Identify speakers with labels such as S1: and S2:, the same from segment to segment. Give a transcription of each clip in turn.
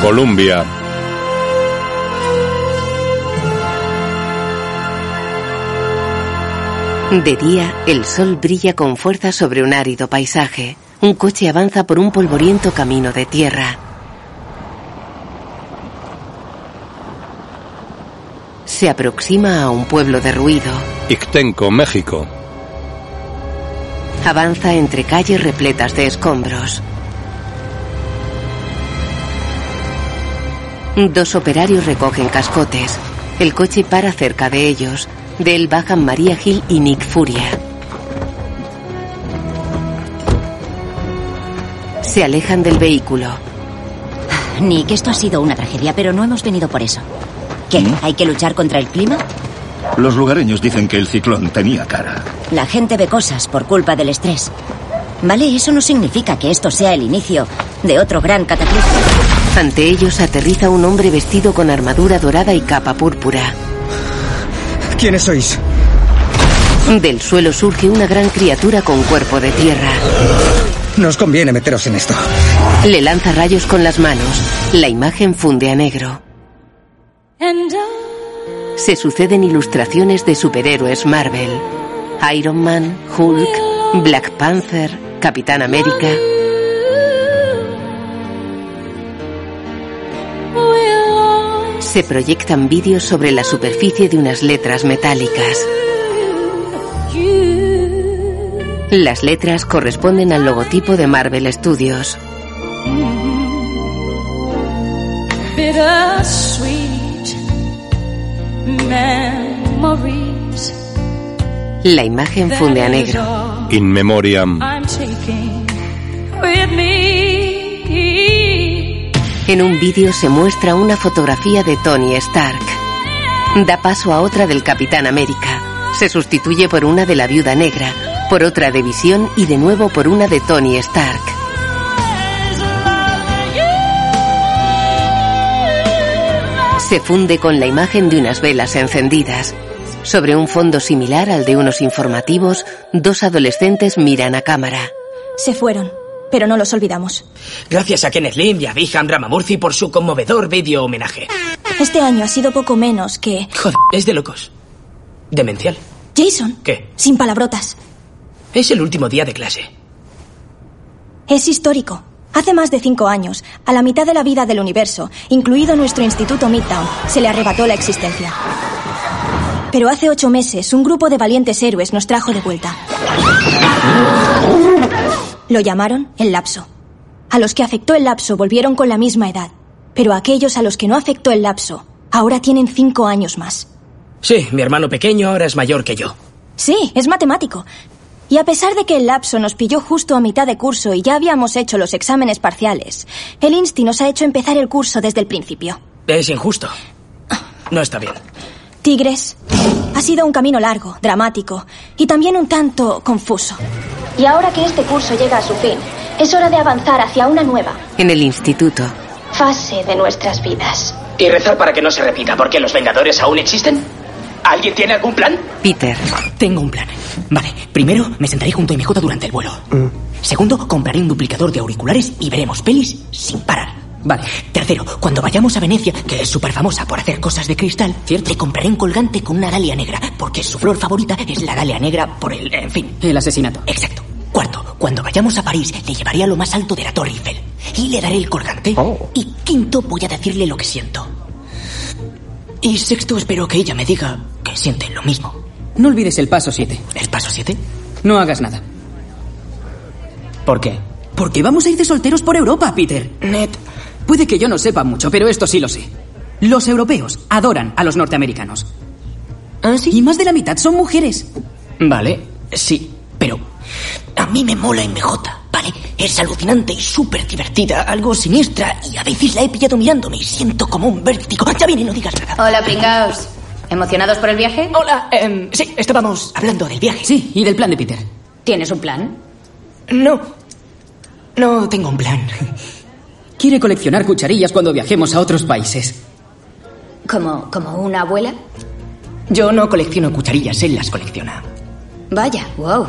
S1: Columbia.
S2: De día, el sol brilla con fuerza sobre un árido paisaje. Un coche avanza por un polvoriento camino de tierra. Se aproxima a un pueblo derruido.
S1: Ixtenco, México.
S2: Avanza entre calles repletas de escombros. Dos operarios recogen cascotes. El coche para cerca de ellos. De él bajan María Gil y Nick Furia. Se alejan del vehículo.
S3: Nick, esto ha sido una tragedia, pero no hemos venido por eso. ¿Qué?
S2: ¿Mm?
S3: ¿Hay que luchar contra el clima?
S4: Los lugareños dicen que el ciclón tenía cara.
S3: La gente ve cosas por culpa del estrés. Vale, eso no significa que esto sea el inicio de otro gran cataclismo.
S2: Ante ellos aterriza un hombre vestido con armadura dorada y capa púrpura.
S5: ¿Quiénes sois?
S2: Del suelo surge una gran criatura con cuerpo de tierra.
S5: Nos conviene meteros en esto.
S2: Le lanza rayos con las manos. La imagen funde a negro. Se suceden ilustraciones de superhéroes Marvel. Iron Man, Hulk, Black Panther, Capitán América. Se proyectan vídeos sobre la superficie de unas letras metálicas. Las letras corresponden al logotipo de Marvel Studios.
S6: Bittersweet memories
S2: La imagen funde a negro.
S1: In Memoriam.
S6: I'm taking with me.
S2: En un vídeo se muestra una fotografía de Tony Stark. Da paso a otra del Capitán América. Se sustituye por una de la Viuda Negra, por otra de Visión y de nuevo por una de Tony Stark. Se funde con la imagen de unas velas encendidas. Sobre un fondo similar al de unos informativos, dos adolescentes miran a cámara.
S7: Se fueron, pero no los olvidamos.
S8: Gracias a Kenneth Lim y a Biham Ramamurthy por su conmovedor vídeo homenaje.
S7: Este año ha sido poco menos que...
S8: Joder, es de locos. Demencial.
S7: Jason,
S8: ¿Qué?
S7: sin palabrotas.
S8: Es el último día de clase.
S7: Es histórico. Hace más de cinco años, a la mitad de la vida del universo, incluido nuestro instituto Midtown, se le arrebató la existencia. Pero hace ocho meses, un grupo de valientes héroes nos trajo de vuelta. Lo llamaron el lapso. A los que afectó el lapso volvieron con la misma edad, pero aquellos a los que no afectó el lapso ahora tienen cinco años más.
S8: Sí, mi hermano pequeño ahora es mayor que yo.
S7: Sí, es matemático. Y a pesar de que el lapso nos pilló justo a mitad de curso y ya habíamos hecho los exámenes parciales, el Insti nos ha hecho empezar el curso desde el principio.
S8: Es injusto. No está bien.
S7: Tigres, ha sido un camino largo, dramático y también un tanto confuso. Y ahora que este curso llega a su fin, es hora de avanzar hacia una nueva
S2: En el instituto,
S7: fase de nuestras vidas.
S8: Y rezar para que no se repita, porque los Vengadores aún existen. ¿Alguien tiene algún plan?
S2: Peter,
S9: Tengo un plan. Vale, primero me sentaré junto a MJ durante el vuelo.
S8: Mm.
S9: Segundo, compraré un duplicador de auriculares y veremos pelis sin parar. Vale. Tercero, cuando vayamos a Venecia, que es súper famosa por hacer cosas de cristal, ¿cierto? te compraré un colgante con una dalia negra, porque su flor favorita es la dalia negra por el... en fin.
S10: El asesinato.
S9: Exacto. Cuarto, cuando vayamos a París, le llevaré a lo más alto de la Torre Eiffel y le daré el colgante. Y quinto, voy a decirle lo que siento. Y sexto, espero que ella me diga que siente lo mismo.
S10: No olvides el paso 7.
S9: ¿El paso 7?
S10: No hagas nada.
S9: ¿Por qué?
S10: Porque vamos a ir de solteros por Europa, Peter.
S9: Ned,
S10: Puede que yo no sepa mucho, pero esto sí lo sé. Los europeos adoran a los norteamericanos.
S9: ¿Ah, sí?
S10: Y más de la mitad son mujeres.
S9: Vale, ¿Eh? sí, pero a mí me mola MJ, ¿vale? Es alucinante y súper divertida, algo siniestra y a veces la he pillado mirándome y siento como un vértigo. Ya viene, no digas nada.
S11: Hola, pringaos. ¿Emocionados por el viaje?
S9: Hola, em, sí, estábamos hablando del viaje.
S10: Sí, y del plan de Peter.
S11: ¿Tienes un plan?
S9: No, no tengo un plan.
S10: Quiere coleccionar cucharillas cuando viajemos a otros países.
S11: ¿Como, como una abuela?
S9: Yo no colecciono cucharillas, él las colecciona.
S11: Vaya, wow.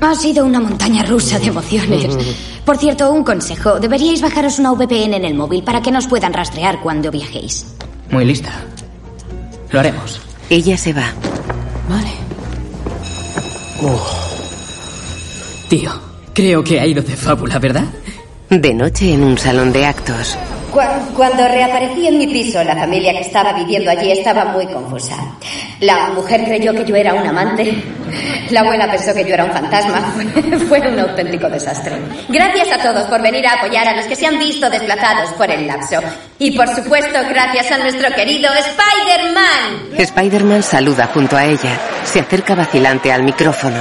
S11: Ha sido una montaña rusa de emociones.
S12: Por cierto, un consejo. Deberíais bajaros una VPN en el móvil para que nos puedan rastrear cuando viajéis.
S10: Muy lista. Lo haremos.
S2: Ella se va.
S10: Vale. Tío, creo que ha ido de fábula, ¿verdad?
S2: De noche en un salón de actos.
S13: Cu- Cuando reaparecí en mi piso, la familia que estaba viviendo allí estaba muy confusa. La mujer creyó que yo era un amante. La abuela pensó que yo era un fantasma. Fue un auténtico desastre. Gracias a todos por venir a apoyar a los que se han visto desplazados por el lapso. Y por supuesto, gracias a nuestro querido Spider-Man.
S2: Spider-Man saluda junto a ella. Se acerca vacilante al micrófono.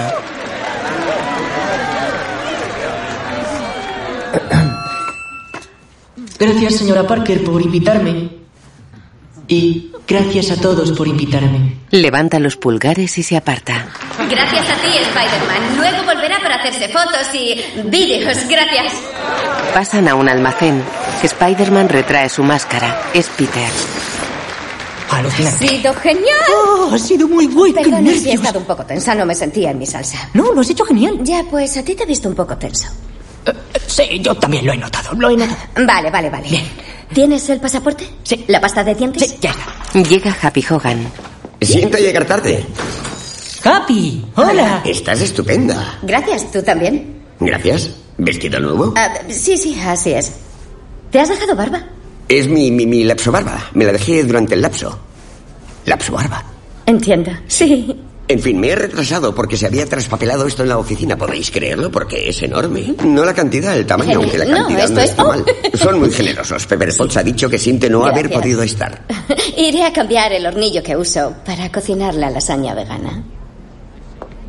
S9: Gracias, señora Parker, por invitarme. Y gracias a todos por invitarme.
S2: Levanta los pulgares y se aparta.
S13: Gracias a ti, Spider-Man. Luego volverá para hacerse fotos y vídeos. Gracias.
S2: Pasan a un almacén. Spider-Man retrae su máscara. Es Peter.
S13: Ha sido genial.
S9: Oh, ha sido muy guay.
S13: Perdona si he estado un poco tensa, no me sentía en mi salsa.
S9: No, lo has hecho genial.
S13: Ya, pues a ti te he visto un poco tenso.
S9: Sí, yo también lo he notado, lo he notado.
S13: Vale, vale, vale. ¿Tienes el pasaporte? Sí. ¿La pasta de dientes? Sí, ya.
S2: Llega Happy Hogan.
S8: Siento llegar tarde.
S9: ¡Happy! ¡Hola!
S8: Estás estupenda.
S13: Gracias, tú también.
S8: Gracias. ¿Vestido nuevo?
S13: Ah, sí, sí, así es. ¿Te has dejado barba?
S8: Es mi, mi, mi lapso barba. Me la dejé durante el lapso. Lapso barba.
S13: Entiendo. Sí.
S8: En fin, me he retrasado porque se había traspapelado esto en la oficina. ¿Podéis creerlo? Porque es enorme. No la cantidad, el tamaño, aunque la
S13: No,
S8: cantidad no,
S13: esto es-
S8: está mal. Son muy generosos. Pepper Potts ha dicho que siente no haber
S13: Gracias.
S8: podido estar.
S13: Iré a cambiar el hornillo que uso para cocinar la lasaña vegana.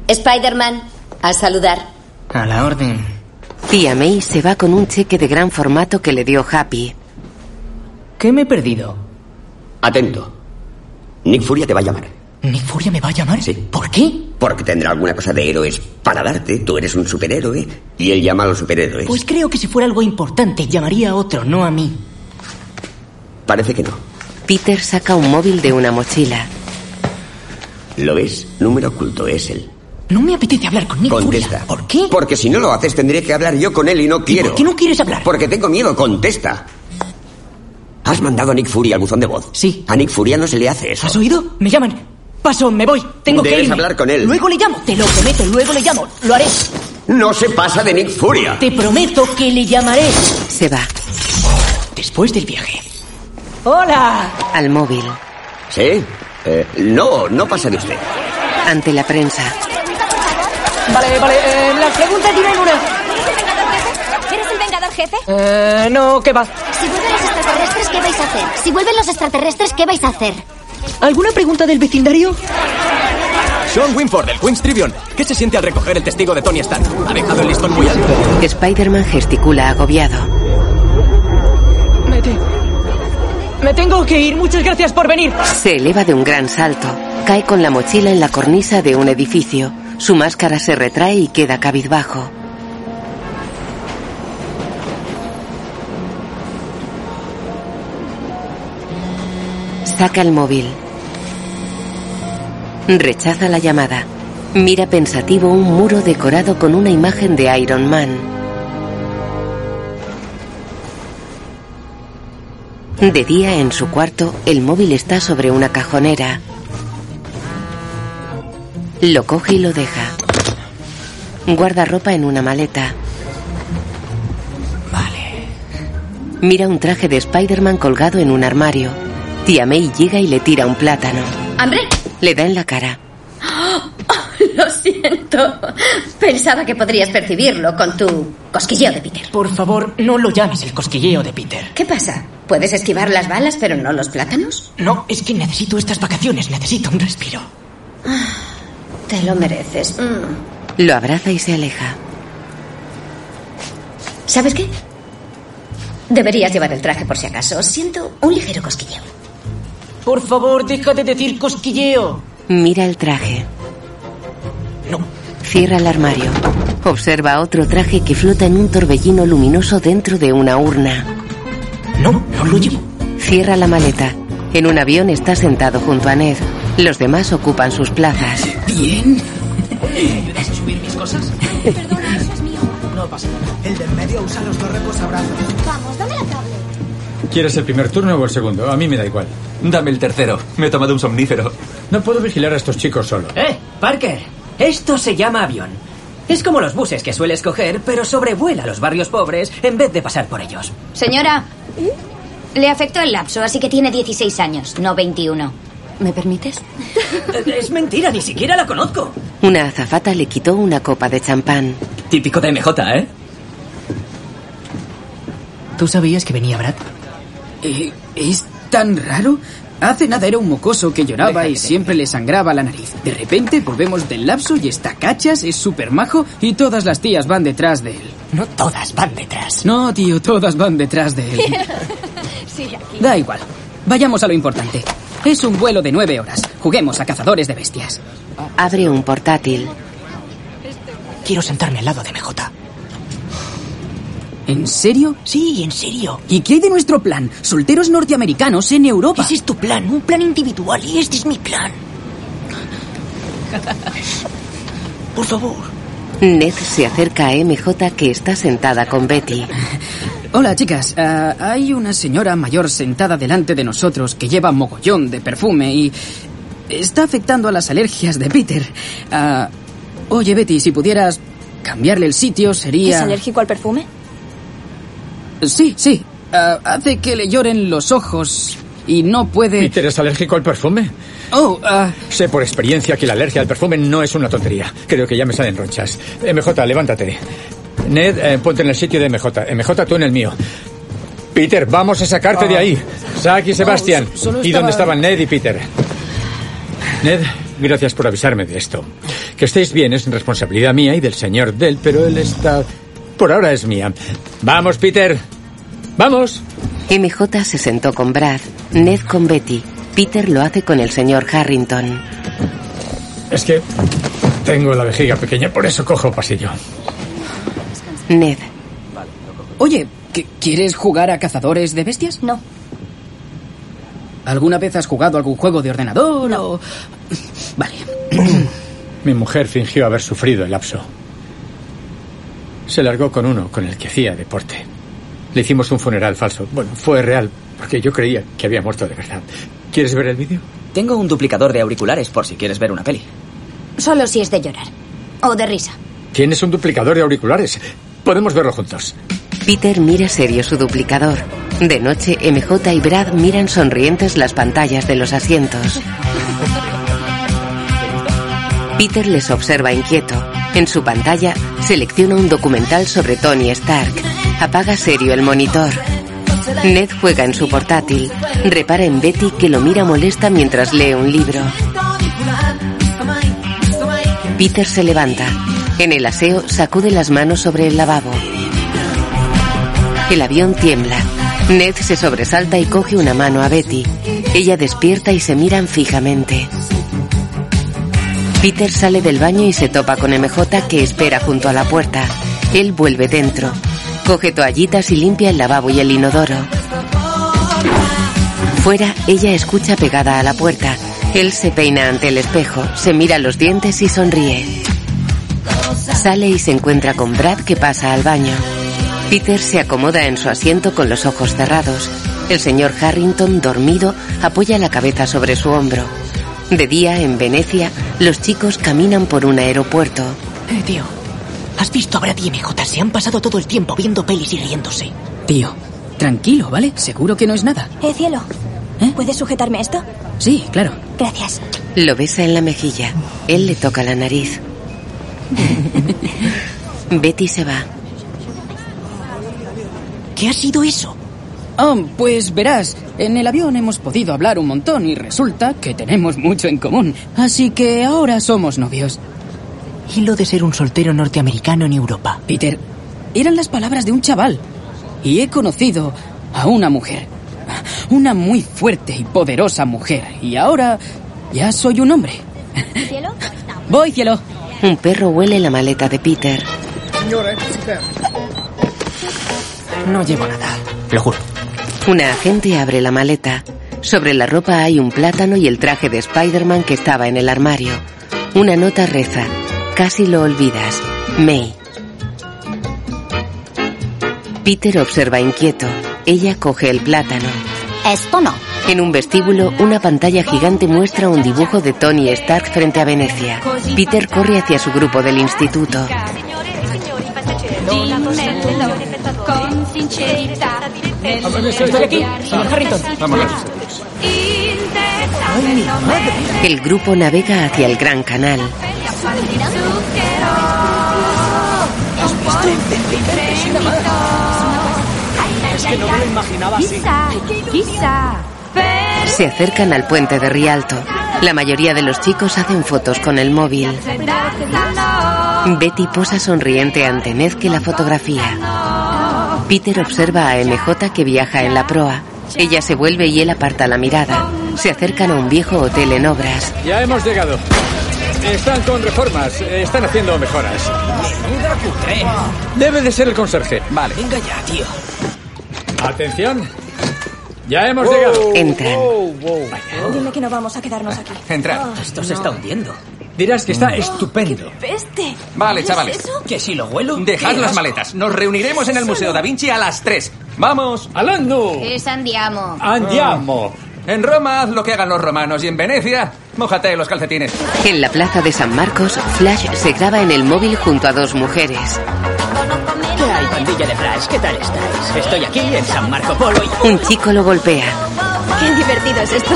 S13: Spider-Man, a saludar.
S10: A la orden.
S2: Tía May se va con un cheque de gran formato que le dio Happy.
S10: ¿Qué me he perdido?
S8: Atento. Nick Furia te va a llamar.
S10: ¿Nick Furia me va a llamar? Sí. ¿Por qué?
S8: Porque tendrá alguna cosa de héroes para darte. Tú eres un superhéroe y él llama a los superhéroes.
S9: Pues creo que si fuera algo importante, llamaría a otro, no a mí.
S8: Parece que no.
S2: Peter saca un móvil de una mochila.
S8: ¿Lo ves? Número oculto es él.
S9: No me apetece hablar con Nick
S8: Contesta.
S9: Furia.
S8: ¿Por qué? Porque si no lo haces tendré que hablar yo con él y no quiero.
S9: por qué no quieres hablar?
S8: Porque tengo miedo. Contesta. ¿Has mandado a Nick Fury al buzón de voz? Sí. A Nick Furia no se le hace eso.
S9: ¿Has oído? Me llaman. Paso, me voy. Tengo que
S8: Debes
S9: irme.
S8: hablar con él.
S9: Luego le llamo. Te lo prometo, luego le llamo. Lo haré.
S8: No se pasa de Nick Furia.
S9: Te prometo que le llamaré.
S2: Se va.
S9: Después del viaje. ¡Hola!
S2: Al móvil.
S8: ¿Sí? Eh, no, no pasa de usted.
S2: Ante la prensa.
S9: Vale, vale. eh, las preguntas tienen una.
S14: ¿Eres el vengador jefe?
S9: Eh, no, ¿qué va?
S14: Si vuelven los extraterrestres, ¿qué vais a hacer? Si vuelven los extraterrestres, ¿qué vais a hacer?
S9: ¿Alguna pregunta del vecindario?
S15: Sean Winford, del Queen's Tribune. ¿Qué se siente al recoger el testigo de Tony Stark? Ha dejado el listón muy alto.
S2: Spider-Man gesticula agobiado.
S9: Me, te- me tengo que ir. Muchas gracias por venir.
S2: Se eleva de un gran salto. Cae con la mochila en la cornisa de un edificio. Su máscara se retrae y queda cabizbajo. Saca el móvil. Rechaza la llamada. Mira pensativo un muro decorado con una imagen de Iron Man. De día, en su cuarto, el móvil está sobre una cajonera. Lo coge y lo deja. Guarda ropa en una maleta. Vale. Mira un traje de Spider-Man colgado en un armario. Tía May llega y le tira un plátano.
S13: ¿Hambre? ¡Oh!
S2: Le da en la cara.
S13: Lo siento. Pensaba que podrías percibirlo con tu cosquilleo de Peter.
S9: Por favor, no lo llames el cosquilleo de Peter.
S13: ¿Qué pasa? ¿Puedes esquivar las balas pero no los plátanos?
S9: No, es que necesito estas vacaciones. Necesito un respiro.
S13: Ah, Te lo mereces. Mm.
S2: Lo abraza y se aleja.
S13: ¿Sabes qué? Deberías llevar el traje por si acaso. Siento un ligero cosquilleo.
S9: Por favor, deja de decir cosquilleo.
S2: Mira el traje. Cierra el armario. Observa otro traje que flota en un torbellino luminoso dentro de una urna.
S9: No, no lo llevo.
S2: Cierra la maleta. En un avión está sentado junto a Ned. Los demás ocupan sus plazas.
S9: Bien.
S10: ¿Me dejas subir mis cosas? Perdona, eso es mío.
S9: no pasa nada. El del medio usa los dos reposabrazos.
S16: Vamos, dame la cable.
S15: ¿Quieres el primer turno o el segundo? A mí me da igual.
S17: Dame el tercero. Me he tomado un somnífero.
S15: No puedo vigilar a estos chicos solo.
S10: ¡Eh, Parker! Esto se llama avión. Es como los buses que sueles coger, pero sobrevuela los barrios pobres en vez de pasar por ellos.
S13: Señora, le afectó el lapso, así que tiene 16 años, no 21. ¿Me permites?
S10: Es mentira, ni siquiera la conozco.
S2: Una azafata le quitó una copa de champán.
S10: Típico de MJ, ¿eh?
S18: ¿Tú sabías que venía Brad?
S10: Eh, Es tan raro. Hace nada era un mocoso que lloraba y siempre le sangraba la nariz. De repente volvemos del lapso y está cachas, es súper majo y todas las tías van detrás de él.
S18: No todas van detrás.
S10: No, tío, todas van detrás de él. Da igual. Vayamos a lo importante. Es un vuelo de nueve horas. Juguemos a cazadores de bestias.
S2: Abre un portátil.
S18: Quiero sentarme al lado de MJ.
S10: ¿En serio?
S18: Sí, en serio.
S10: ¿Y qué hay de nuestro plan? Solteros norteamericanos en Europa.
S18: Ese es tu plan, un plan individual y este es mi plan. Por favor.
S2: Ned se acerca a MJ que está sentada con Betty.
S10: Hola, chicas. Ah, hay una señora mayor sentada delante de nosotros que lleva mogollón de perfume y está afectando a las alergias de Peter. Ah, oye, Betty, si pudieras cambiarle el sitio
S7: ¿Es
S10: sería...
S7: alérgico al perfume?
S10: Sí, sí. Ah, hace que le lloren los ojos y no puede...
S15: ¿Peter es alérgico al perfume?
S10: Oh, ah,
S15: Sé por experiencia que la alergia al perfume no es una tontería. Creo que ya me salen ronchas. MJ, levántate. Ned, eh, ponte en el sitio de MJ. MJ, tú en el mío. Peter, vamos a sacarte de ahí. Zack y Sebastián.
S10: No, Ah. Oh, solo
S15: ¿Y
S10: estaba-
S15: dónde estaban Ned y Peter? Ned, gracias por avisarme de esto. Que estéis bien es responsabilidad mía y del señor Dell, pero él está... Por ahora es mía. Vamos, Peter. Vamos.
S2: MJ se sentó con Brad, Ned con Betty. Peter lo hace con el señor Harrington.
S15: Es que tengo la vejiga pequeña, por eso cojo pasillo.
S2: Ned,
S10: oye, ¿qu- ¿quieres jugar a cazadores de bestias?
S7: No.
S10: ¿Alguna vez has jugado algún juego de ordenador o...? Vale.
S15: Mi mujer fingió haber sufrido el lapso. Se largó con uno con el que hacía deporte. Le hicimos un funeral falso. Bueno, fue real, porque yo creía que había muerto de verdad. ¿Quieres ver el vídeo?
S17: Tengo un duplicador de auriculares por si quieres ver una peli.
S13: Solo si es de llorar. O de risa.
S15: Tienes un duplicador de auriculares. Podemos verlo juntos.
S2: Peter mira serio su duplicador. De noche, MJ y Brad miran sonrientes las pantallas de los asientos. Peter les observa inquieto. En su pantalla, selecciona un documental sobre Tony Stark. Apaga serio el monitor. Ned juega en su portátil. Repara en Betty que lo mira molesta mientras lee un libro. Peter se levanta. En el aseo, sacude las manos sobre el lavabo. El avión tiembla. Ned se sobresalta y coge una mano a Betty. Ella despierta y se miran fijamente. Peter sale del baño y se topa con MJ que espera junto a la puerta. Él vuelve dentro. Coge toallitas y limpia el lavabo y el inodoro. Fuera, ella escucha pegada a la puerta. Él se peina ante el espejo, se mira los dientes y sonríe. Sale y se encuentra con Brad que pasa al baño. Peter se acomoda en su asiento con los ojos cerrados. El señor Harrington, dormido, apoya la cabeza sobre su hombro. De día, en Venecia, los chicos caminan por un aeropuerto.
S18: Eh, tío. ¿Has visto a Brad y MJ? Se han pasado todo el tiempo viendo pelis y riéndose.
S10: Tío, tranquilo, ¿vale? Seguro que no es nada.
S7: Eh, cielo. ¿Puedes sujetarme esto?
S10: Sí, claro.
S7: Gracias.
S2: Lo besa en la mejilla. Él le toca la nariz. Betty se va.
S18: ¿Qué ha sido eso?
S10: Ah, pues verás, en el avión hemos podido hablar un montón y resulta que tenemos mucho en común. Así que ahora somos novios.
S18: Y lo de ser un soltero norteamericano en Europa.
S10: Peter, eran las palabras de un chaval. Y he conocido a una mujer. Una muy fuerte y poderosa mujer. Y ahora ya soy un hombre.
S16: ¿Cielo?
S10: Voy, cielo.
S2: Un perro huele la maleta de Peter.
S18: No llevo nada. Lo juro.
S2: Una agente abre la maleta. Sobre la ropa hay un plátano y el traje de Spider-Man que estaba en el armario. Una nota reza. Casi lo olvidas. May. Peter observa inquieto. Ella coge el plátano.
S13: Esto no.
S2: En un vestíbulo, una pantalla gigante muestra un dibujo de Tony Stark frente a Venecia. Peter corre hacia su grupo del instituto.
S6: con sincerità.
S9: Estoy aquí, señor Harrington.
S6: Vámonos.
S2: El grupo navega hacia el Gran Canal.
S18: Es que no me lo imaginaba así.
S6: Chissà, chissà.
S2: Se acercan al puente de Rialto. La mayoría de los chicos hacen fotos con el móvil. Betty posa sonriente ante Ned que la fotografía. Peter observa a MJ que viaja en la proa. Ella se vuelve y él aparta la mirada. Se acercan a un viejo hotel en obras.
S19: Ya hemos llegado. Están con reformas, están haciendo mejoras. Debe de ser el conserje. Vale.
S18: Venga ya, tío.
S19: Atención. Ya
S20: Oh.
S19: hemos llegado.
S15: Oh,
S2: Entran.
S7: Dime que no vamos a quedarnos aquí.
S20: Entrad.
S7: Ah,
S20: Esto
S7: no.
S20: se está hundiendo.
S19: Dirás que está estupendo.
S7: Peste.
S20: Vale,
S7: ¿Es
S20: chavales.
S7: eso?
S20: ¿Que si lo huelo? Dejad las maletas. Nos reuniremos en el Museo Da Vinci a las 3. ¡Vamos!
S13: Oh.
S20: Eh.
S19: ¡Alando!
S11: Es andiamo.
S19: ¡Andiamo!
S20: En Roma haz lo que hagan los romanos y en Venecia, mójate los calcetines.
S2: En la plaza de San Marcos, Flash se graba en el móvil junto a dos mujeres.
S18: ¿Qué hay, pandilla de Flash? ¿Qué tal estáis? Estoy aquí en San Marco Polo y...
S2: Un chico lo golpea.
S13: Qué divertido es esto.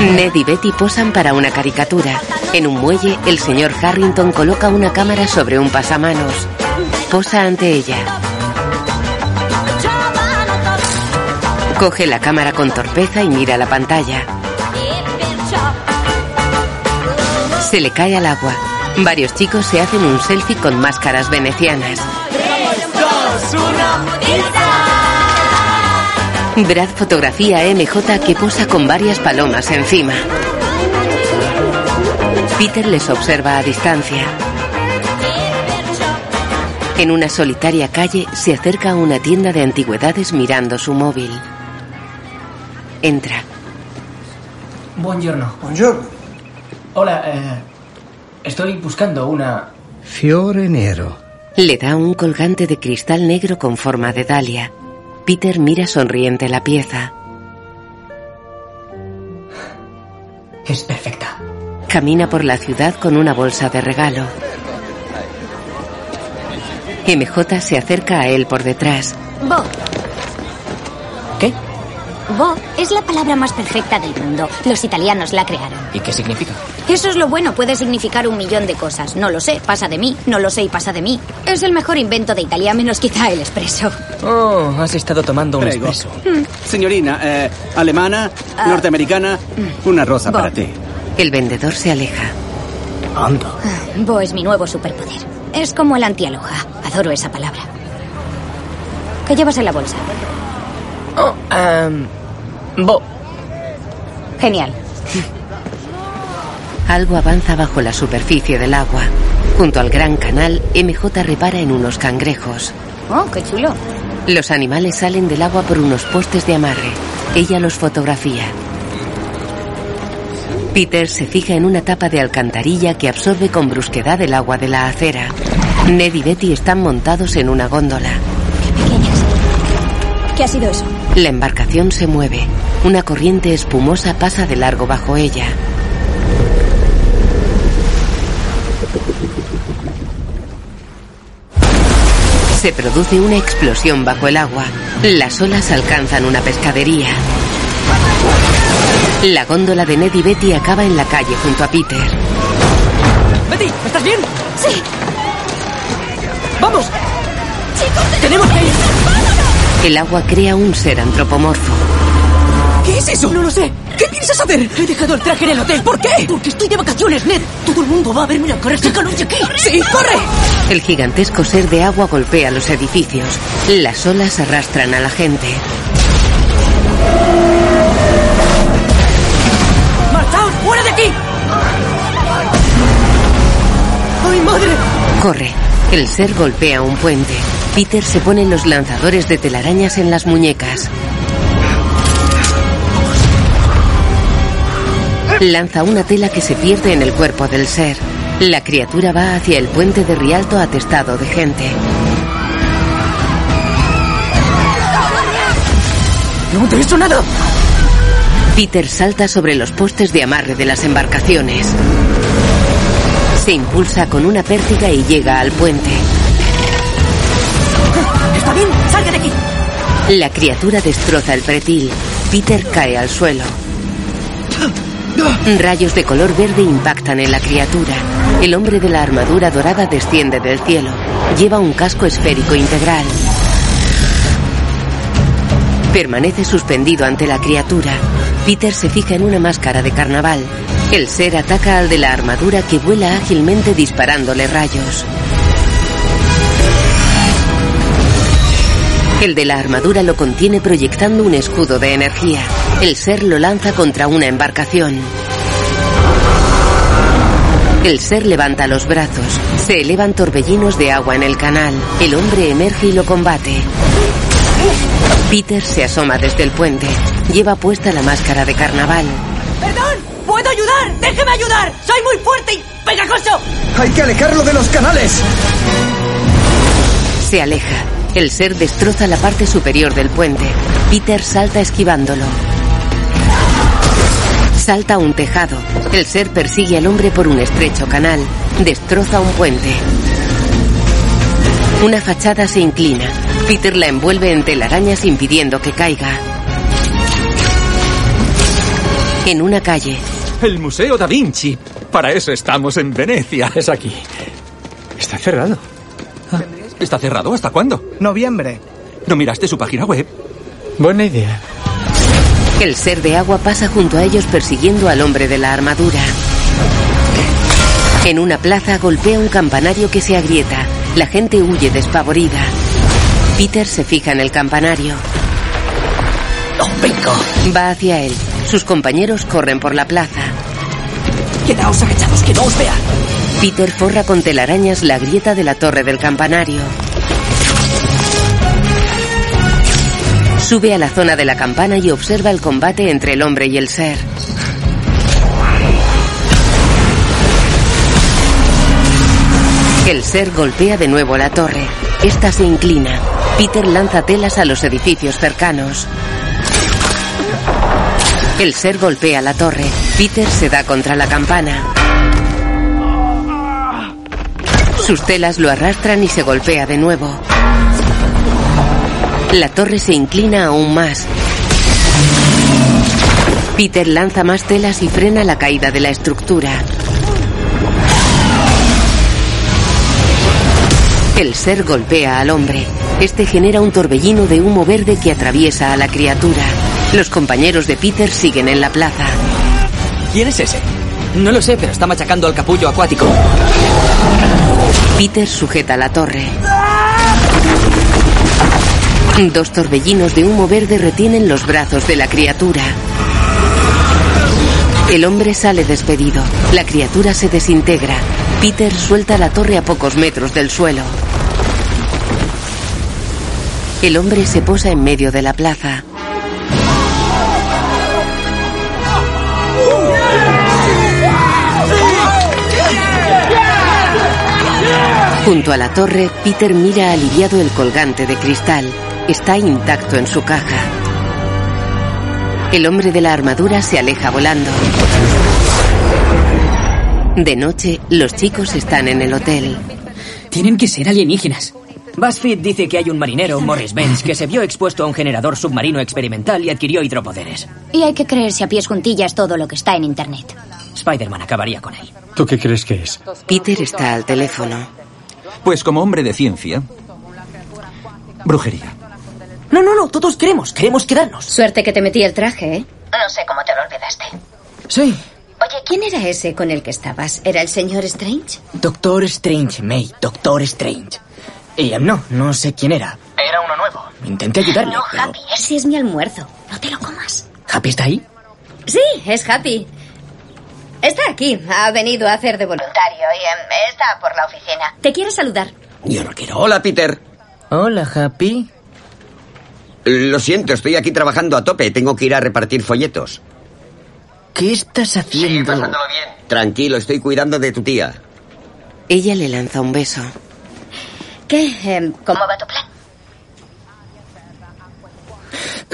S2: Ned y Betty posan para una caricatura. En un muelle, el señor Harrington coloca una cámara sobre un pasamanos. Posa ante ella. Coge la cámara con torpeza y mira la pantalla. Se le cae al agua. Varios chicos se hacen un selfie con máscaras venecianas. Brad fotografía a MJ que posa con varias palomas encima. Peter les observa a distancia. En una solitaria calle se acerca a una tienda de antigüedades mirando su móvil. Entra.
S18: Buongiorno.
S5: Buongiorno.
S18: Hola, eh, estoy buscando una...
S5: Fiore Nero.
S2: Le da un colgante de cristal negro con forma de dalia. Peter mira sonriente la pieza.
S18: Es perfecta.
S2: Camina por la ciudad con una bolsa de regalo. MJ se acerca a él por detrás.
S13: Bo.
S18: ¿Qué?
S13: Bo es la palabra más perfecta del mundo. Los italianos la crearon.
S18: ¿Y qué significa?
S13: Eso es lo bueno, puede significar un millón de cosas. No lo sé, pasa de mí, no lo sé y pasa de mí. Es el mejor invento de Italia, menos quizá el espresso.
S18: Oh, has estado tomando un
S15: Prego.
S18: espresso.
S9: Hmm.
S15: Señorina, eh, alemana,
S20: Ah.
S15: norteamericana, una rosa
S13: Bo.
S15: para ti.
S2: El vendedor se aleja.
S15: Anda.
S13: Bo es mi nuevo superpoder. Es como el antialoja. Adoro esa palabra. ¿Qué llevas en la bolsa?
S18: Oh, em, Bo,
S13: Genial.
S2: Algo avanza bajo la superficie del agua. Junto al gran canal, MJ repara en unos cangrejos.
S13: Oh, qué chulo.
S2: Los animales salen del agua por unos postes de amarre. Ella los fotografía. Peter se fija en una tapa de alcantarilla que absorbe con brusquedad el agua de la acera. Ned y Betty están montados en una góndola.
S7: ¿Qué ha sido eso?
S2: La embarcación se mueve. Una corriente espumosa pasa de largo bajo ella. Se produce una explosión bajo el agua. Las olas alcanzan una pescadería. La góndola de Ned y Betty acaba en la calle junto a Peter.
S18: Betty, ¿estás bien? Sí. Vamos. tenemos que ir.
S2: El agua crea un ser antropomorfo.
S18: ¿Qué es eso? No lo sé. ¿Qué piensas hacer? He dejado el traje en el hotel. ¿Por qué? Porque estoy de vacaciones, Ned. Todo el mundo va a verme la cara. Sácanos de aquí. Sí, corre.
S2: El gigantesco ser de agua golpea los edificios. Las olas arrastran a la gente.
S18: Marchaos, fuera de aquí. ¡Ay, madre!
S2: Corre. El ser golpea un puente. Peter se pone los lanzadores de telarañas en las muñecas. Lanza una tela que se pierde en el cuerpo del ser. La criatura va hacia el puente de Rialto atestado de gente.
S18: ¡No te he hecho nada!
S2: Peter salta sobre los postes de amarre de las embarcaciones. Se impulsa con una pértiga y llega al puente.
S18: ¡Está bien! ¡Salga de aquí!
S2: La criatura destroza el pretil. Peter cae al suelo. Rayos de color verde impactan en la criatura. El hombre de la armadura dorada desciende del cielo. Lleva un casco esférico integral. Permanece suspendido ante la criatura. Peter se fija en una máscara de carnaval. El ser ataca al de la armadura que vuela ágilmente disparándole rayos. El de la armadura lo contiene proyectando un escudo de energía. El ser lo lanza contra una embarcación. El ser levanta los brazos. Se elevan torbellinos de agua en el canal. El hombre emerge y lo combate. Peter se asoma desde el puente. Lleva puesta la máscara de carnaval.
S18: ¡Perdón! ¡Puedo ayudar! ¡Déjeme ayudar! ¡Soy muy fuerte y pegajoso!
S21: Hay que alejarlo de los canales.
S2: Se aleja. El ser destroza la parte superior del puente. Peter salta esquivándolo. Salta a un tejado. El ser persigue al hombre por un estrecho canal. Destroza un puente. Una fachada se inclina. Peter la envuelve en telarañas impidiendo que caiga. En una calle,
S15: El Museo da Vinci. Para eso estamos en Venecia. Ah.
S22: Es aquí. Está cerrado.
S15: ¿Está cerrado? ¿Hasta cuándo?
S23: Noviembre.
S15: ¿No miraste su página web?
S22: Buena idea.
S2: el ser de agua pasa junto a ellos persiguiendo al hombre de la armadura. En una plaza golpea un campanario que se agrieta. La gente huye despavorida. Peter se fija en el campanario. Va hacia él. Sus compañeros corren por la plaza.
S18: Quedaos agachados, que no os vea.
S2: Peter forra con telarañas la grieta de la torre del campanario. Sube a la zona de la campana y observa el combate entre el hombre y el ser. El ser golpea de nuevo la torre. Esta se inclina. Peter lanza telas a los edificios cercanos. El ser golpea la torre. Peter se da contra la campana. Sus telas lo arrastran y se golpea de nuevo. La torre se inclina aún más. Peter lanza más telas y frena la caída de la estructura. El ser golpea al hombre. Este genera un torbellino de humo verde que atraviesa a la criatura. Los compañeros de Peter siguen en la plaza.
S9: ¿Quién es ese? No lo sé, pero está machacando al capullo acuático.
S2: Peter sujeta la torre. Dos torbellinos de humo verde retienen los brazos de la criatura. El hombre sale despedido. La criatura se desintegra. Peter suelta la torre a pocos metros del suelo. El hombre se posa en medio de la plaza. Junto a la torre, Peter mira aliviado el colgante de cristal. Está intacto en su caja. El hombre de la armadura se aleja volando. De noche, los chicos están en el hotel.
S10: Tienen que ser alienígenas.
S9: BuzzFeed dice que hay un marinero, Morris Benz, que se vio expuesto a un generador submarino experimental y adquirió hidropoderes.
S24: Y hay que creerse a pies juntillas todo lo que está en Internet.
S9: Spider-Man acabaría con él.
S22: ¿Tú qué crees que es?
S2: Peter está al teléfono.
S15: Pues como hombre de ciencia. Brujería.
S18: No, no, no, todos queremos, queremos quedarnos.
S13: Suerte que te metí el traje, ¿eh?
S25: No sé cómo te lo olvidaste.
S18: Sí.
S13: Oye, ¿quién era ese con el que estabas? ¿Era el señor Strange?
S18: Doctor Strange, May, Doctor Strange. Y em, no, no sé quién era.
S9: Era uno nuevo.
S18: Intenté ayudarle.
S13: Ah, No,
S18: pero-
S13: Happy, ese es mi almuerzo. No te lo comas.
S18: ¿Happy está ahí?
S13: Sí, es Happy. Está aquí. Ha venido a hacer de voluntario y em, está por la oficina. Te quiero saludar.
S8: Yo no quiero. Hola, Peter.
S18: Hola, Happy.
S8: Lo siento, estoy aquí trabajando a tope. Tengo que ir a repartir folletos.
S18: ¿Qué estás haciendo?
S8: Tranquilo, estoy cuidando de tu tía.
S2: Ella le lanza un beso.
S13: ¿Qué? em, ¿Cómo va tu plan?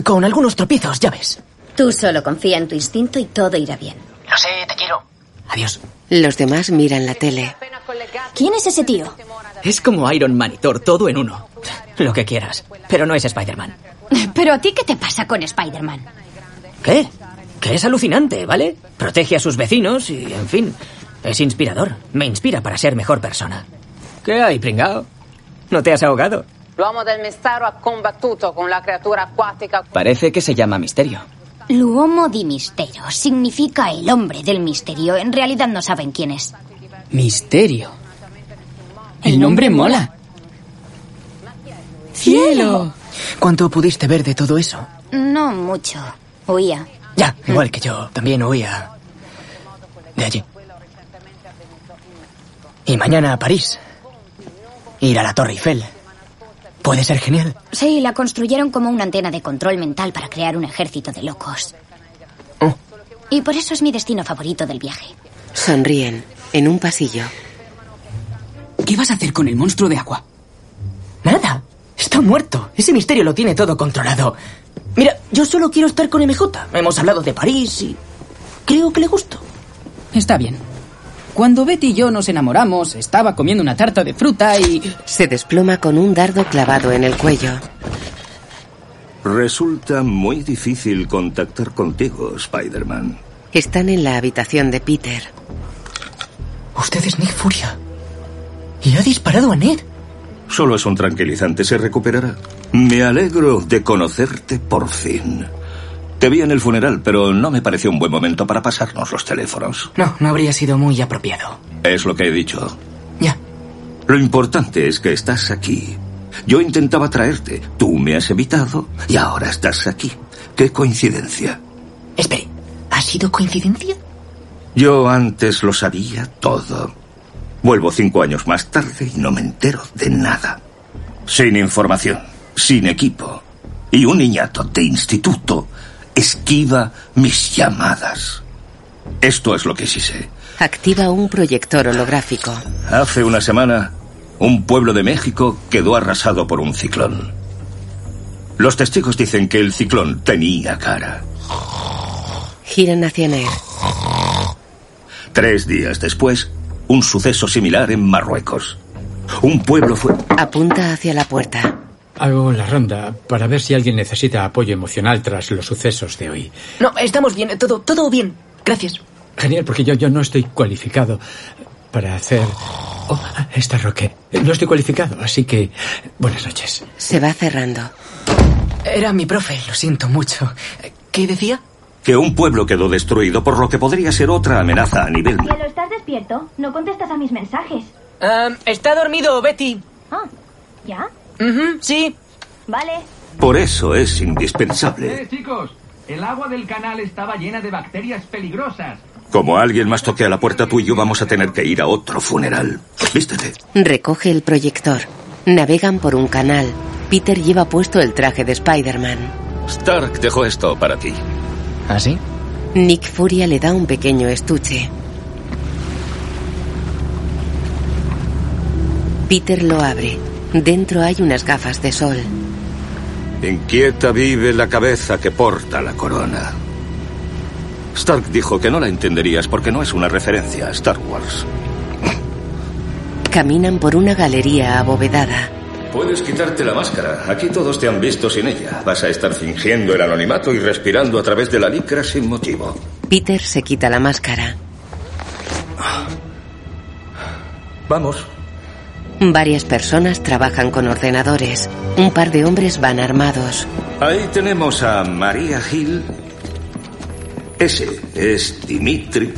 S9: Con algunos tropiezos, ya ves.
S26: Tú solo confía en tu instinto y todo irá bien.
S8: Lo sé, te quiero.
S9: Adiós.
S2: Los demás miran la tele.
S7: ¿Quién es ese tío?
S9: Es como Iron Man y Thor, todo en uno. Lo que quieras, pero no es Spider-Man.
S13: ¿Pero a ti qué te pasa con Spider-Man?
S9: ¿Qué? Que es alucinante, ¿vale? Protege a sus vecinos y, en fin, es inspirador. Me inspira para ser mejor persona. ¿Qué hay, pringao? ¿No te has ahogado?
S27: L'uomo del mistero ha combattuto con la criatura acquatica.
S28: Parece que se llama Misterio.
S13: L'uomo di mistero significa el hombre del misterio. En realidad no saben quién es.
S9: Misterio. El nombre mola. ¡Cielo! ¿Cuánto pudiste ver de todo eso?
S13: No mucho. Huía.
S9: Ya, igual que yo, también huía de allí. Y mañana a París. Ir a la Torre Eiffel. Puede ser genial.
S13: Sí, la construyeron como una antena de control mental para crear un ejército de locos.
S9: Oh.
S13: Y por eso es mi destino favorito del viaje.
S2: Sonríen en un pasillo.
S9: ¿Qué vas a hacer con el monstruo de agua? Nada. Está muerto. Ese misterio lo tiene todo controlado. Mira, yo solo quiero estar con MJ. Hemos hablado de París y creo que le gusto.
S10: Está bien. Cuando Betty y yo nos enamoramos, estaba comiendo una tarta de fruta y...
S2: Se desploma con un dardo clavado en el cuello.
S4: Resulta muy difícil contactar contigo, Spider-Man.
S2: Están en la habitación de Peter.
S9: Usted es Nick Furia. Y ha disparado a Ned.
S4: Solo es un tranquilizante, se recuperará. Me alegro de conocerte por fin. Te vi en el funeral, pero no me pareció un buen momento para pasarnos los teléfonos.
S9: No, no habría sido muy apropiado.
S4: Es lo que he dicho.
S9: Ya.
S4: Lo importante es que estás aquí. Yo intentaba traerte, tú me has evitado y ahora estás aquí. Qué coincidencia.
S9: Espere, ¿ha sido coincidencia?
S4: Yo antes lo sabía todo. Vuelvo cinco años más tarde y no me entero de nada. Sin información, sin equipo. Y un niñato de instituto esquiva mis llamadas. Esto es lo que sí sé.
S2: Activa un proyector holográfico.
S4: Hace una semana, un pueblo de México quedó arrasado por un ciclón. Los testigos dicen que el ciclón tenía cara.
S2: Giran hacia Ner.
S4: Tres días después, un suceso similar en Marruecos. Un pueblo fue...
S2: Apunta hacia la puerta.
S19: Hago la ronda para ver si alguien necesita apoyo emocional tras los sucesos de hoy.
S9: No, estamos bien, todo, todo bien. Gracias.
S19: Genial, porque yo, yo no estoy cualificado para hacer... Oh, esta Roque. No estoy cualificado, así que... Buenas noches.
S2: Se va cerrando.
S9: Era mi profe, lo siento mucho. ¿Qué decía?
S4: Que un pueblo quedó destruido por lo que podría ser otra amenaza a nivel...
S29: Cielo, ¿estás despierto? No contestas a mis mensajes.
S28: Um, está dormido, Betty.
S29: Ah, ¿ya?
S28: Ujú, sí.
S29: Vale.
S4: Por eso es indispensable.
S30: Eh, chicos, el agua del canal estaba llena de bacterias peligrosas.
S4: Como alguien más toque a la puerta, tú y yo vamos a tener que ir a otro funeral. Vístete.
S2: Recoge el proyector. Navegan por un canal. Peter lleva puesto el traje de Spider-Man.
S4: Stark dejó esto para ti.
S9: ¿Ah, sí?
S2: Nick Furia le da un pequeño estuche. Peter lo abre. Dentro hay unas gafas de sol.
S4: Inquieta vive la cabeza que porta la corona. Stark dijo que no la entenderías porque no es una referencia a Star Wars.
S2: Caminan por una galería abovedada.
S4: Puedes quitarte la máscara. Aquí todos te han visto sin ella. Vas a estar fingiendo el anonimato y respirando a través de la licra sin motivo.
S2: Peter se quita la máscara.
S4: Vamos.
S2: Varias personas trabajan con ordenadores. Un par de hombres van armados.
S4: Ahí tenemos a María Gil. Ese es Dimitri.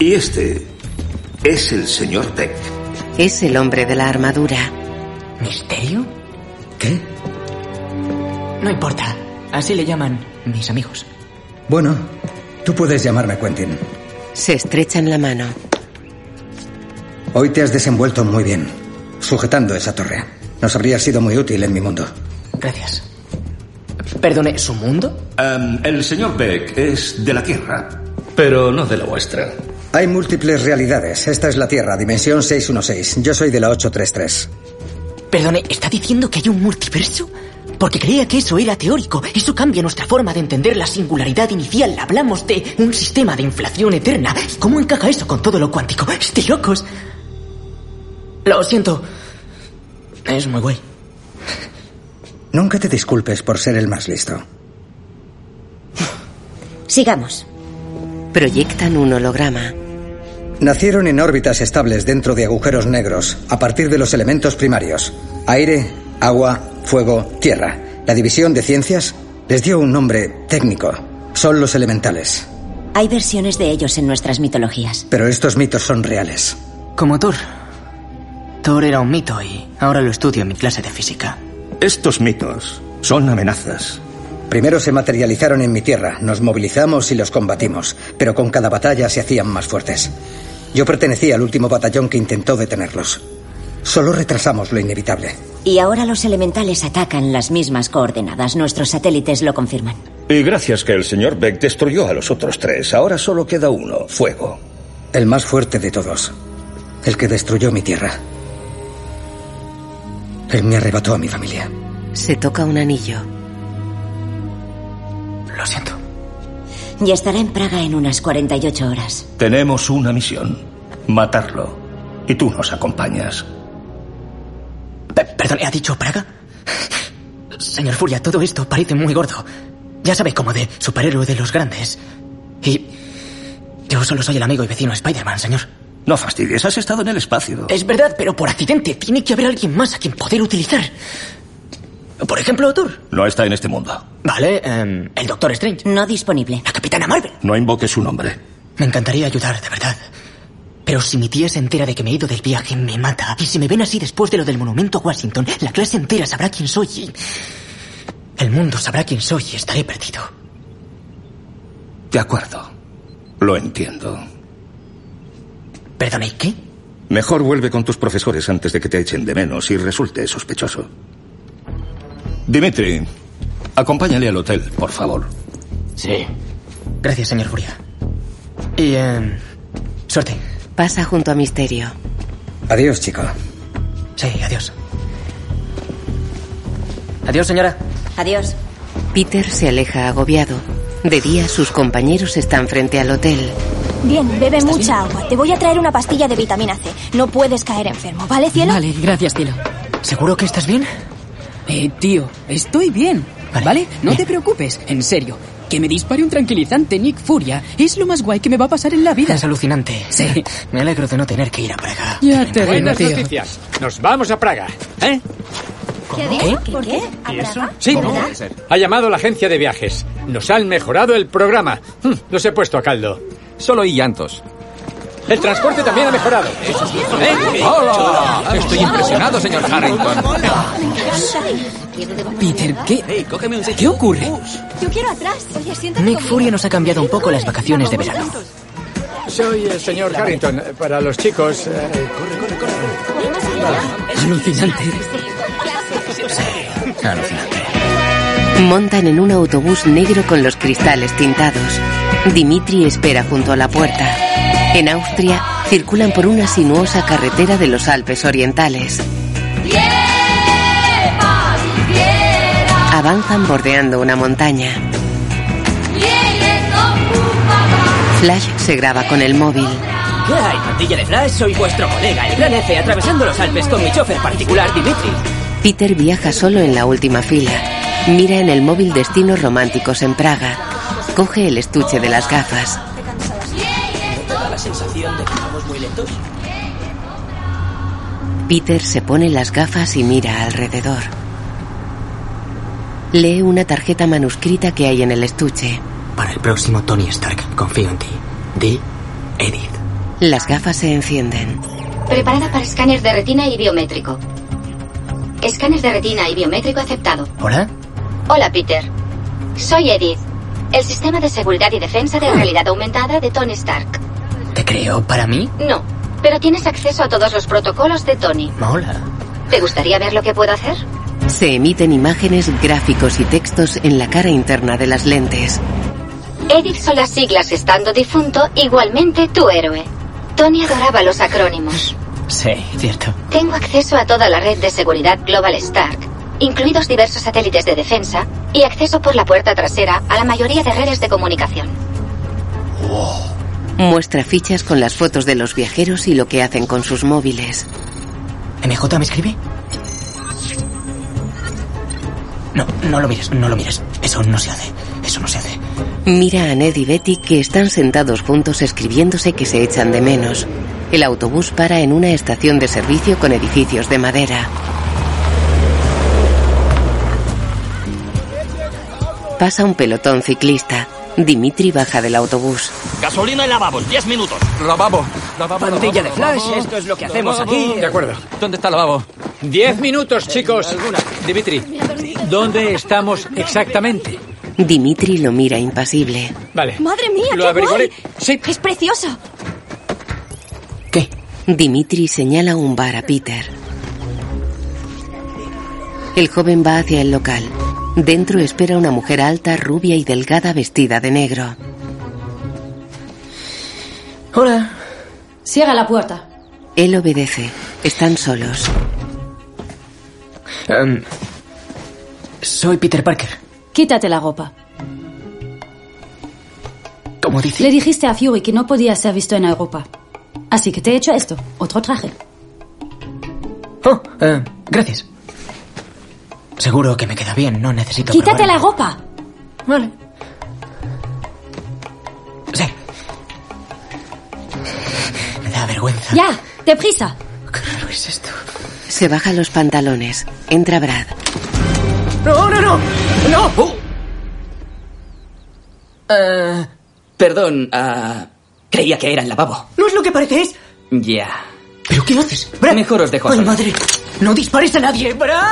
S4: Y este es el señor Beck.
S2: Es el hombre de la armadura.
S9: ¿Misterio?
S4: ¿Qué?
S9: No importa. Así le llaman mis amigos.
S5: Bueno, tú puedes llamarme Quentin.
S2: Se estrechan la mano.
S5: Hoy te has desenvuelto muy bien, sujetando esa torre. Nos habría sido muy útil en mi mundo.
S9: Gracias. Perdone, ¿su mundo?
S4: Em, el señor Beck es de la Tierra, pero no de la vuestra.
S5: Hay múltiples realidades. Esta es la Tierra, dimensión 616. Yo soy de la 833.
S9: Perdone, ¿está diciendo que hay un multiverso? porque creía que eso era teórico. Eso cambia nuestra forma de entender la singularidad inicial. Hablamos de un sistema de inflación eterna. ¿Y cómo encaja eso con todo lo cuántico? ¡Es de locos! Lo siento. Es muy guay.
S5: Nunca te disculpes por ser el más listo.
S13: Sigamos.
S2: Proyectan un holograma.
S5: Nacieron en órbitas estables dentro de agujeros negros, a partir de los elementos primarios. Aire, agua, fuego, tierra. La división de ciencias les dio un nombre técnico. Son los elementales.
S13: Hay versiones de ellos en nuestras mitologías.
S5: Pero estos mitos son reales.
S9: Como Thor. Thor era un mito y ahora lo estudio en mi clase de física.
S4: Estos mitos son amenazas.
S5: Primero se materializaron en mi tierra, nos movilizamos y los combatimos, pero con cada batalla se hacían más fuertes. Yo pertenecía al último batallón que intentó detenerlos. Solo retrasamos lo inevitable.
S13: Y ahora los elementales atacan las mismas coordenadas. Nuestros satélites lo confirman.
S4: Y gracias que el señor Beck destruyó a los otros tres, ahora solo queda uno, fuego.
S5: El más fuerte de todos. El que destruyó mi tierra. Él me arrebató a mi familia.
S2: Se toca un anillo.
S9: Lo siento.
S13: Y estará en Praga en unas 48 horas.
S4: Tenemos una misión, matarlo. Y tú nos acompañas.
S9: Pe- perdone, ¿ha dicho Praga? Señor Furia, todo esto parece muy gordo. Ya sabe, como de superhéroe de los grandes. Y yo solo soy el amigo y vecino de Spider-Man, señor.
S4: No fastidies, has estado en el espacio.
S9: Es verdad, pero por accidente tiene que haber alguien más a quien poder utilizar. Por ejemplo, Thor.
S4: No está en este mundo.
S9: Vale, em, el Doctor Strange.
S13: No disponible.
S9: La Capitana Marvel.
S4: No invoques su nombre.
S9: Me encantaría ayudar, de verdad. Pero si mi tía se entera de que me he ido del viaje, me mata. Y si me ven así después de lo del monumento a Washington, la clase entera sabrá quién soy y... El mundo sabrá quién soy y estaré perdido.
S4: De acuerdo. Lo entiendo.
S9: Perdone, ¿qué?
S4: Mejor vuelve con tus profesores antes de que te echen de menos y resulte sospechoso. Dimitri, acompáñale al hotel, por favor.
S9: Sí. Gracias, señor Furia. Y... em, suerte.
S2: Pasa junto a Misterio.
S5: Adiós, chico.
S9: Sí, adiós. Adiós, señora.
S13: Adiós.
S2: Peter se aleja agobiado. De día, sus compañeros están frente al hotel.
S7: Bien, bebe mucha agua. Te voy a traer una pastilla de vitamina C. No puedes caer enfermo, ¿vale, cielo?
S10: Vale, gracias, cielo.
S9: ¿Seguro que estás bien?
S10: Eh, tío, estoy bien. Vale, no te preocupes, en serio. Que me dispare un tranquilizante Nick Furia es lo más guay que me va a pasar en la vida.
S9: Es alucinante. Sí. Me alegro de no tener que ir a Praga.
S10: Ya te digo,
S19: Buenas
S10: tío.
S19: noticias. Nos vamos a Praga. ¿Eh?
S6: ¿Qué
S18: ¿Eh?
S9: dijo?
S6: ¿Por qué?
S19: ¿Y eso? Sí, ¿no? Ha llamado la agencia de viajes. Nos han mejorado el programa. Hm, Los he puesto a caldo.
S20: Solo hay llantos.
S19: El transporte también ha mejorado.
S20: ¿Eh? ¡Hola! Estoy impresionado, señor Harrington.
S10: Peter, ¿qué, ¿qué ocurre?
S6: Yo quiero atrás. Oye, siéntate
S9: Nick Furia nos ha cambiado un poco las vacaciones de verano.
S19: Soy el señor Harrington. Eh, Para los chicos. eh,
S10: Alucinante.
S2: Montan en un autobús negro con los cristales tintados. Dimitri espera junto a la puerta. En Austria, circulan por una sinuosa carretera de los Alpes Orientales. Avanzan bordeando una montaña. Flash se graba con el móvil.
S28: ¿Qué hay, pandilla de Flash? Soy vuestro colega, el gran F, atravesando los Alpes con mi chofer particular, Dimitri.
S2: Peter viaja solo en la última fila. Mira en el móvil destinos románticos en Praga. Coge el estuche de las gafas.
S28: da la sensación de que vamos muy lentos?
S2: Peter se pone las gafas y mira alrededor. Lee una tarjeta manuscrita que hay en el estuche.
S9: Para el próximo Tony Stark, confío en ti. Di Edith.
S2: Las gafas se encienden.
S1: Preparada para escáner de retina y biométrico. Escáner de retina y biométrico aceptado.
S9: ¿Hola?
S1: Hola, Peter. Soy Edith, el sistema de seguridad y defensa de realidad aumentada de Tony Stark.
S9: ¿Te creo? ¿Para mí?
S1: No, pero tienes acceso a todos los protocolos de Tony.
S9: Mola.
S1: ¿Te gustaría ver lo que puedo hacer?
S2: Se emiten imágenes, gráficos y textos en la cara interna de las lentes.
S1: Edith son las siglas estando difunto, igualmente tu héroe. Tony adoraba los acrónimos.
S9: Sí, cierto.
S1: Tengo acceso a toda la red de seguridad Global Stark incluidos diversos satélites de defensa y acceso por la puerta trasera a la mayoría de redes de comunicación.
S2: Muestra fichas con las fotos de los viajeros y lo que hacen con sus móviles.
S9: ¿MJ me escribe? No, no lo mires, no lo mires. Eso no se hace. Eso no se hace.
S2: Mira a Ned y Betty que están sentados juntos escribiéndose que se echan de menos. El autobús para en una estación de servicio con edificios de madera. Pasa un pelotón ciclista. Dimitri baja del autobús.
S3: Gasolina y lavabos, 10 minutos.
S20: Lavabo, lavabo.
S28: Pantilla de
S20: lavabo,
S28: flash,
S20: lavabo,
S28: esto es lo que hacemos aquí. Eh,
S20: De acuerdo. ¿Dónde está el lavabo?
S15: Diez minutos, chicos. Dimitri, ¿dónde estamos exactamente?
S2: Dimitri lo mira impasible.
S15: Vale.
S7: ¡Madre mía,
S15: Lo
S7: qué
S15: averiguaré.
S7: guay! ¡Es precioso!
S2: Dimitri señala un bar a Peter. El joven va hacia el local. Dentro espera una mujer alta, rubia y delgada vestida de negro.
S31: Hola. Cierra la puerta.
S2: Él obedece. Están solos.
S15: Em,
S9: Soy Peter Parker.
S31: Quítate la ropa.
S9: ¿Cómo dice?
S31: Le dijiste a Fury que no podía ser visto en Europa. Así que te he hecho esto, otro traje.
S9: Oh, eh, gracias. Seguro que me queda bien, no necesito.
S31: Quítate la
S9: probarlo.
S31: ropa. Vale.
S9: Me da vergüenza.
S31: Ya, deprisa.
S9: Claro, es esto.
S2: Se baja los pantalones. Entra Brad.
S9: No, no, no. No. Oh. Eh, perdón, ah, creía que era el lavabo.
S18: No es lo que parece, es...
S9: Ya. ¿Pero qué haces? Mejor os dejo.
S18: ¡Ay,
S9: solo.
S18: madre! ¡No dispares a nadie! ¡Brad!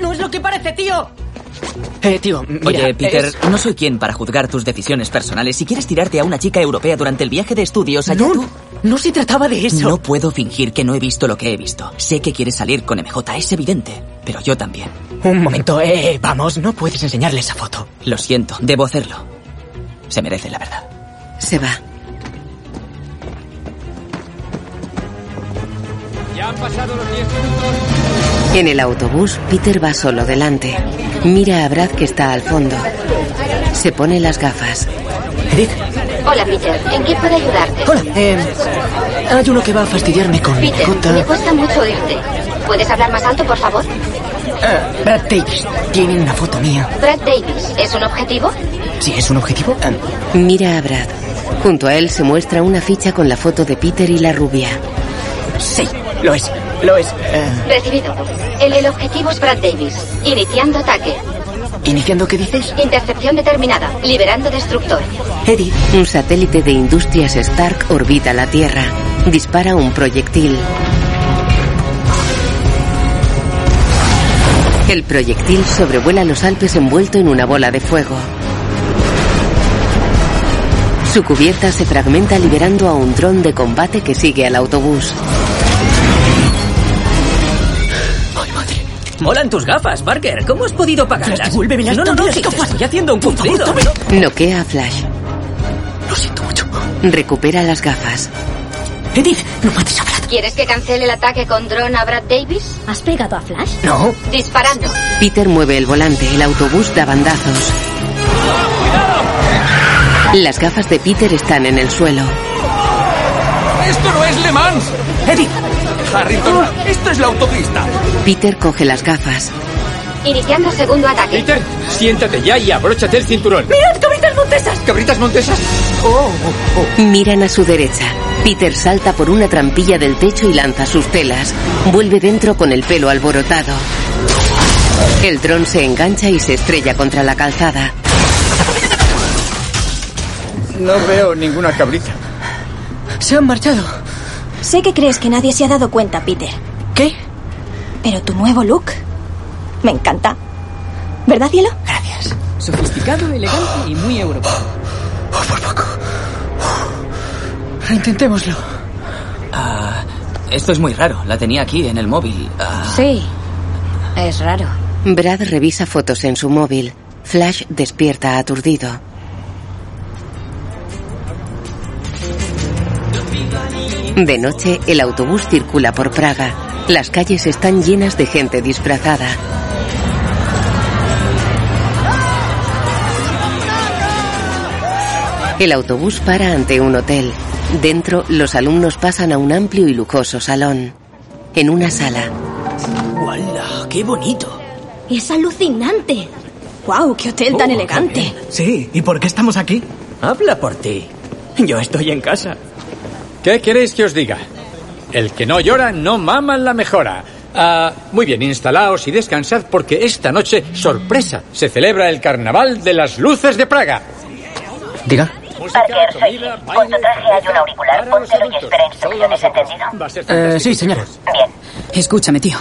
S18: ¡No es lo que parece, tío!
S28: Eh, tío, mira,
S18: Oye,
S28: Oye,
S18: Peter,
S28: Peter, no soy quien para juzgar tus decisiones personales. Si quieres tirarte a una chica europea durante el viaje de estudios, allá no,
S18: no se trataba de eso.
S28: No puedo fingir que no he visto lo que he visto. Sé que quieres salir con MJ, es evidente, pero yo también.
S9: Un momento, eh, vamos, no puedes enseñarle esa foto.
S28: Lo siento, debo hacerlo. Se merece la verdad.
S2: Se va.
S15: Ya han pasado los diez minutos.
S2: En el autobús, Peter va solo delante. Mira a Brad que está al fondo. Se pone las gafas.
S1: Hola, Peter. ¿En qué puedo ayudarte?
S9: Hola, eh. Hay uno que va a fastidiarme con
S1: Peter, me
S9: MJ.
S1: cuesta mucho oírte. ¿Puedes hablar más alto, por favor?
S9: Eh, Brad Davis tiene una foto mía.
S1: Brad Davis, ¿es un objetivo?
S9: Si es un objetivo,
S28: Ah.
S9: eh,
S2: Mira a Brad. Junto a él se muestra una ficha con la foto de Peter y la rubia.
S9: sí, lo es, lo es. Eh,
S1: Recibido. El, el objetivo es Brad Davis. Iniciando ataque.
S9: ¿Iniciando qué dices?
S1: Intercepción determinada. Liberando destructor.
S9: Eddie.
S2: Un satélite de Industrias Stark orbita la Tierra. Dispara un proyectil. El proyectil sobrevuela los Alpes envuelto en una bola de fuego. Su cubierta se fragmenta liberando a un dron de combate que sigue al autobús.
S28: Molan tus gafas, Parker. ¿Cómo has podido pagarlas?
S9: devuélvemelas,
S28: no, no, no,
S9: dame las
S28: sí, te
S9: gafas.
S28: estoy haciendo un cumplido.
S2: Noquea a Flash. Lo siento mucho. Recupera las gafas.
S9: Edith, no
S1: ¿Quieres que cancele el ataque con dron a Brad Davis?
S31: ¿Has pegado a Flash?
S9: No.
S1: Disparando.
S2: Peter mueve el volante, el autobús da bandazos. Las gafas de Peter están en el suelo.
S20: ¡Esto no es Le Mans!
S9: ¡Eddie!
S20: ¡Harrington! ¡Esto es la autopista!
S2: Peter coge las gafas.
S1: Iniciando segundo ataque.
S15: Peter, siéntate ya y abróchate el cinturón.
S1: ¡Mirad, cabritas montesas!
S15: ¿Cabritas montesas?
S2: Miran a su derecha. Peter salta por una trampilla del techo y lanza sus telas. Vuelve dentro con el pelo alborotado. El dron se engancha y se estrella contra la calzada.
S19: No veo ninguna cabrita.
S7: Se han marchado. Sé que crees que nadie se ha dado cuenta, Peter. ¿Qué? Pero tu nuevo look. Me encanta. ¿Verdad, cielo?
S10: Sofisticado, elegante y muy europeo.
S9: Intentémoslo.
S28: Ah, esto es muy raro. La tenía aquí en el móvil. Ah,
S13: Sí. Es raro.
S2: Brad revisa fotos en su móvil. Flash despierta aturdido. De noche, el autobús circula por Praga. Las calles están llenas de gente disfrazada. El autobús para ante un hotel. Dentro, los alumnos pasan a un amplio y lujoso salón. En una sala,
S18: ¡Wala! ¡Qué bonito!
S7: Es alucinante. ¡Guau! ¡Qué hotel tan
S18: Oh,
S7: elegante!
S18: Sí, ¿y por qué estamos aquí? Habla por ti. Yo estoy en casa.
S15: ¿Qué queréis que os diga? El que no llora no mama la mejora. Ah, muy bien, instalaos y descansad porque esta noche, sorpresa, se celebra el Carnaval de las Luces de Praga.
S10: Diga.
S15: Parker, soy Lee. Con tu traje hay un auricular, póntelo y espera instrucciones, ¿entendido?
S10: Eh, sí, señora. Escúchame, tío.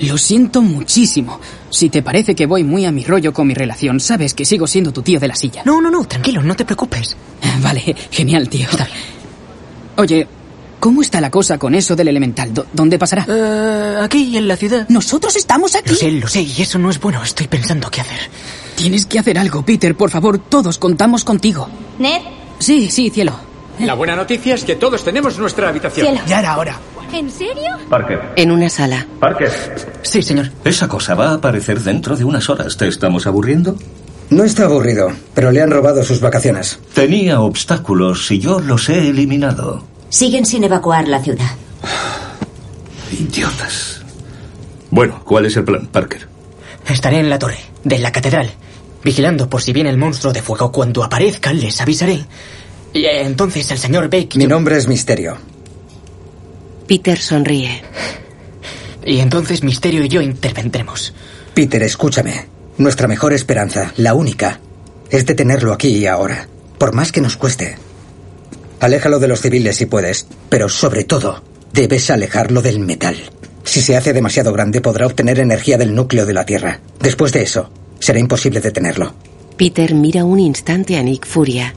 S10: Lo siento muchísimo. Si te parece que voy muy a mi rollo con mi relación, sabes que sigo siendo tu tío de la silla. Eh,
S9: No, no, no, tranquilo, no te preocupes.
S10: Vale, genial, tío. Oye, ¿cómo está la cosa con eso del elemental? ¿Dó- ¿Dónde pasará?
S9: Eh, aquí, en la ciudad.
S10: Nosotros estamos aquí.
S9: Lo sé, lo sé, y eso no es bueno. Estoy pensando qué hacer.
S10: Tienes que hacer algo, Peter. Por favor, todos contamos contigo.
S7: ¿Ned?
S10: Sí, sí, cielo.
S15: La buena noticia es que todos tenemos nuestra habitación.
S10: Ya era hora.
S7: ¿En serio?
S4: Parker.
S2: en una sala.
S4: Parker.
S9: Sí, señor.
S4: Esa cosa va a aparecer dentro de unas horas. ¿Te estamos aburriendo?
S5: No está aburrido, pero le han robado sus vacaciones.
S4: Tenía obstáculos y yo los he eliminado.
S3: Siguen sin evacuar la ciudad.
S4: Idiotas. Bueno, ¿cuál es el plan, Parker?
S9: Estaré en la torre, de la catedral, vigilando por si viene el monstruo de fuego. Cuando aparezca, les avisaré. Y eh, entonces el señor Beck.
S5: Mi nombre es Misterio.
S2: Peter sonríe.
S9: Y entonces Misterio y yo intervendremos.
S5: Peter, escúchame. Nuestra mejor esperanza, la única, es detenerlo aquí y ahora, por más que nos cueste. Aléjalo de los civiles si puedes, pero sobre todo, debes alejarlo del metal. Si se hace demasiado grande, podrá obtener energía del núcleo de la Tierra. Después de eso, será imposible detenerlo.
S2: Peter mira un instante a Nick Furia.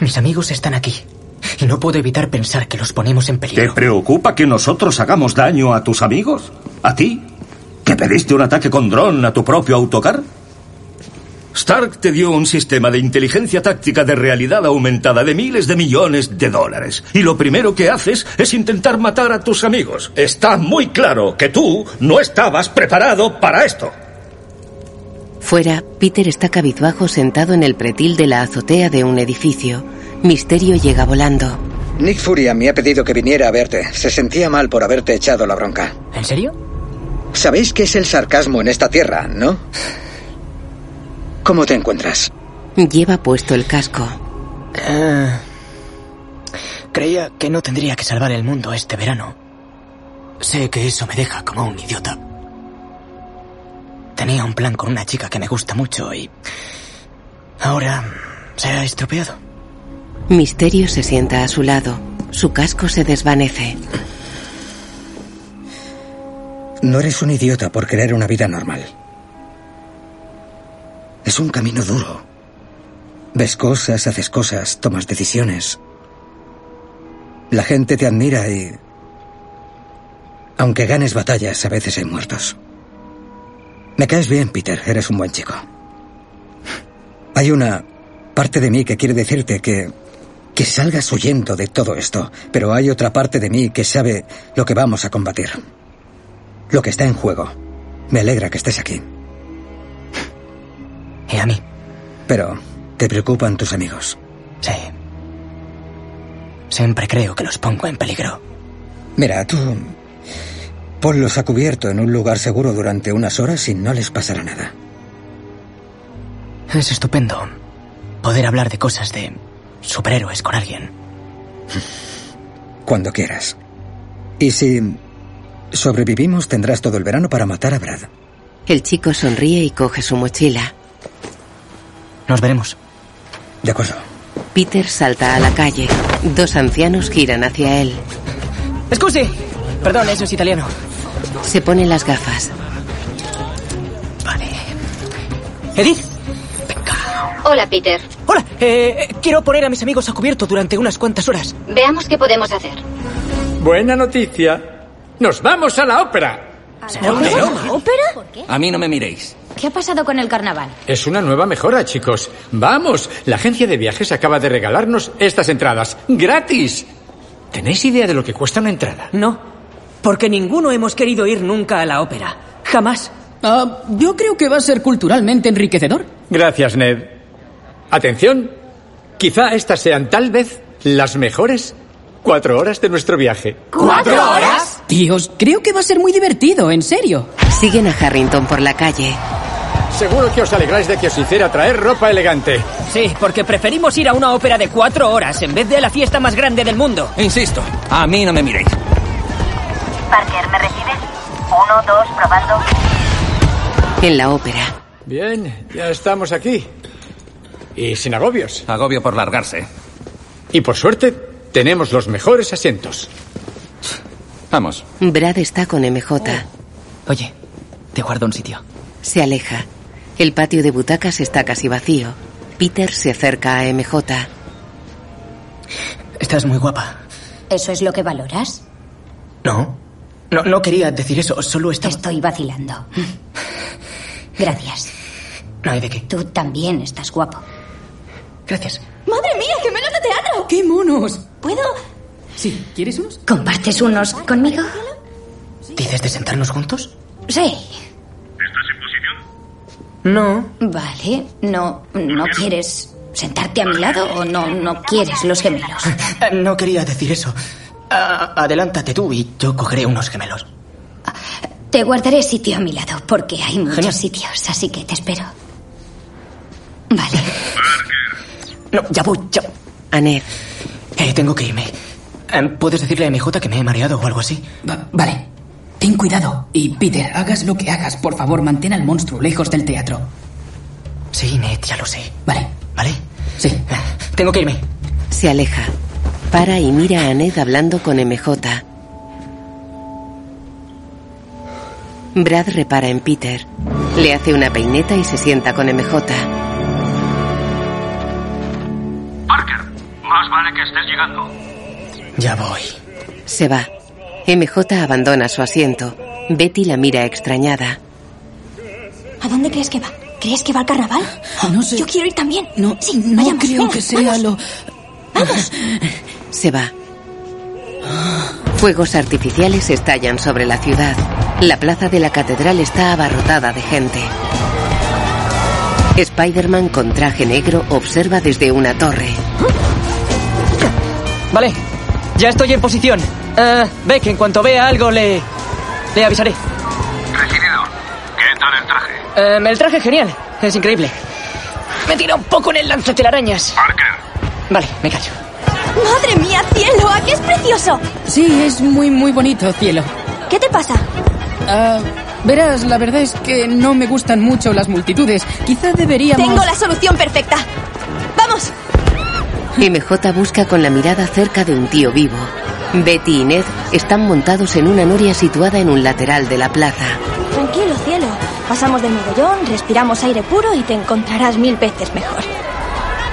S9: Mis amigos están aquí. Y no puedo evitar pensar que los ponemos en peligro.
S4: ¿Te preocupa que nosotros hagamos daño a tus amigos? ¿A ti? ¿Que pediste un ataque con dron a tu propio autocar? Stark te dio un sistema de inteligencia táctica de realidad aumentada de miles de millones de dólares. Y lo primero que haces es intentar matar a tus amigos. Está muy claro que tú no estabas preparado para esto.
S2: Fuera, Peter está cabizbajo sentado en el pretil de la azotea de un edificio. Misterio llega volando.
S5: Nick Furia me ha pedido que viniera a verte. Se sentía mal por haberte echado la bronca.
S9: ¿En serio?
S5: Sabéis qué es el sarcasmo en esta tierra, ¿no? ¿Cómo te encuentras?
S2: Lleva puesto el casco.
S9: Eh, creía que no tendría que salvar el mundo este verano. Sé que eso me deja como un idiota. Tenía un plan con una chica que me gusta mucho y... Ahora se ha estropeado.
S2: Misterio se sienta a su lado. Su casco se desvanece.
S5: No eres un idiota por querer una vida normal. Es un camino duro. Ves cosas, haces cosas, tomas decisiones. La gente te admira y... Aunque ganes batallas, a veces hay muertos. Me caes bien, Peter, eres un buen chico. Hay una parte de mí que quiere decirte que... que salgas huyendo de todo esto, pero hay otra parte de mí que sabe lo que vamos a combatir lo que está en juego. Me alegra que estés aquí.
S9: Y a mí.
S5: Pero te preocupan tus amigos.
S9: Sí. Siempre creo que los pongo en peligro.
S5: Mira, tú ponlos a cubierto en un lugar seguro durante unas horas y no les pasará nada.
S9: Es estupendo poder hablar de cosas de superhéroes con alguien.
S5: Cuando quieras. Y si sobrevivimos, tendrás todo el verano para matar a Brad.
S2: El chico sonríe y coge su mochila.
S9: Nos veremos.
S5: De acuerdo.
S2: Peter salta a la calle. Dos ancianos giran hacia él.
S9: Scusi. Perdón, eso es italiano.
S2: Se pone las gafas.
S9: Edith,
S1: Hola, Peter.
S9: hola. eh, eh, quiero poner a mis amigos a cubierto durante unas cuantas horas.
S1: Veamos qué podemos hacer.
S15: Buena noticia. Nos vamos a la ópera.
S13: ¿Ópera?
S15: A mí no me miréis.
S13: ¿Qué ha pasado con el carnaval?
S15: Es una nueva mejora, chicos. Vamos, la agencia de viajes acaba de regalarnos estas entradas. ¡Gratis! ¿Tenéis idea de lo que cuesta una entrada?
S9: No, porque ninguno hemos querido ir nunca a la ópera. Jamás.
S10: Ah, yo creo que va a ser culturalmente enriquecedor.
S15: Gracias, Ned. Atención, quizá estas sean tal vez las mejores cuatro horas de nuestro viaje.
S10: ¿Cuatro horas? Dios, creo que va a ser muy divertido, en serio.
S2: Siguen a Harrington por la calle.
S15: Seguro que os alegráis de que os hiciera traer ropa elegante.
S28: Sí, porque preferimos ir a una ópera de cuatro horas en vez de a la fiesta más grande del mundo.
S20: Insisto, a mí no me miréis.
S8: Parker, ¿me recibes? Uno, dos, probando.
S2: En la ópera.
S15: Bien, ya estamos aquí. Y sin agobios.
S20: Agobio por largarse.
S15: Y por suerte, tenemos los mejores asientos.
S20: Vamos.
S2: Brad está con MJ.
S28: Oye, te guardo un sitio.
S2: Se aleja. El patio de butacas está casi vacío. Peter se acerca a MJ.
S28: Estás muy guapa.
S13: ¿Eso es lo que valoras?
S28: No. No, no quería decir eso, solo estaba...
S13: Estoy vacilando. Gracias.
S28: No hay de qué.
S13: Tú también estás guapo.
S28: Gracias.
S6: ¡Madre mía, gemelos de teatro!
S10: ¡Qué monos!
S6: ¿Puedo?
S10: Sí, ¿quieres unos?
S13: ¿Compartes unos conmigo?
S28: ¿Dices de sentarnos juntos?
S13: Sí.
S28: No.
S13: Vale, no, no quieres sentarte a mi lado o no, no quieres los gemelos.
S28: No quería decir eso.
S9: Ah,
S28: A- adelántate tú y yo cogeré unos gemelos.
S13: Te guardaré sitio a mi lado porque hay muchos
S28: Genial.
S13: sitios, así que te espero.
S28: No, ya voy, ya.
S2: Anet.
S28: Eh, tengo que irme. Eh, ¿Puedes decirle a MJ que me he mareado o algo así?
S10: vale. Ten cuidado. Y Peter, hagas lo que hagas, por favor, mantén al monstruo lejos del teatro.
S28: Sí, Ned, ya lo sé.
S10: Vale.
S28: ¿Vale? Sí. Tengo que irme.
S2: Se aleja. Para y mira a Ned hablando con MJ. Brad repara en Peter. Le hace una peineta y se sienta con MJ.
S30: Parker, más vale que estés llegando.
S28: Ya voy.
S2: Se va. MJ abandona su asiento. Betty la mira extrañada.
S7: ¿A dónde crees que va? ¿Crees que va al carnaval?
S10: Ah, No sé.
S7: Yo quiero ir también.
S10: No,
S7: sí, vayamos,
S10: creo
S7: venga,
S10: que sea
S7: vamos.
S10: lo...
S2: Se va. Fuegos artificiales estallan sobre la ciudad. La plaza de la catedral está abarrotada de gente. Spider-Man con traje negro observa desde una torre.
S28: Vale. Ya estoy en posición. Eh, ve que en cuanto vea algo le... Le avisaré.
S30: Recibido. ¿Qué tal el traje?
S28: Eh, el traje es genial. Es increíble. Me tira un poco en el lanzatelarañas. Vale, me callo.
S7: ¡Madre mía, cielo! ¡Aquí es precioso!
S10: Sí, es muy, muy bonito, cielo.
S7: ¿Qué te pasa?
S10: Ah, verás, la verdad es que no me gustan mucho las multitudes. Quizá deberíamos...
S7: Tengo la solución perfecta. ¡Vamos!
S2: MJ busca con la mirada cerca de un tío vivo. Betty y Ned están montados en una noria situada en un lateral de la plaza.
S7: Tranquilo, cielo. Pasamos del mogollón, respiramos aire puro y te encontrarás mil veces mejor.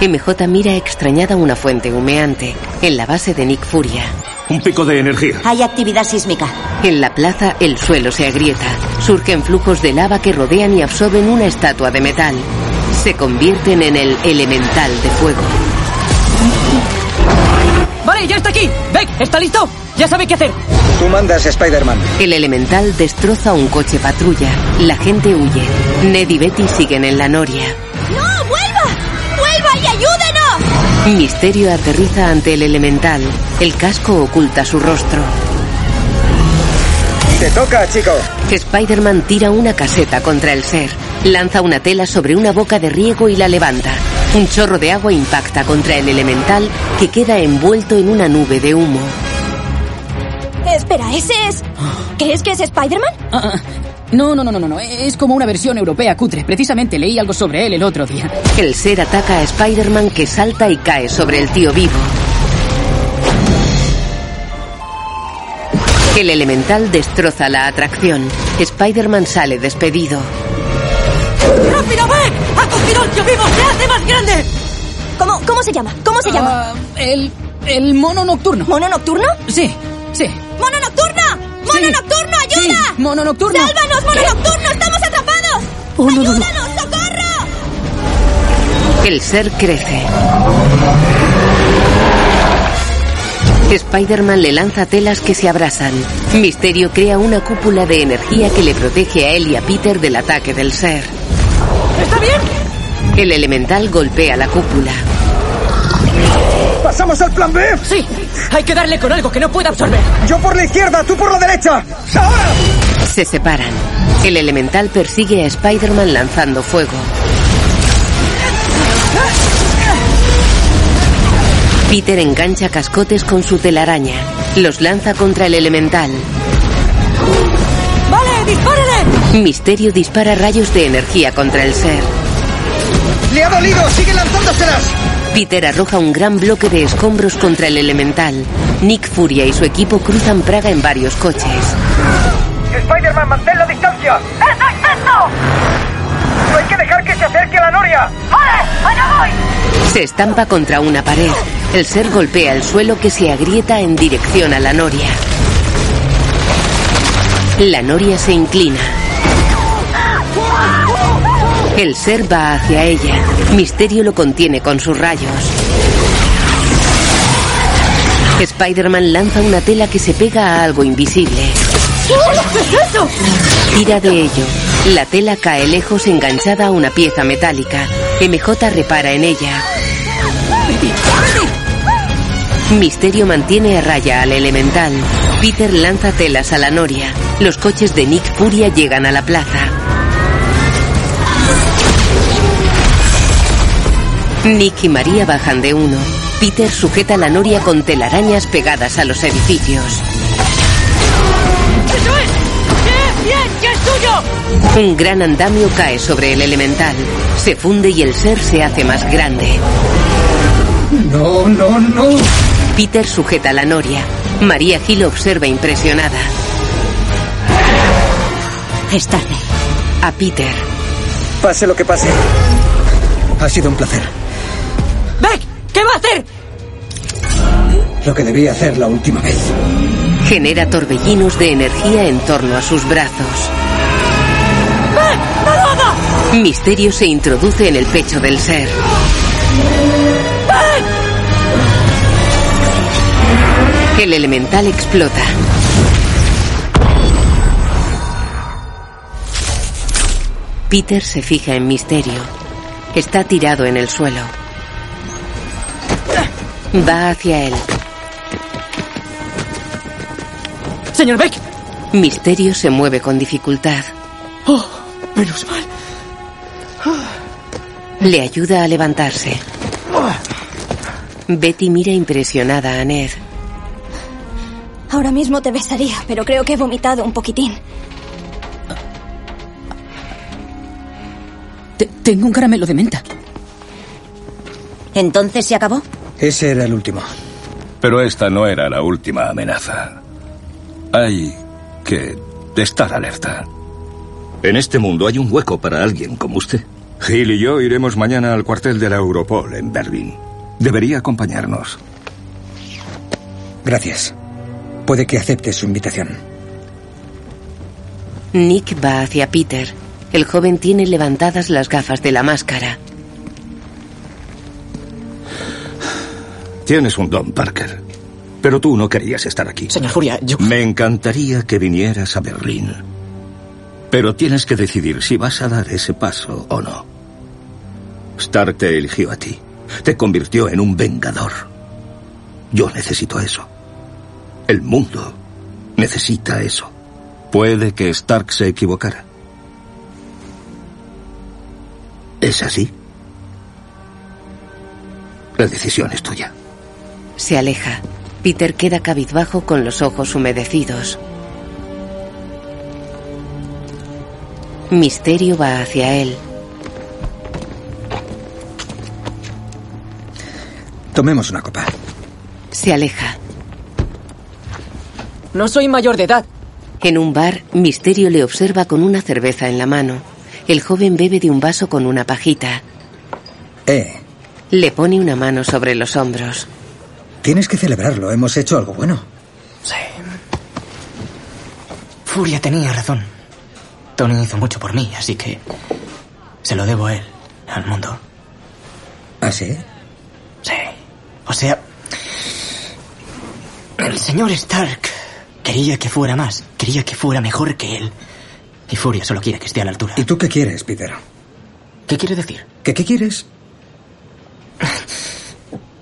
S2: MJ mira extrañada una fuente humeante en la base de Nick Furia.
S4: Un pico de energía.
S11: Hay actividad sísmica.
S2: En la plaza el suelo se agrieta. Surgen flujos de lava que rodean y absorben una estatua de metal. Se convierten en el elemental de fuego.
S28: Vale, ya está aquí. Beck, ¿está listo? Ya sabe qué hacer.
S5: Tú mandas, Spider-Man.
S2: El elemental destroza un coche patrulla. La gente huye. Ned y Betty siguen en la noria.
S6: ¡No, vuelva! ¡Vuelva y ayúdenos!
S2: Misterio aterriza ante el elemental. El casco oculta su rostro.
S5: Te toca, chico.
S2: Spider-Man tira una caseta contra el ser. Lanza una tela sobre una boca de riego y la levanta. Un chorro de agua impacta contra el elemental que queda envuelto en una nube de humo.
S7: Espera, ¿ese es...? ¿Crees que es Spider-Man?
S10: Ah, ah. No, no, no, no, no, no. Es como una versión europea cutre. Precisamente leí algo sobre él el otro día.
S2: El ser ataca a Spider-Man que salta y cae sobre el tío vivo. El elemental destroza la atracción. Spider-Man sale despedido.
S18: ¡Rápido, Beck!
S28: ¡Ah,
S18: ¡Ha cogido al tío vivo! ¡Se hace más grande!
S7: ¿Cómo, cómo se llama? ¿Cómo se llama?
S10: Ah, el... El mono nocturno.
S7: ¿Mono nocturno?
S10: Sí, sí.
S7: ¡Mono nocturno! ¡Mono
S10: Sí.
S7: nocturno,
S10: Sí,
S7: ayuda!
S10: mono nocturno.
S7: ¡Sálvanos, mono nocturno! ¡Estamos atrapados! ¡Ayúdanos, socorro!
S2: El ser crece. Spider-Man le lanza telas que se abrasan. Misterio crea una cúpula de energía que le protege a él y a Peter del ataque del ser.
S18: ¿Está bien?
S2: El elemental golpea la cúpula.
S5: ¡Pasamos al plan B!
S28: ¡Sí! Hay que darle con algo que no pueda absorber.
S5: ¡Yo por la izquierda, tú por la derecha! ¡Ahora!
S2: Se separan. El elemental persigue a Spider-Man lanzando fuego. Peter engancha cascotes con su telaraña. Los lanza contra el elemental.
S18: ¡Vale, dispárale!
S2: Misterio dispara rayos de energía contra el ser.
S5: ¡Le ha dolido! ¡Sigue lanzándoselas!
S2: Peter arroja un gran bloque de escombros contra el elemental. Nick Furia y su equipo cruzan Praga en varios coches.
S5: ¡Spider-Man, mantén la distancia!
S8: ¡Eso es esto!
S5: ¡No hay que dejar que se acerque a la noria!
S8: ¡Vale! ¡Allá voy!
S2: Se estampa contra una pared. El ser golpea el suelo que se agrieta en dirección a la noria. La noria se inclina. El ser va hacia ella. Misterio lo contiene con sus rayos. Spider-Man lanza una tela que se pega a algo invisible.
S18: ¿Qué es eso?
S2: Tira de ello. La tela cae lejos enganchada a una pieza metálica. MJ repara en ella. Misterio mantiene a raya al elemental. Peter lanza telas a la noria. Los coches de Nick Furia llegan a la plaza. Nick y María bajan de uno. Peter sujeta la noria con telarañas pegadas a los edificios.
S18: ¡Eso es! ¡Bien, bien! ¡Ya es tuyo!
S2: Un gran andamio cae sobre el elemental. Se funde y el ser se hace más grande.
S5: No, no, no.
S2: Peter sujeta la noria. María Gil observa impresionada.
S11: Es tarde.
S2: A Peter.
S5: Pase lo que pase. Ha sido un placer.
S18: ¡Beck! ¿Qué va a hacer?
S5: Lo que debía hacer la última vez.
S2: Genera torbellinos de energía en torno a sus brazos.
S18: ¡Beck! ¡Eh! ¡No lo haga!
S2: Misterio se introduce en el pecho del ser.
S18: ¡Beck!
S2: El elemental explota. Peter se fija en Misterio. Está tirado en el suelo. Va hacia él.
S28: Señor Beck.
S2: Misterio se mueve con dificultad.
S28: Oh, menos mal.
S2: Le ayuda a levantarse. Betty mira impresionada a Ned.
S7: Ahora mismo te besaría, pero creo que he vomitado un poquitín.
S9: Te- tengo un caramelo de menta.
S11: ¿Entonces se acabó?
S5: Ese era el último.
S4: Pero esta no era la última amenaza. Hay que estar alerta. En este mundo hay un hueco para alguien como usted. Gil y yo iremos mañana al cuartel de la Europol en Berlín. Debería acompañarnos.
S5: Gracias. Puede que acepte su invitación.
S2: Nick va hacia Peter. El joven tiene levantadas las gafas de la máscara.
S4: Tienes un don, Parker. Pero tú no querías estar aquí.
S28: Señor Furia, yo...
S4: Me encantaría que vinieras a Berlín. Pero tienes que decidir si vas a dar ese paso o no. Stark te eligió a ti. Te convirtió en un vengador. Yo necesito eso. El mundo necesita eso. Puede que Stark se equivocara. ¿Es así? La decisión es tuya.
S2: Se aleja. Peter queda cabizbajo con los ojos humedecidos. Misterio va hacia él.
S5: Tomemos una copa.
S2: Se aleja.
S28: No soy mayor de edad.
S2: En un bar, Misterio le observa con una cerveza en la mano. El joven bebe de un vaso con una pajita.
S5: Eh,
S2: Le pone una mano sobre los hombros.
S5: tienes que celebrarlo. Hemos hecho algo bueno.
S28: Sí. Furia tenía razón. Tony hizo mucho por mí, así que se lo debo a él, al mundo.
S5: ¿Ah, sí?
S28: Sí. O sea, el señor Stark quería que fuera más, quería que fuera mejor que él. Y Furia solo quiere que esté a la altura.
S5: ¿Y tú qué quieres, Peter?
S9: ¿Qué quiere decir?
S5: ¿Qué, qué quieres?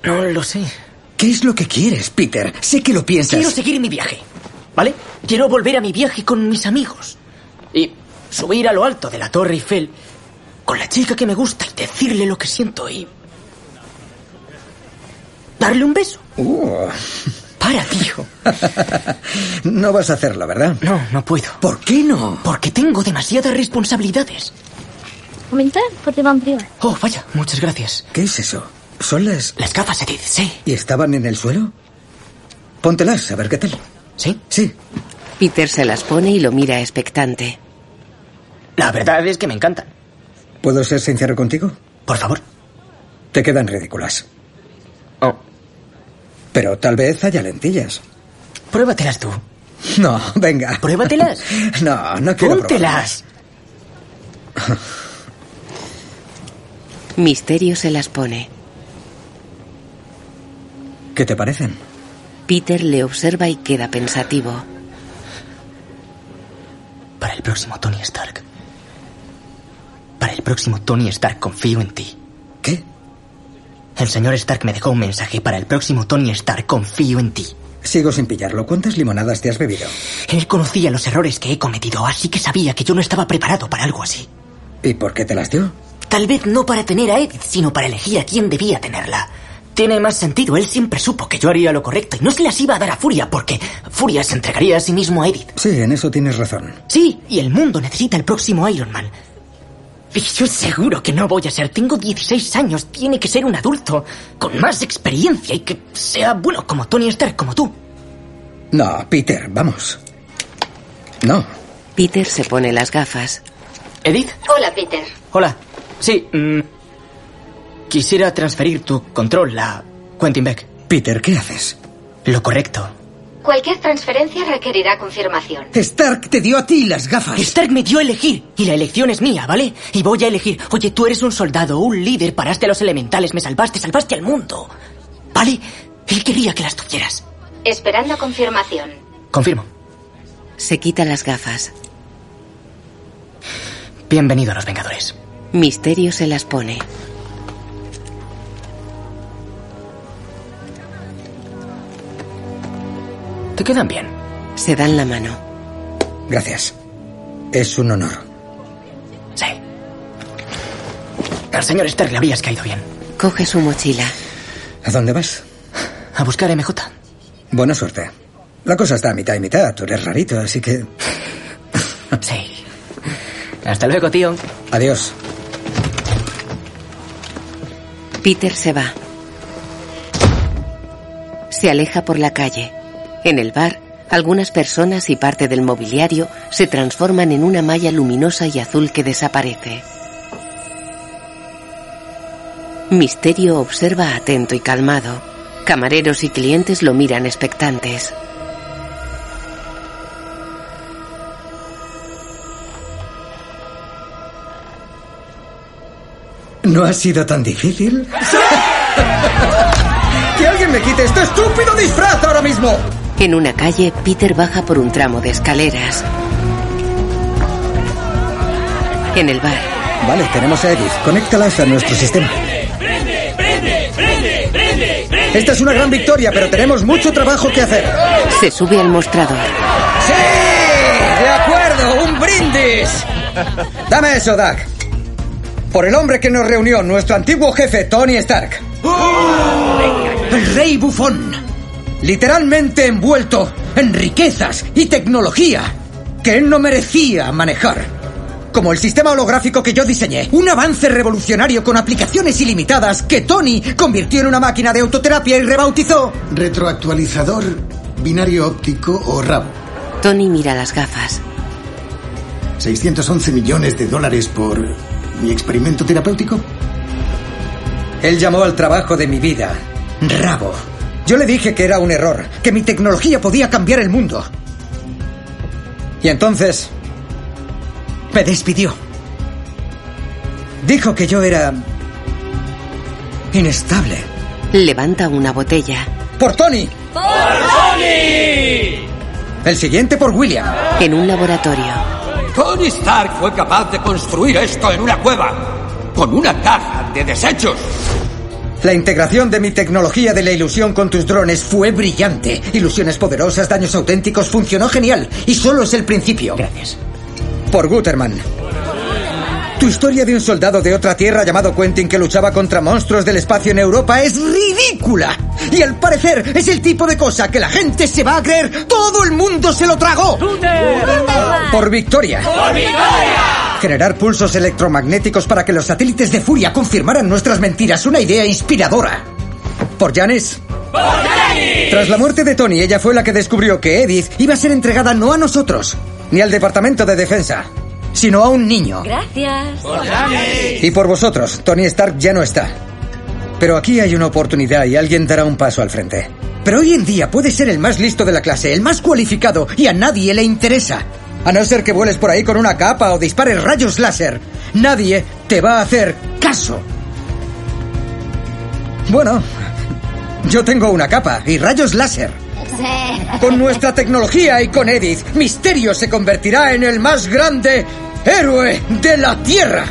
S9: No lo sé.
S5: ¿Qué es lo que quieres, Peter? Sé que lo piensas.
S9: Quiero seguir mi viaje, ¿vale? Quiero volver a mi viaje con mis amigos. Y subir a lo alto de la Torre Eiffel con la chica que me gusta y decirle lo que siento y... Darle un beso.
S5: Uh,
S9: Para, tío.
S5: no vas a hacerlo, ¿verdad?
S9: No, no puedo.
S5: ¿Por qué no?
S9: Porque tengo demasiadas responsabilidades.
S29: Comenzar por Devampriva.
S9: Oh, vaya, muchas gracias.
S5: ¿Qué es eso? ¿Son las...
S9: Las gafas, Edith, sí.
S5: ¿Y estaban en el suelo? Póntelas, a ver qué tal.
S9: ¿Sí?
S5: Sí.
S2: Peter se las pone y lo mira expectante.
S9: La verdad es que me encantan.
S5: ¿Puedo ser sincero contigo?
S9: Por favor.
S5: Te quedan ridículas.
S9: Oh.
S5: Pero tal vez haya lentillas.
S9: Pruébatelas tú.
S5: No, venga.
S9: Pruébatelas.
S5: no, no quiero
S9: Póntelas.
S2: Misterio se las pone.
S5: ¿Qué te parecen?
S2: Peter le observa y queda pensativo.
S9: Para el próximo Tony Stark. Para el próximo Tony Stark confío en ti.
S5: ¿Qué?
S9: El señor Stark me dejó un mensaje. Para el próximo Tony Stark confío en ti.
S5: Sigo sin pillarlo. ¿Cuántas limonadas te has bebido?
S9: Él conocía los errores que he cometido, así que sabía que yo no estaba preparado para algo así.
S5: ¿Y por qué te las dio?
S9: Tal vez no para tener a Edith, sino para elegir a quién debía tenerla. Tiene más sentido, él siempre supo que yo haría lo correcto y no se las iba a dar a Furia porque Furia se entregaría a sí mismo a Edith.
S5: Sí, en eso tienes razón.
S9: Sí, y el mundo necesita el próximo Iron Man. Y yo seguro que no voy a ser. Tengo 16 años, tiene que ser un adulto con más experiencia y que sea bueno como Tony Stark, como tú.
S5: No, Ah, Peter, vamos. No.
S2: Peter se pone las gafas.
S9: Edith.
S1: Hola, Peter.
S9: Hola. Sí. mm, quisiera transferir tu control a Quentin Beck.
S5: Peter, ¿qué haces?
S9: Lo correcto.
S1: Cualquier transferencia requerirá confirmación.
S5: Stark te dio a ti las gafas.
S9: Stark me dio a elegir y la elección es mía, ¿vale? Y voy a elegir. Oye, tú eres un soldado, un líder, paraste a los elementales, me salvaste, salvaste al mundo. ¿Vale? Él quería que las tuvieras.
S1: Esperando confirmación.
S9: Confirmo.
S2: Se quita las gafas.
S9: Bienvenido a los Vengadores.
S2: Misterio se las pone.
S9: Te quedan bien.
S2: Se dan la mano.
S5: Gracias. Es un honor.
S9: Sí. Al señor Stark le habrías caído bien.
S2: Coge su mochila.
S5: ¿A dónde vas?
S9: A buscar MJ.
S5: Buena suerte. La cosa está a mitad y mitad. Tú eres rarito, así que...
S9: Sí. Hasta luego, tío.
S5: Adiós.
S2: Peter se va. Se aleja por la calle. En el bar, algunas personas y parte del mobiliario se transforman en una malla luminosa y azul que desaparece. Misterio observa atento y calmado. Camareros y clientes lo miran expectantes.
S5: ¿No ha sido tan difícil? ¡Que alguien me quite este estúpido disfraz ahora mismo!
S2: En una calle, Peter baja por un tramo de escaleras. En el bar,
S5: Vale, tenemos a Edith. Conéctalas a nuestro sistema. Esta es una gran victoria, pero tenemos mucho trabajo que hacer.
S2: se sube al mostrador.
S5: ¡Sí! ¡De acuerdo! ¡Un brindis! Dame eso, Doug. Por el hombre que nos reunió, nuestro antiguo jefe, Tony Stark. El rey bufón. Literalmente envuelto en riquezas y tecnología que él no merecía manejar. Como el sistema holográfico que yo diseñé. Un avance revolucionario con aplicaciones ilimitadas que Tony convirtió en una máquina de autoterapia y rebautizó.
S26: Retroactualizador, binario óptico o rabo.
S2: Tony mira las gafas.
S26: 611 millones de dólares por mi experimento terapéutico.
S5: Él llamó al trabajo de mi vida rabo. Yo le dije que era un error, que mi tecnología podía cambiar el mundo. Y entonces me despidió. Dijo que yo era inestable.
S2: Levanta una botella.
S5: Por Tony. El siguiente por William.
S2: En un laboratorio,
S30: Tony Stark fue capaz de construir esto en una cueva.
S3: con una caja de desechos.
S5: La integración de mi tecnología de la ilusión con tus drones fue brillante. Ilusiones poderosas, daños auténticos, funcionó genial. Y solo es el principio. Gracias. Por Guterman. Tu historia de un soldado de otra tierra llamado Quentin que luchaba contra monstruos del espacio en Europa es ridícula. Y al parecer es el tipo de cosa que la gente se va a creer. Todo el mundo se lo tragó. Por Victoria. Generar pulsos electromagnéticos para que los satélites de Furia confirmaran nuestras mentiras. Una idea inspiradora. Por Janes. Tras la muerte de Tony, ella fue la que descubrió que Edith iba a ser entregada no a nosotros, ni al Departamento de Defensa, sino a un niño.
S31: Gracias.
S5: Y por vosotros, Tony Stark ya no está. Pero aquí hay una oportunidad y alguien dará un paso al frente. Pero hoy en día puede ser el más listo de la clase, el más cualificado, y a nadie le interesa. A no ser que vueles por ahí con una capa o dispares rayos láser, nadie te va a hacer caso. Bueno, yo tengo una capa y rayos láser. Con nuestra tecnología y con Edith, Misterio se convertirá en el más grande héroe de la Tierra.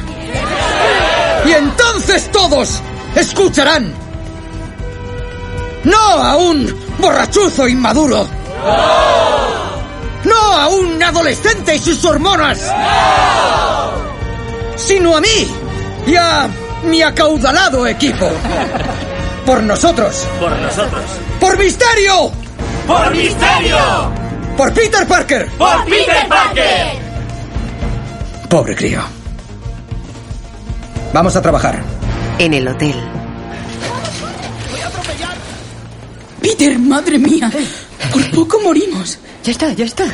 S5: Y entonces todos escucharán. No a un borrachuzo inmaduro. No a un adolescente y sus hormonas. Sino a mí y a mi acaudalado equipo. Por nosotros.
S32: Por nosotros.
S5: Por Misterio.
S32: ¡Por misterio!
S5: Por Peter Parker.
S32: ¡Por Peter Parker!
S5: Pobre crío. Vamos a trabajar.
S2: En el hotel.
S10: Peter, madre mía. Por poco morimos.
S28: Ya está, ya está.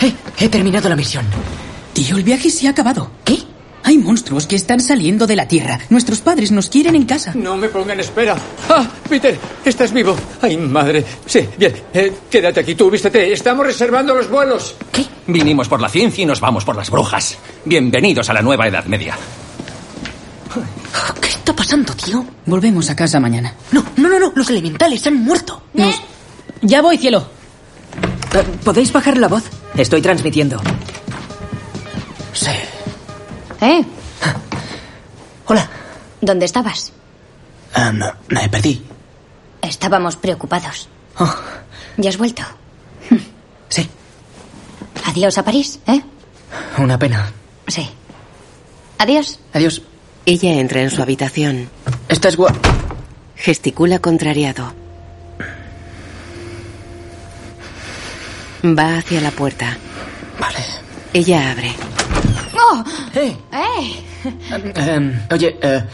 S28: Eh, he terminado la misión.
S10: Tío, el viaje se ha acabado.
S28: ¿Qué?
S10: Hay monstruos que están saliendo de la Tierra. Nuestros padres nos quieren en casa.
S19: No me pongan espera. ¡Ah, Peter! ¡Estás vivo! ¡Ay, madre! Sí, bien. eh, quédate aquí tú, vístete. Estamos reservando los vuelos.
S28: ¿Qué?
S3: Vinimos por la ciencia y nos vamos por las brujas. Bienvenidos a la nueva Edad Media.
S28: Ah, ¿Qué está pasando, tío?
S10: Volvemos a casa mañana.
S28: No, no, no, no. Los elementales han muerto. Eh,
S10: Ya voy, cielo.
S28: ¿Podéis bajar la voz?
S9: Estoy transmitiendo.
S28: Sí.
S13: ¿Eh?
S10: Ah.
S28: Hola.
S13: ¿Dónde estabas?
S5: Ah,
S9: me perdí.
S13: Estábamos preocupados. ¿Ya has vuelto?
S9: Sí.
S13: Adiós a París, ¿eh?
S9: Una pena.
S13: Sí. Adiós.
S9: Adiós.
S2: Ella entra en su habitación.
S9: Estás guapa.
S2: Gesticula contrariado. Va hacia la puerta.
S9: Vale.
S2: Ella abre.
S13: ¡Oh!
S9: ¡Eh!
S13: ¡Eh!
S9: Em, oye, eh,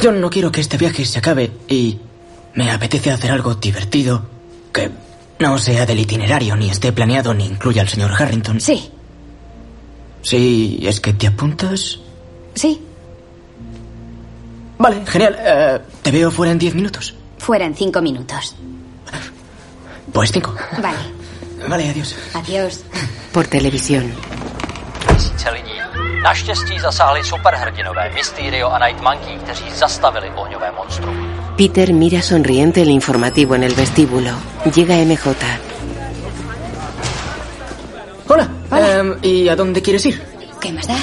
S9: yo no quiero que este viaje se acabe y me apetece hacer algo divertido que no sea del itinerario, ni esté planeado, ni incluya al señor Harrington.
S13: Sí,
S9: Sí, es que te apuntas.
S13: sí.
S9: Vale, genial. eh, te veo fuera en diez minutos.
S13: Fuera en cinco minutos.
S9: Pues cinco.
S13: Vale.
S9: Vale, adiós.
S13: Adiós.
S2: Por televisión.
S27: Celení. Naštěstí zasáhli superhrdinové Mysterio a Night Monkey, kteří zastavili ohňové monstrum.
S2: Peter mira sonriente el informativo en el vestíbulo. Llega MJ.
S9: Hola. Em, ¿Y a dónde quieres ir?
S13: ¿Qué más da?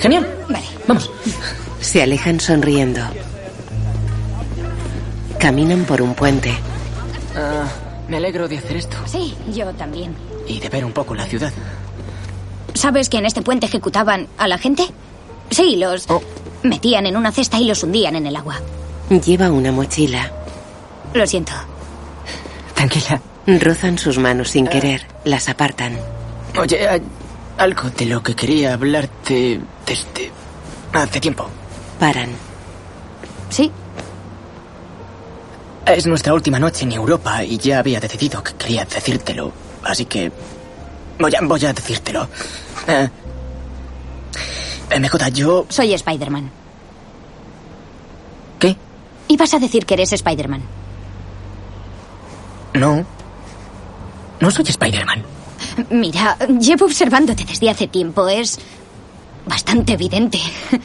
S9: Genial.
S13: Vale.
S9: Vamos.
S2: Se alejan sonriendo. Caminan por un puente.
S9: Ah, me alegro de hacer esto
S13: Sí, yo también.
S9: y de ver un poco la ciudad.
S13: ¿Sabes que en este puente ejecutaban a la gente? Sí, los
S9: Oh.
S13: metían en una cesta y los hundían en el agua.
S2: Lleva una mochila.
S13: Lo siento.
S9: Tranquila. Ah.
S2: Rozan sus manos sin querer. Las apartan.
S9: Oye, hay algo de lo que quería hablarte desde hace tiempo.
S2: Paran.
S13: Sí,
S9: Es nuestra última noche en Europa y ya había decidido que quería decírtelo, así que voy a, voy a decírtelo. Eh, MJ, yo...
S13: soy Spider-Man.
S9: ¿Qué?
S13: Ibas a decir que eres Spider-Man.
S9: No. No soy Spider-Man.
S13: Mira, llevo observándote desde hace tiempo. Es bastante evidente.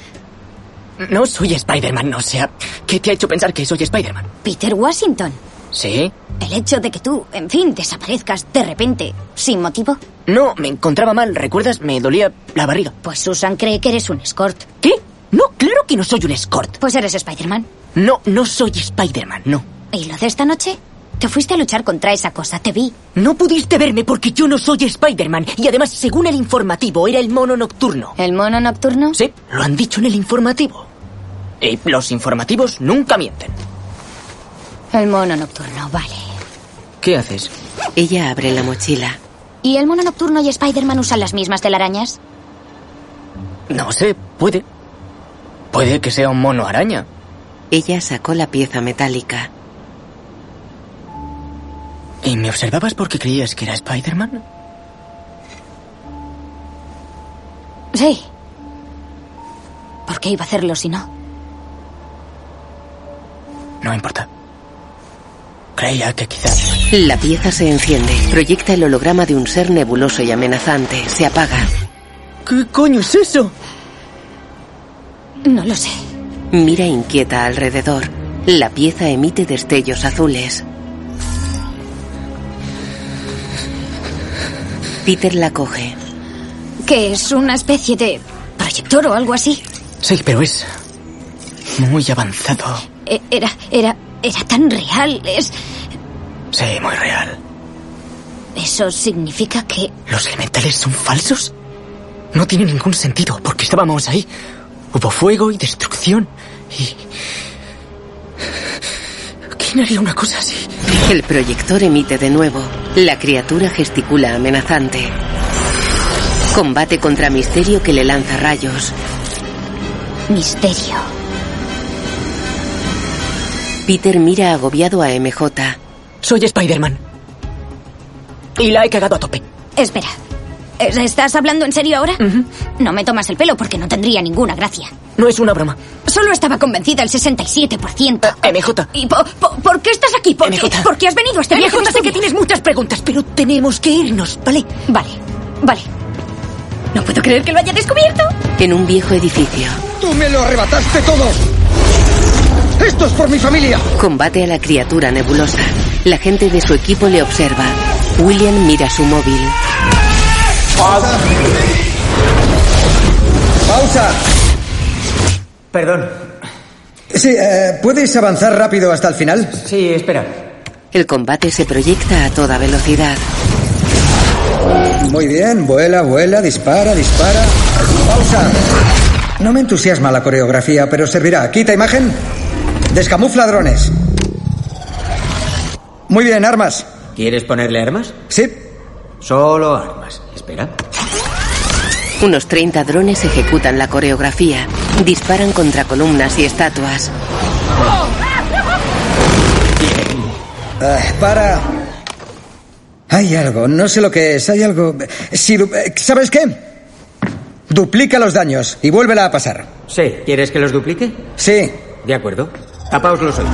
S9: No soy Spider-Man, o sea, ¿qué te ha hecho pensar que soy Spider-Man?
S13: Peter Washington.
S9: ¿Sí?
S13: El hecho de que tú, en fin, desaparezcas de repente, sin motivo.
S9: No, me encontraba mal, ¿recuerdas? Me dolía la barriga.
S13: Pues Susan cree que eres un escort.
S9: ¿Qué? No que no soy un escort.
S13: Pues eres Spider-Man.
S9: No, no soy Spider-Man, no.
S13: ¿Y lo de esta noche? Te fuiste a luchar contra esa cosa, te vi.
S9: No pudiste verme porque yo no soy Spider-Man. Y además, según el informativo, era el mono nocturno.
S13: ¿El mono nocturno?
S9: Sí, lo han dicho en el informativo. Y los informativos nunca mienten.
S13: El mono nocturno, vale.
S9: ¿Qué haces?
S2: Ella abre la mochila.
S13: ¿Y el mono nocturno y Spider-Man usan las mismas telarañas?
S9: No sé, puede. Puede que sea un mono araña.
S2: Ella sacó la pieza metálica.
S9: ¿Y me observabas porque creías que era Spider-Man?
S13: Sí. ¿Por qué iba a hacerlo si no?
S9: No importa. Creía que quizás.
S2: La pieza se enciende. Proyecta el holograma de un ser nebuloso y amenazante. Se apaga.
S9: ¿Qué coño es eso?
S13: No lo sé.
S2: Mira inquieta alrededor. La pieza emite destellos azules. Peter la coge.
S13: ¿Qué es? ¿Una especie de proyector o algo así?
S9: Sí, pero es. muy avanzado.
S13: E- Era, era, era tan real. Es,
S9: Sí, muy real.
S13: eso significa que
S9: ¿Los elementales son falsos? No tiene ningún sentido, porque estábamos ahí. Hubo fuego y destrucción. Y... ¿Quién haría una cosa así?
S2: El proyector emite de nuevo. La criatura gesticula amenazante. Combate contra Misterio que le lanza rayos.
S13: misterio.
S2: Peter mira agobiado a MJ.
S9: Soy Spider-Man. Y la he cagado a tope.
S13: Espera. ¿es- ¿Estás hablando en serio ahora? No me tomas el pelo porque no tendría ninguna gracia.
S9: No es una broma.
S13: Solo estaba convencida el 67%.
S9: MJ.
S13: ¿Y po- po- por qué estás aquí? ¿Por, qué? ¿Por qué has venido a este viaje?
S9: MJ, sé que
S13: misterio?
S9: tienes muchas preguntas, pero tenemos que irnos, ¿vale?
S13: Vale, vale. No puedo creer que lo haya descubierto.
S2: En un viejo edificio.
S5: ¡Tú me lo arrebataste todo! ¡Esto es por mi familia!
S2: Combate a la criatura nebulosa. La gente de su equipo le observa. William mira su móvil.
S5: ¡Pausa!
S8: Perdón.
S5: Sí, eh, ¿puedes avanzar rápido hasta el final?
S8: Sí, espera.
S2: El combate se proyecta a toda velocidad.
S5: Muy bien, vuela, vuela, dispara, dispara. Pausa. No me entusiasma la coreografía, pero servirá. Quita imagen. Descamufla drones. Muy bien, armas.
S8: ¿Quieres ponerle armas?
S5: Sí.
S8: Solo armas. Espera.
S2: Unos 30 drones ejecutan la coreografía. Disparan contra columnas y estatuas.
S5: Ah, para. Hay algo, no sé lo que es, hay algo. Si du- eh, ¿Sabes qué? Duplica los daños y vuélvela a pasar.
S8: Sí. ¿Quieres que los duplique?
S5: Sí.
S8: De acuerdo. Tapaos los oídos.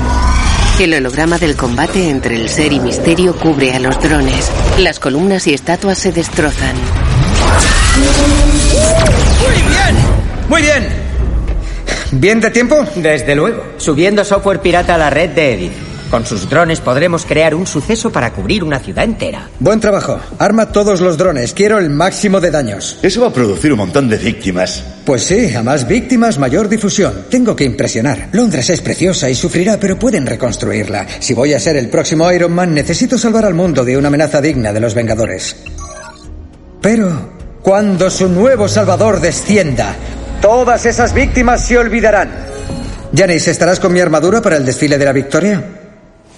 S2: El holograma del combate entre el ser y misterio cubre a los drones. Las columnas y estatuas se destrozan.
S5: Muy bien. ¿Bien de tiempo?
S8: Desde luego. Subiendo software pirata a la red de Edith. Con sus drones podremos crear un suceso para cubrir una ciudad entera.
S5: Buen trabajo. Arma todos los drones. Quiero el máximo de daños.
S33: Eso va a producir un montón de víctimas.
S5: Pues sí, a más víctimas, mayor difusión. Tengo que impresionar. Londres es preciosa y sufrirá, pero pueden reconstruirla. Si voy a ser el próximo Iron Man, necesito salvar al mundo de una amenaza digna de los Vengadores. Pero, cuando su nuevo Salvador descienda, todas esas víctimas se olvidarán. Janice, ¿estarás con mi armadura para el desfile de la victoria?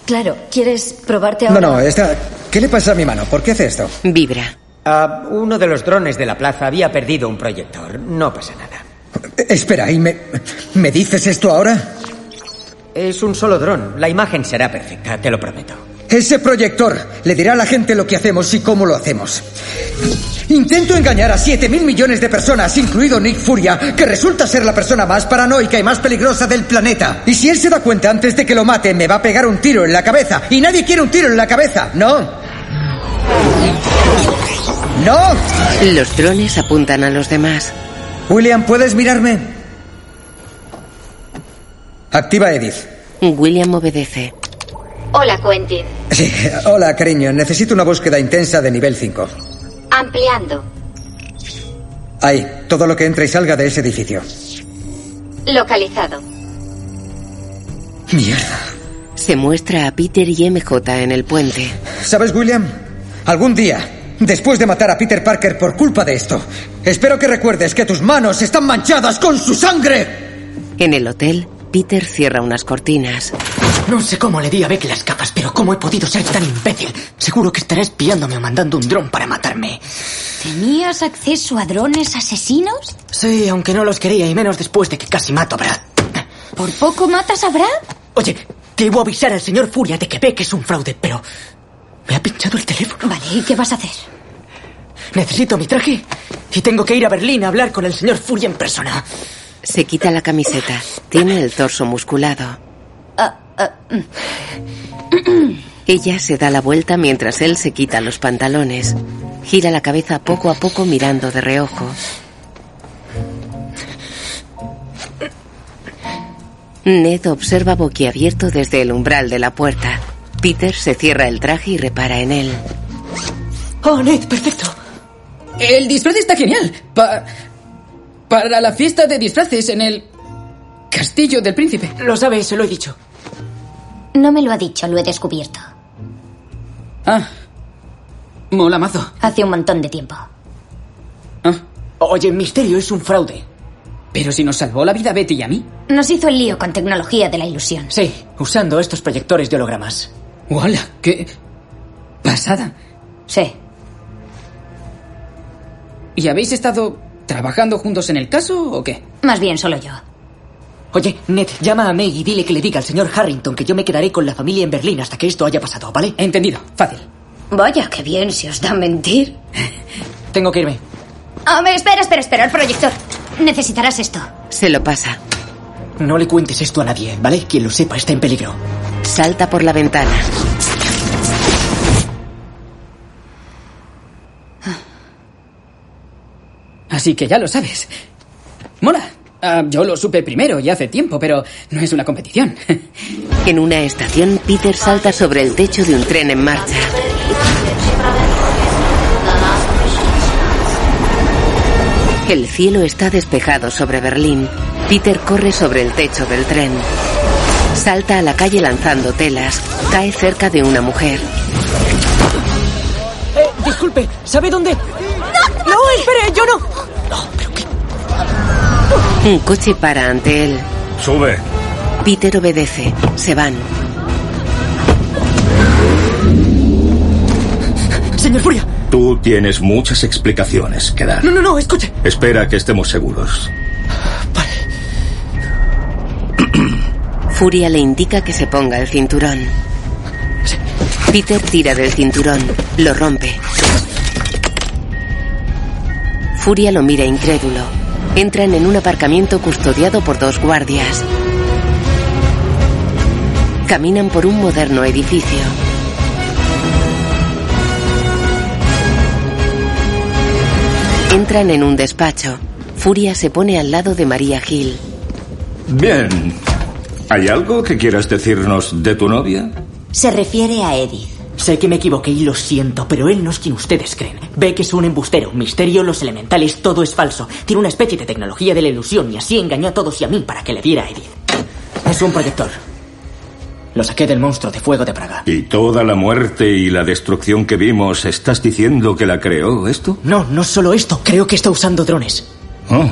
S3: Claro, ¿quieres probarte
S5: No, eh,
S3: ahora?
S5: no, está... ¿Qué le pasa a mi mano? ¿Por qué hace esto?
S2: Vibra.
S8: Ah, uno de los drones de la plaza había perdido un proyector. No pasa nada.
S5: Eh, Espera, ¿y me, me dices esto ahora?
S8: Es un solo dron. La imagen será perfecta, te lo prometo.
S5: Ese proyector le dirá a la gente lo que hacemos y cómo lo hacemos. Intento engañar a 7 mil millones de personas, incluido Nick Furia, que resulta ser la persona más paranoica y más peligrosa del planeta. Y si él se da cuenta antes de que lo mate, me va a pegar un tiro en la cabeza. Y nadie quiere un tiro en la cabeza, ¿no? ¡No!
S2: Los drones apuntan a los demás.
S5: William, ¿puedes mirarme? Activa E. Edith.
S2: William obedece.
S1: Hola, Quentin.
S5: Sí, hola, cariño. Necesito una búsqueda intensa de nivel 5.
S1: Ampliando.
S5: Ahí, todo lo que entra y salga de ese edificio.
S1: Localizado.
S2: Mierda. Se muestra a Peter y MJ en el puente.
S5: ¿Sabes, William? Algún día, después de matar a Peter Parker por culpa de esto, espero que recuerdes que tus manos están manchadas con su sangre.
S2: En el hotel, Peter cierra unas cortinas.
S9: No sé cómo le di a Beck las capas, pero ¿cómo he podido ser tan imbécil? Seguro que estará espiándome o mandando un dron para matarme.
S13: ¿Tenías acceso a drones asesinos?
S9: Sí, aunque no los quería y menos después de que casi mato a Brad.
S13: ¿Por poco matas a Brad?
S9: Oye, debo avisar al señor Furia de que Beck es un fraude, pero... Me ha pinchado el teléfono.
S13: Vale, ¿y qué vas a hacer?
S9: Necesito mi traje y tengo que ir a Berlín a hablar con el señor Furia en persona.
S2: Se quita la camiseta. Tiene el torso musculado. Ella se da la vuelta mientras él se quita los pantalones. Gira la cabeza poco a poco mirando de reojo. Ned observa boquiabierto desde el umbral de la puerta. Peter se cierra el traje y repara en él.
S10: ¡Oh, Ned, perfecto! El disfraz está genial. Pa- para la fiesta de disfraces en el castillo del príncipe.
S9: Lo sabe, se lo he dicho.
S13: No me lo ha dicho, lo he descubierto.
S10: Ah, mola mazo.
S13: Hace un montón de tiempo.
S9: Oye, Misterio es un fraude.
S10: Pero si nos salvó la vida a Betty y a mí.
S13: Nos hizo el lío con tecnología de la ilusión.
S9: Sí, usando estos proyectores de hologramas.
S10: ¡Wala! ¡Qué pasada!
S13: Sí.
S10: ¿Y habéis estado trabajando juntos en el caso o qué?
S13: Más bien solo yo.
S9: Oye, Ned, llama a Meg y dile que le diga al señor Harrington que yo me quedaré con la familia en Berlín hasta que esto haya pasado, ¿vale?
S10: Entendido, fácil.
S13: Vaya, qué bien se os da mentir.
S9: Tengo que irme.
S13: Hombre, Ah, espera, espera, espera, el proyector. Necesitarás esto.
S2: Se lo pasa.
S9: No le cuentes esto a nadie, ¿vale? Quien lo sepa está en peligro.
S2: Salta por la ventana.
S10: Así que ya lo sabes. Mola. Ah, yo lo supe primero y hace tiempo, pero no es una competición.
S2: En una estación, Peter salta sobre el techo de un tren en marcha. El cielo está despejado sobre Berlín. Peter corre sobre el techo del tren. Salta a la calle lanzando telas. Cae cerca de una mujer.
S9: Eh, disculpe, ¿sabe dónde? ¡No! ¡No, espere, yo no!
S2: Un coche para ante él.
S8: Sube.
S2: Peter obedece. Se van.
S9: Señor Furia.
S4: Tú tienes muchas explicaciones que dar.
S9: No, no, no, escuche.
S4: Espera que estemos seguros.
S2: Furia le indica que se ponga el cinturón. Peter tira del cinturón. Lo rompe. Furia lo mira incrédulo. Entran en un aparcamiento custodiado por dos guardias. Caminan por un moderno edificio. Entran en un despacho. Furia se pone al lado de María Gil.
S4: Bien. ¿Hay algo que quieras decirnos de tu novia?
S9: Se refiere a Edith. Sé que me equivoqué y lo siento, pero él no es quien ustedes creen. Ve que es un embustero, misterio, los elementales, todo es falso. Tiene una especie de tecnología de la ilusión y así engañó a todos y a mí para que le diera a Edith. Es un proyector. Lo saqué del monstruo de fuego de Praga.
S4: ¿Y toda la muerte y la destrucción que vimos, estás diciendo que la creó esto?
S9: No, no solo esto, creo que está usando drones.
S4: Oh,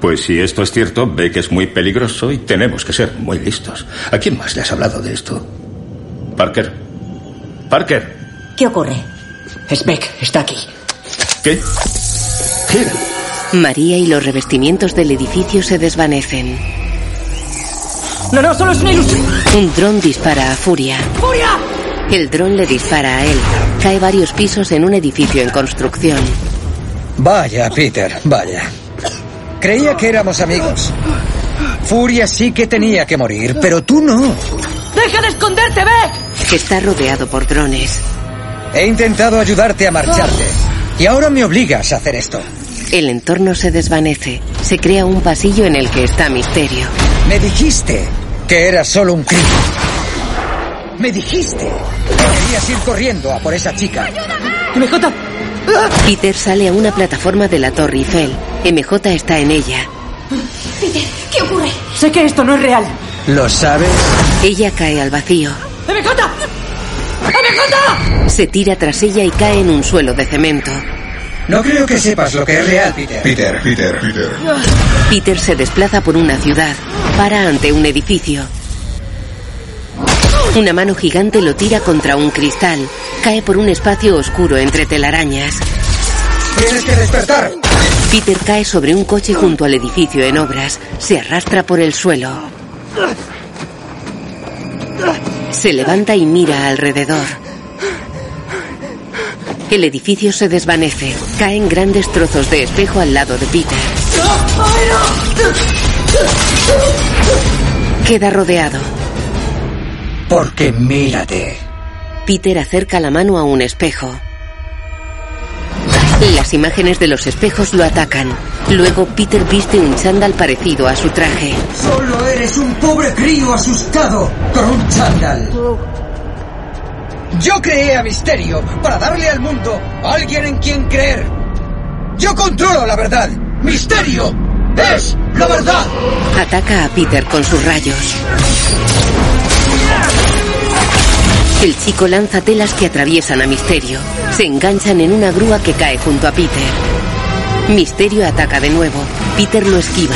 S4: pues si esto es cierto, ve que es muy peligroso y tenemos que ser muy listos. ¿A quién más le has hablado de esto? Parker. Parker.
S9: ¿Qué ocurre? Speck está aquí.
S4: ¿Qué? Gira.
S2: María y los revestimientos del edificio se desvanecen.
S9: No, no, solo es una ilusión.
S2: Un dron dispara a Furia.
S9: ¡Furia!
S2: El dron le dispara a él. Cae varios pisos en un edificio en construcción.
S5: Vaya, Peter, vaya. Creía que éramos amigos. Furia sí que tenía que morir, pero tú no.
S9: ¡Deja de esconderte, Beck!
S2: Está rodeado por drones.
S5: He intentado ayudarte a marcharte. Y ahora me obligas a hacer esto.
S2: El entorno se desvanece. Se crea un pasillo en el que está Misterio.
S5: Me dijiste que era solo un crimen. Me dijiste que querías ir corriendo a por esa chica.
S9: ¡MJ!
S2: Peter sale a una plataforma de la Torre Eiffel. MJ está en ella.
S13: Peter,
S8: ¿Qué ocurre?
S28: Sé que esto no es real.
S5: ¿Lo sabes?
S2: Ella cae al vacío.
S28: ¡Emecota!
S2: Se tira tras ella y cae en un suelo de cemento.
S5: No creo que sepas lo que es real, Peter.
S4: Peter, Peter, Peter.
S2: Peter se desplaza por una ciudad. Para ante un edificio. Una mano gigante lo tira contra un cristal. Cae por un espacio oscuro entre telarañas.
S5: ¡Tienes que despertar!
S2: Peter cae sobre un coche junto al edificio en obras. Se arrastra por el suelo. Se levanta y mira alrededor. El edificio se desvanece. Caen grandes trozos de espejo al lado de Peter.
S5: no.
S2: Queda rodeado.
S5: Porque mírate.
S2: Peter acerca la mano a un espejo. Las imágenes de los espejos lo atacan. Luego Peter viste un chándal parecido a su traje.
S5: Solo eres un pobre crío asustado con un chándal. Yo creé a Misterio para darle al mundo alguien en quien creer. Yo controlo la verdad. Misterio es la verdad.
S2: Ataca a Peter con sus rayos. El chico lanza telas que atraviesan a Misterio. Se enganchan en una grúa que cae junto a Peter. Misterio ataca de nuevo. Peter lo esquiva.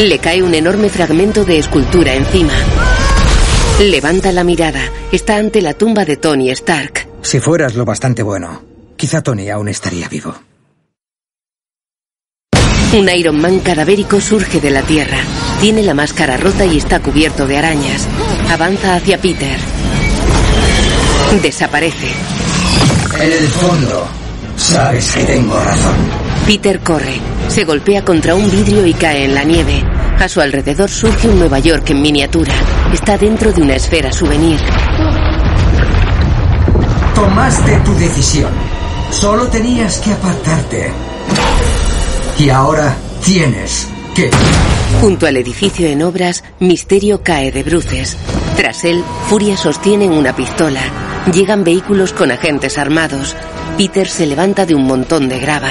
S2: Le cae un enorme fragmento de escultura encima. Levanta la mirada. Está ante la tumba de Tony Stark.
S5: Si fueras lo bastante bueno, quizá Tony aún estaría vivo.
S2: Un Iron Man cadavérico surge de la tierra. Tiene la máscara rota y está cubierto de arañas. Avanza hacia Peter. Desaparece.
S5: En el fondo, sabes que tengo razón.
S2: Peter corre. Se golpea contra un vidrio y cae en la nieve. A su alrededor surge un Nueva York en miniatura. Está dentro de una esfera souvenir.
S5: Tomaste tu decisión. Solo tenías que apartarte. Y ahora tienes que...
S2: Junto al edificio en obras, Misterio cae de bruces. Tras él, Furia sostiene una pistola. Llegan vehículos con agentes armados. Peter se levanta de un montón de grava.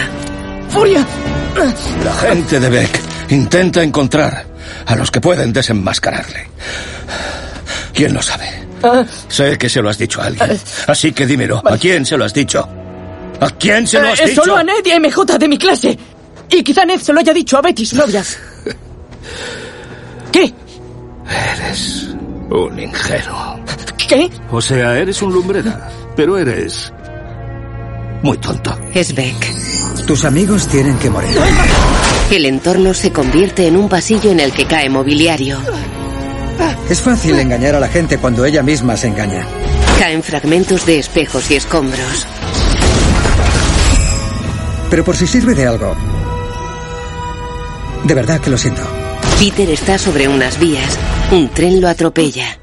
S28: ¡Furia!
S4: La gente de Beck intenta encontrar a los que pueden desenmascararle. ¿Quién lo sabe?
S28: Ah,
S4: Sé que se lo has dicho a alguien. Así que dímelo. ¿A quién se lo has dicho? ¿A quién se lo has
S28: eh,
S4: dicho?
S28: Solo a Ned y a MJ de mi clase. Y quizá Ned se lo haya dicho a Betty, su novia. ¿Qué?
S18: Eres un ingenuo.
S28: ¿Qué?
S18: O sea, eres un lumbrera, pero eres muy tonto.
S2: Es Beck. Ah.
S5: Tus amigos tienen que morir.
S2: El entorno se convierte en un pasillo en el que cae mobiliario.
S5: Es fácil engañar a la gente cuando ella misma se engaña.
S2: Caen fragmentos de espejos y escombros.
S5: Pero por si sirve de algo. De verdad que lo siento.
S2: Peter está sobre unas vías. Un tren lo atropella.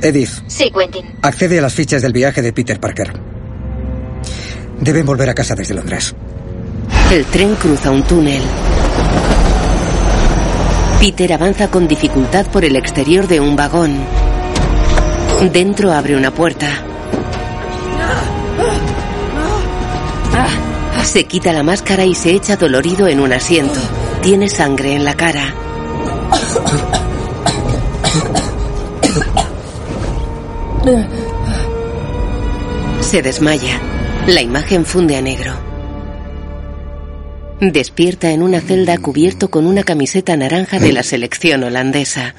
S5: Edith,
S1: Sí, Quentin.
S5: accede a las fichas del viaje de Peter Parker. Deben volver a casa desde Londres.
S2: El tren cruza un túnel. Peter avanza con dificultad por el exterior de un vagón. Dentro abre una puerta. Se quita la máscara y se echa dolorido en un asiento. Tiene sangre en la cara. Se desmaya. La imagen funde a negro. Despierta en una celda cubierto con una camiseta naranja de la selección holandesa.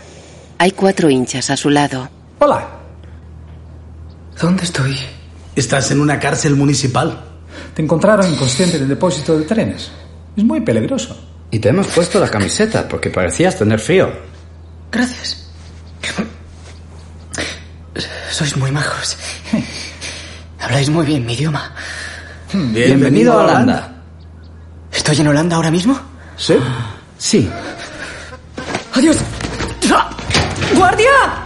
S2: Hay cuatro hinchas a su lado.
S15: Hola.
S28: ¿Dónde estoy?
S15: Estás en una cárcel municipal. Te encontraron inconsciente en el depósito de trenes. Es muy peligroso.
S34: Y te hemos puesto la camiseta porque parecías tener frío.
S28: Gracias. Sois muy majos. Habláis muy bien mi idioma.
S15: Bienvenido, a Holanda.
S28: ¿Estoy en Holanda ahora mismo?
S15: ¿Sí?
S34: Sí.
S28: ¡Adiós! ¡Guardia!
S15: ¡Ah!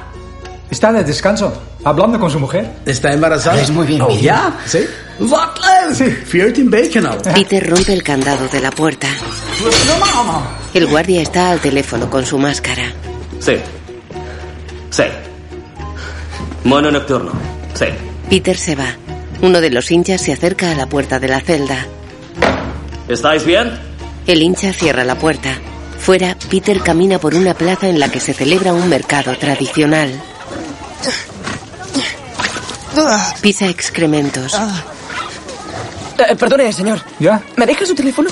S15: Está de descanso, hablando con su mujer. Pues Está embarazada. Oh,
S28: Habláis muy bien mi idioma.
S15: ¿Ya? ¿Sí? Vatland. Sí. Fjortin Baconal.
S2: Peter rompe el candado de la puerta.
S18: Pues
S2: El guardia está al teléfono con su máscara.
S35: Sí. Sí. Mono nocturno. Sí.
S2: Peter se va. Uno de los hinchas se acerca a la puerta de la celda.
S4: ¿Estáis bien?
S2: El hincha cierra la puerta. Fuera, Peter camina por una plaza en la que se celebra un mercado tradicional. Pisa excrementos.
S9: Eh, perdone, señor.
S15: ¿Ya?
S9: ¿Me deja su teléfono?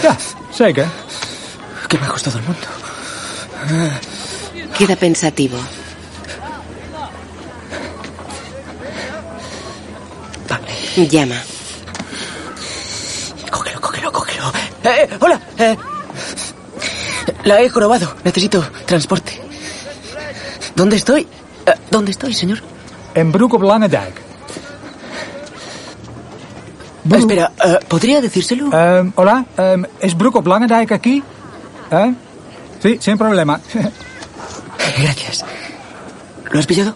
S15: Ya, sé que.
S9: Que me ha costado el mundo.
S2: Queda pensativo. Llama.
S9: Cógelo, cógelo, cógelo. Eh, eh, hola. eh. La he jorobado. Necesito transporte. ¿Dónde estoy? Eh, ¿Dónde estoy, señor?
S15: En Broek op Lange Dijk.
S9: Espera, eh, ¿podría decírselo?
S15: Em, hola, em, ¿es Broek op Lange Dijk aquí? ¿Eh? Sí, sin problema.
S9: Gracias. ¿Lo has pillado?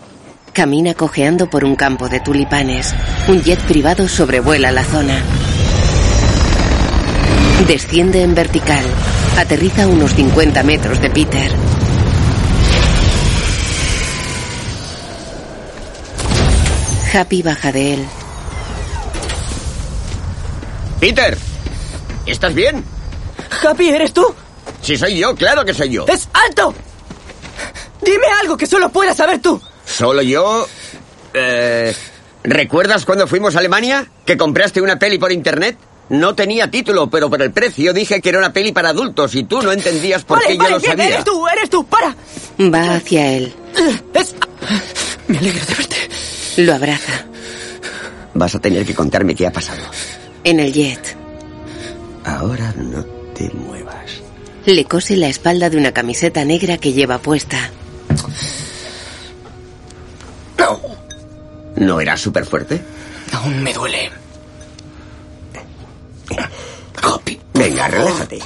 S2: Camina cojeando por un campo de tulipanes. Un jet privado sobrevuela la zona. Desciende en vertical. Aterriza a unos 50 metros de Peter. Happy baja de él.
S8: Peter, ¿estás bien?
S9: Happy, ¿eres tú?
S8: Sí, soy yo, claro que soy yo.
S9: ¡Es alto! Dime algo que solo puedas saber tú.
S8: Solo yo... eh, ¿Recuerdas cuando fuimos a Alemania? ¿Que compraste una peli por internet? No tenía título, pero por el precio dije que era una peli para adultos y tú no entendías por
S9: vale,
S8: qué
S9: vale,
S8: yo lo
S9: bien,
S8: sabía.
S9: eres tú, eres tú, para. Eh,
S2: Va hacia él.
S9: Es... Me alegro de verte.
S2: Lo abraza.
S8: Vas a tener que contarme qué ha pasado.
S2: En el jet.
S8: Ahora no te muevas.
S2: Le cose la espalda de una camiseta negra que lleva puesta.
S8: ¿No era súper fuerte?
S9: Aún me duele.
S8: Venga, relájate.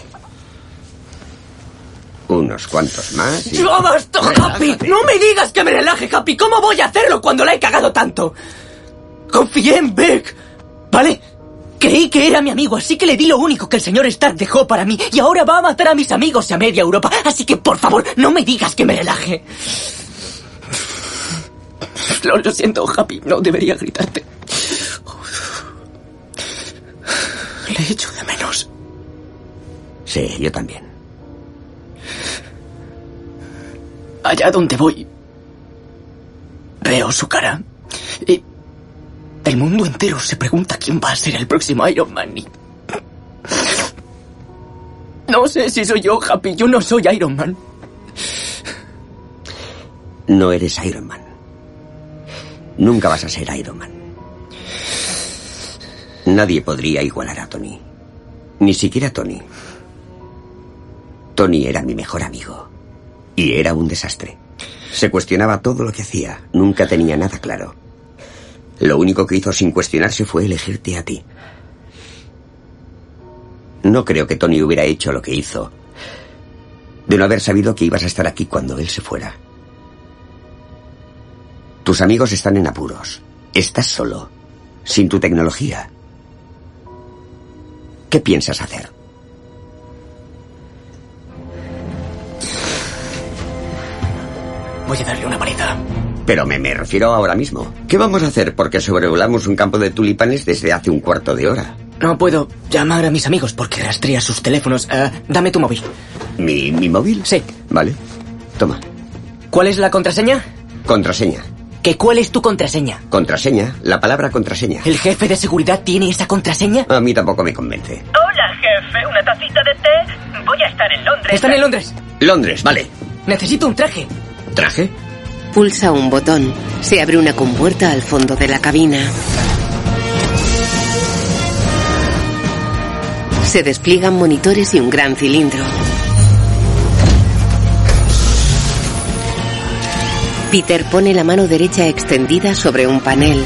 S8: Unos cuantos más. y-
S9: ¡Yo basta, Happy! ¡No me digas que me relaje, Happy! ¿Cómo voy a hacerlo cuando la he cagado tanto? Confié en Beck, ¿vale? Creí que era mi amigo, así que le di lo único que el señor Stark dejó para mí y ahora va a matar a mis amigos y a media Europa, así que por favor, no me digas que me relaje. Lo, lo siento, Happy, no debería gritarte. Le he hecho de menos.
S8: Sí, yo también.
S9: Allá donde voy, veo su cara. Y el mundo entero se pregunta quién va a ser el próximo Iron Man. y- No sé si soy yo, Happy. Yo no soy Iron Man.
S8: No eres Iron Man. Nunca vas a ser Iron Man. Nadie podría igualar a Tony. Ni siquiera Tony. Tony era mi mejor amigo. Y era un desastre. Se cuestionaba todo lo que hacía. Nunca tenía nada claro. Lo único que hizo sin cuestionarse fue elegirte a ti. No creo que Tony hubiera hecho lo que hizo de no haber sabido que ibas a estar aquí cuando él se fuera. Tus amigos están en apuros. Estás solo. Sin tu tecnología. ¿Qué piensas hacer?
S9: Voy a darle una manita.
S8: Pero me, me refiero ahora mismo. ¿Qué vamos a hacer? Porque sobrevolamos un campo de tulipanes desde hace un cuarto de hora.
S9: No puedo llamar a mis amigos porque rastrea sus teléfonos. Ah, dame tu móvil.
S8: ¿Mi, mi móvil?
S9: Sí.
S8: Vale. Toma.
S9: ¿Cuál es la contraseña?
S8: Contraseña.
S9: ¿Que cuál es tu contraseña?
S8: Contraseña. La palabra contraseña.
S9: ¿El jefe de seguridad tiene esa contraseña?
S8: A mí tampoco me convence.
S18: Hola, jefe. ¿Una tacita de té? Voy a estar en Londres.
S9: Están en Londres.
S8: Londres, vale.
S9: Necesito un traje.
S8: ¿Traje?
S2: Pulsa un botón. Se abre una compuerta al fondo de la cabina. Se despliegan monitores y un gran cilindro. Peter pone la mano derecha extendida sobre un panel.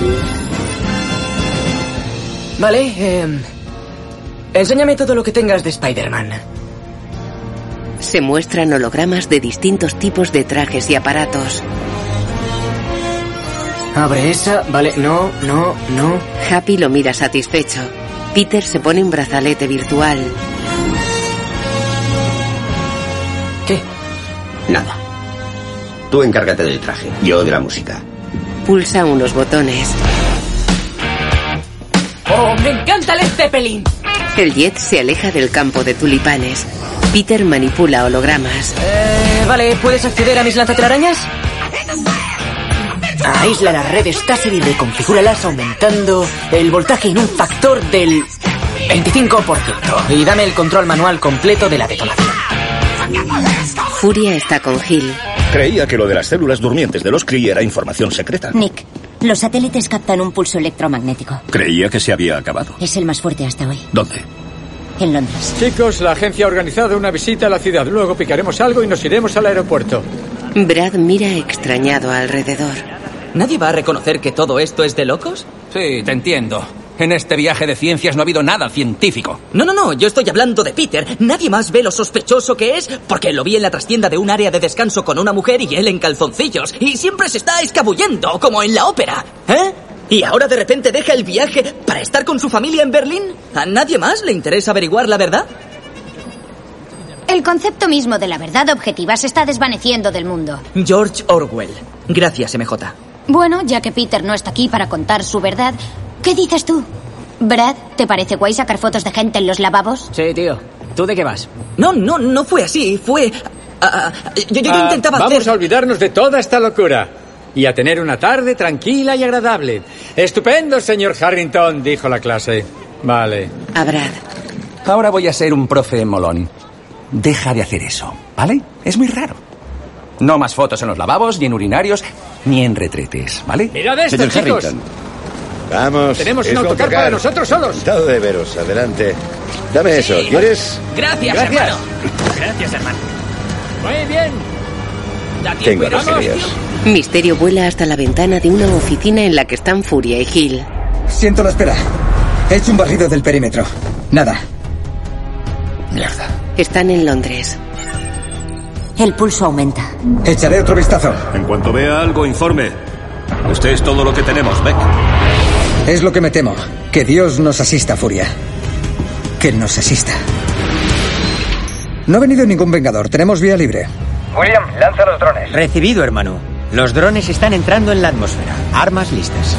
S9: Vale, eh, enséñame todo lo que tengas de Spider-Man.
S2: Se muestran hologramas de distintos tipos de trajes y aparatos.
S9: Abre esa, vale, no, no, no.
S2: Happy lo mira satisfecho. Peter se pone un brazalete virtual.
S8: Nada. Tú encárgate del traje. Yo de la música.
S2: Pulsa unos botones.
S36: Oh, ¡Me encanta el Zeppelin!
S2: El jet se aleja del campo de tulipanes. Peter manipula hologramas.
S9: Eh, vale, ¿puedes acceder a mis lanzatelarañas? Aísla las redes Taser y reconfigúralas aumentando el voltaje en un factor del 25% y dame el control manual completo de la detonación.
S2: Furia está con Gil.
S4: Creía que lo de las células durmientes de los Kree era información secreta.
S13: Nick, los satélites captan un pulso electromagnético.
S4: Creía que se había acabado.
S13: Es el más fuerte hasta hoy,
S4: ¿Dónde?
S13: en Londres.
S15: Chicos, la agencia ha organizado una visita a la ciudad. Luego picaremos algo y nos iremos al aeropuerto.
S2: Brad mira extrañado alrededor.
S9: ¿Nadie va a reconocer que todo esto es de locos?
S37: Sí, te entiendo. En este viaje de ciencias no ha habido nada científico.
S9: No, no, no, yo estoy hablando de Peter. Nadie más ve lo sospechoso que es porque lo vi en la trastienda de un área de descanso con una mujer y él en calzoncillos. Y siempre se está escabullendo, como en la ópera. ¿Eh? ¿Y ahora de repente deja el viaje para estar con su familia en Berlín? ¿A nadie más le interesa averiguar la verdad?
S13: El concepto mismo de la verdad objetiva se está desvaneciendo del mundo.
S9: George Orwell. Gracias, MJ.
S13: Bueno, ya que Peter no está aquí para contar su verdad, ¿qué dices tú? Brad, ¿te parece guay sacar fotos de gente en los lavabos?
S9: Sí, tío. ¿Tú de qué vas? No, no, no fue así. Fue. ah, ah, yo, yo- yo
S15: Ah,
S9: intentaba
S15: vamos
S9: hacer.
S15: a olvidarnos de toda esta locura y a tener una tarde tranquila y agradable. Estupendo, señor Harrington, dijo la clase. Vale.
S2: A Brad.
S37: Ahora voy a ser un profe molón. Deja de hacer eso, ¿vale? Es muy raro. No más fotos en los lavabos, ni en urinarios, ni en retretes, ¿vale?
S15: Mirad esto,
S38: Señor
S15: chicos.
S38: Harrington. Vamos.
S15: Tenemos
S38: es
S15: un autocar para nosotros solos.
S38: Dado de veros, adelante. Dame eso, ¿quieres?
S9: Gracias,
S38: Gracias.
S9: hermano. Gracias, hermano.
S15: Muy bien.
S38: Tengo dos
S2: Misterio vuela hasta la ventana de una oficina en la que están Furia y Gil.
S5: Siento la espera. He hecho un barrido del perímetro. Nada.
S2: Mierda. Están en Londres.
S3: El pulso aumenta.
S5: Echaré otro vistazo.
S4: En cuanto vea algo, informe. Usted es todo lo que tenemos, Beck.
S5: Es lo que me temo. Que Dios nos asista, Furia. Que nos asista. No ha venido ningún vengador. Tenemos vía libre.
S39: William, lanza los drones.
S40: Recibido, hermano. Los drones están entrando en la atmósfera. Armas listas.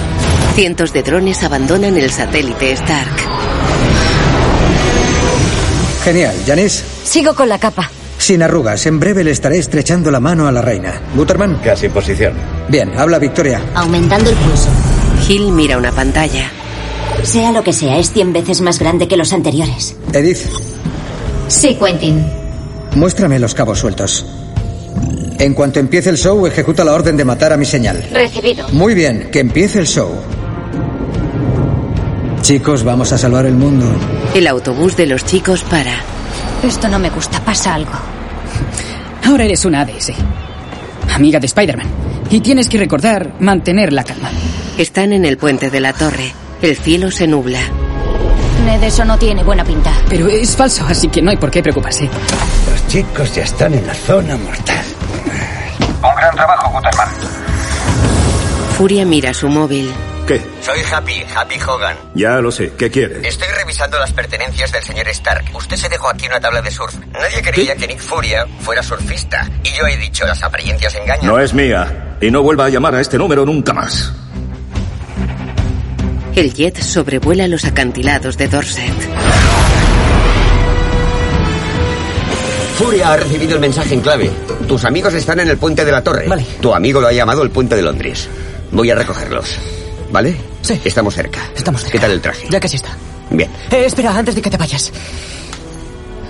S2: Cientos de drones abandonan el satélite Stark.
S5: Genial, Janice.
S3: Sigo con la capa.
S5: Sin arrugas, en breve le estaré estrechando la mano a la reina. Guterman.
S38: Casi en posición.
S5: Bien, habla Victoria.
S3: Aumentando el pulso.
S2: Gil mira una pantalla.
S3: Sea lo que sea, es 100 veces más grande que los anteriores.
S5: Edith,
S1: Sí, Quentin.
S5: muéstrame los cabos sueltos. En cuanto empiece el show, ejecuta la orden de matar a mi señal.
S1: Recibido.
S5: Muy bien, que empiece el show. Chicos, vamos a salvar el mundo.
S2: El autobús de los chicos para.
S13: Esto no me gusta, pasa algo.
S10: Ahora eres una ADS. Amiga de Spider-Man. Y tienes que recordar mantener la calma.
S2: Están en el puente de la torre. El cielo se nubla.
S13: Ned, eso no tiene buena pinta.
S10: Pero es falso, así que no hay por qué preocuparse.
S41: Los chicos ya están en la zona mortal.
S39: Un gran trabajo, Guterman.
S2: Furia mira su móvil.
S4: ¿Qué?
S8: Soy Happy, Happy Hogan.
S4: Ya lo sé. ¿Qué quiere?
S8: Estoy revisando las pertenencias del señor Stark. Usted se dejó aquí una tabla de surf. Nadie creía que Nick Furia fuera surfista. Y yo he dicho, las apariencias engañan.
S4: No es mía. Y no vuelva a llamar a este número nunca más.
S2: El jet sobrevuela los acantilados de Dorset.
S8: Furia ha recibido el mensaje en clave. Tus amigos están en el puente de la torre. Vale. Tu amigo lo ha llamado el puente de Londres. Voy a recogerlos. ¿Vale? Sí. Estamos cerca. Estamos cerca. ¿Qué tal el traje?
S9: Ya casi está.
S8: Bien.
S9: Eh, espera, antes de que te vayas.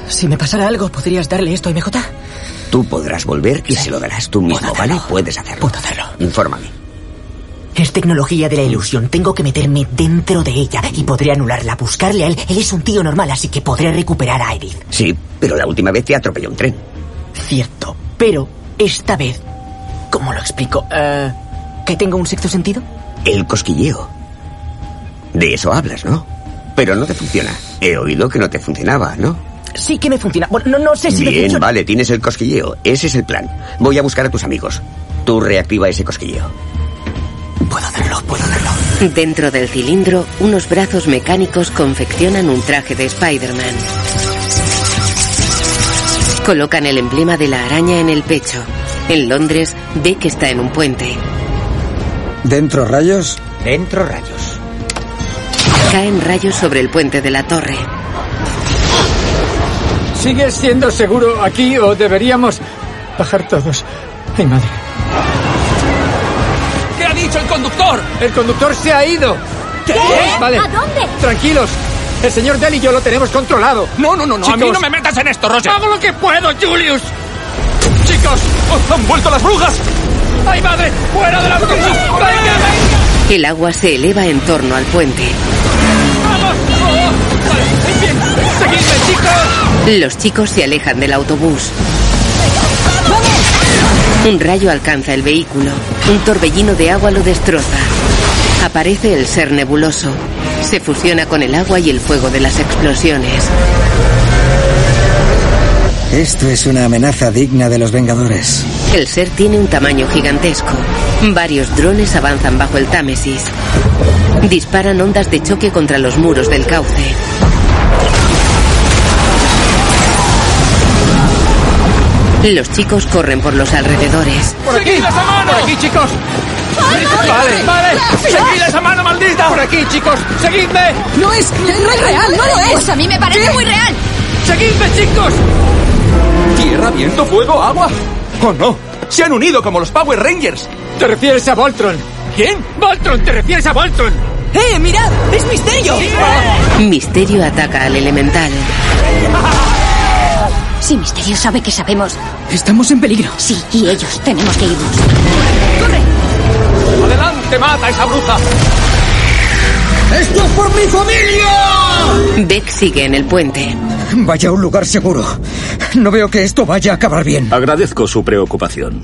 S9: Si me pasara algo, ¿podrías darle esto a MJ?
S8: Tú podrás volver y se lo darás tú mismo, ¿vale? Puedes hacerlo. Puedo hacerlo. Infórmame.
S9: Es tecnología de la ilusión. Tengo que meterme dentro de ella y podré anularla, buscarle a él. Él es un tío normal, así que podré recuperar a Edith.
S8: Sí, pero la última vez te atropelló un tren.
S9: Cierto. Pero esta vez, ¿cómo lo explico? Eh, ¿Que tengo un sexto sentido?
S8: El cosquilleo. De eso hablas, ¿no? Pero no te funciona. He oído que no te funcionaba, ¿no?
S9: Sí que me funciona. Bueno, no, no sé si lo he
S8: Bien,
S9: dicho-
S8: vale, tienes el cosquilleo. Ese es el plan. Voy a buscar a tus amigos. Tú reactiva ese cosquilleo.
S2: Dentro del cilindro, unos brazos mecánicos confeccionan un traje de Spider-Man. Colocan el emblema de la araña en el pecho. En Londres, ve que está en un puente.
S5: ¿Dentro rayos?
S40: Dentro rayos.
S2: Caen rayos sobre el puente de la torre.
S15: ¿Sigues siendo seguro aquí o deberíamos bajar todos? ¡Ay, madre!
S18: ¿Qué ha dicho el conductor?
S15: ¡El conductor se ha ido!
S18: ¿Qué?
S15: Vale.
S18: ¿A dónde?
S15: Tranquilos. El señor Dell y yo lo tenemos controlado.
S18: No, no, no, no. A mí
S15: Chicos.
S18: no me metas en esto, Roger.
S15: Hago
S18: lo que puedo, Julius. Chicos, ¡oh, han vuelto las brujas. ¡Ay, madre! ¡Fuera de las brujas!
S2: El agua se eleva en torno al puente.
S18: ¡Seguidme, chicos!
S2: Los chicos se alejan del autobús. Un rayo alcanza el vehículo. Un torbellino de agua lo destroza. Aparece el ser nebuloso. Se fusiona con el agua y el fuego de las explosiones.
S5: Esto es una amenaza digna de los Vengadores.
S2: El ser tiene un tamaño gigantesco. Varios drones avanzan bajo el Támesis. Disparan ondas de choque contra los muros del cauce. Los chicos corren por los alrededores.
S18: ¡Por aquí! ¡Seguid esa mano! ¡Por aquí, chicos! ¡Vale, vale! ¡Seguid esa mano, maldita! ¡Por aquí, chicos! ¡Seguidme!
S42: No es, no es real, no lo es. Pues a mí me parece muy real.
S18: ¡Seguidme, chicos!
S43: Tierra, viento, fuego, agua. ¡Oh, no! ¡Se han unido como los Power Rangers!
S15: ¿Te refieres a Voltron?
S18: ¿Quién? ¡Voltron! ¿Te refieres a Voltron?
S9: ¡Eh, mirad! ¡Es misterio!
S2: Misterio ataca al elemental.
S13: Si Misterio sabe que sabemos.
S44: Estamos en peligro.
S13: Sí, y ellos tenemos que irnos.
S18: ¡Adelante, mata a esa bruja!
S9: ¡Esto es por mi familia!
S2: Beck sigue en el puente.
S5: Vaya a un lugar seguro. No veo que esto vaya a acabar bien.
S4: Agradezco su preocupación,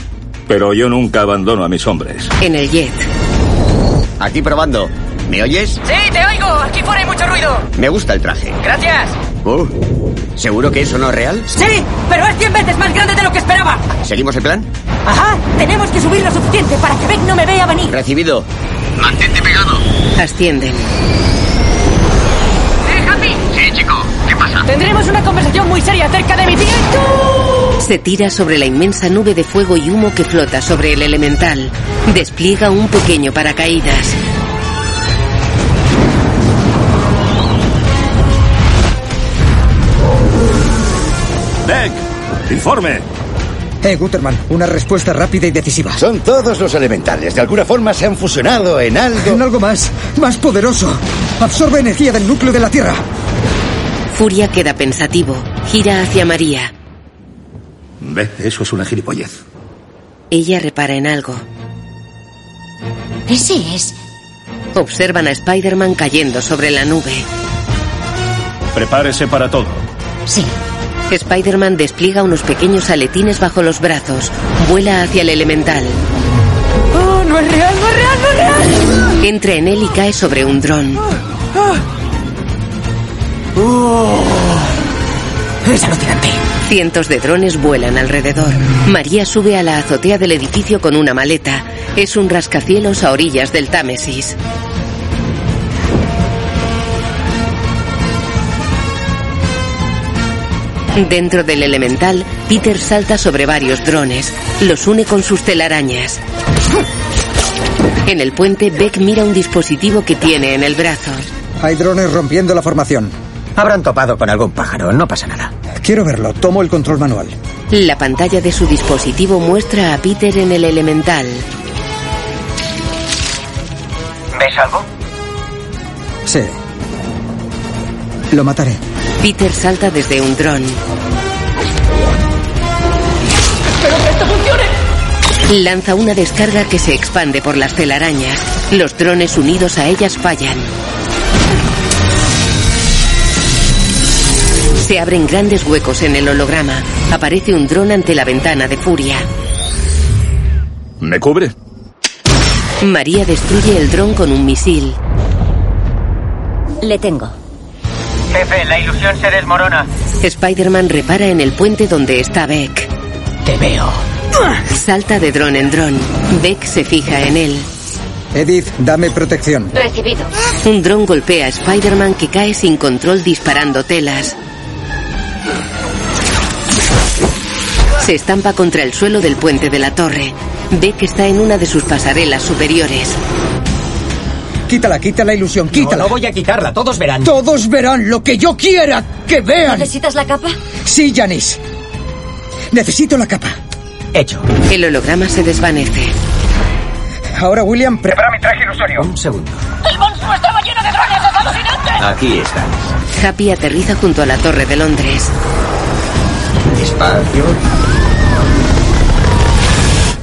S4: pero yo nunca abandono a mis hombres.
S2: En el jet.
S8: Aquí probando. ¿Me oyes?
S45: Sí, te oigo. Aquí fuera hay mucho ruido.
S8: Me gusta el traje.
S45: Gracias.
S8: Oh, ¿Seguro que eso no es real?
S9: Sí, pero es 100 veces más grande de lo que esperaba.
S8: ¿Seguimos el plan?
S9: Ajá, tenemos que subir lo suficiente para que Beck no me vea venir.
S8: Recibido.
S2: Ascienden.
S9: ¿Eh, Happy? Sí, chico. ¿Qué pasa? Tendremos una conversación muy seria acerca de mi tío.
S2: Se tira sobre la inmensa nube de fuego y humo que flota sobre el elemental. Despliega un pequeño paracaídas.
S46: Beck, informe.
S5: Eh, Guterman, una respuesta rápida y decisiva.
S46: Son todos los elementales. De alguna forma se han fusionado en algo.
S5: En algo más, más poderoso. Absorbe energía del núcleo de la Tierra.
S2: Furia queda pensativo. Gira hacia María.
S4: Beck, eso es una gilipollez.
S2: Ella repara en algo.
S13: Ese es.
S2: Observan a Spider-Man cayendo sobre la nube.
S4: Prepárese para todo.
S13: Sí.
S2: Spider-Man despliega unos pequeños aletines bajo los brazos. Vuela hacia el elemental.
S9: Oh, no es real, no es real, no es real.
S2: Entra en él y cae sobre un dron.
S9: Oh. Es alucinante.
S2: Cientos de drones vuelan alrededor. María sube a la azotea del edificio con una maleta. Es un rascacielos a orillas del Támesis. Dentro del elemental, Peter salta sobre varios drones. Los une con sus telarañas. En el puente, Beck mira un dispositivo que tiene en el brazo.
S5: Hay drones rompiendo la formación.
S47: Habrán topado con algún pájaro, no pasa nada.
S5: Quiero verlo. Tomo el control manual.
S2: La pantalla de su dispositivo muestra a Peter en el elemental.
S48: ¿Ves algo?
S5: Sí. Lo mataré.
S2: Peter salta desde un dron. Lanza una descarga que se expande por las telarañas. Los drones unidos a ellas fallan. Se abren grandes huecos en el holograma. Aparece un dron ante la ventana de furia.
S4: ¿Me cubre?
S2: María destruye el dron con un misil.
S49: Le tengo.
S48: Jefe, la ilusión se desmorona.
S2: Spider-Man repara en el puente donde está Beck.
S47: Te veo.
S2: Salta de dron en dron. Beck se fija en él.
S5: Edith, dame protección.
S1: Recibido.
S2: Un dron golpea a Spider-Man que cae sin control disparando telas. Se estampa contra el suelo del puente de la torre. Beck está en una de sus pasarelas superiores.
S5: Quítala, quita la ilusión, quítala.
S9: No, no voy a quitarla, todos verán.
S5: Todos verán lo que yo quiera que vean.
S50: ¿Necesitas la capa?
S5: Sí, Janice. Necesito la capa.
S9: Hecho.
S2: El holograma se desvanece.
S5: Ahora, William, prepara mi traje
S9: ilusorio. Un segundo.
S51: ¡El monstruo estaba lleno de dragones! ¡Es alucinante!
S8: Aquí está.
S2: Happy aterriza junto a la Torre de Londres.
S8: Espacio.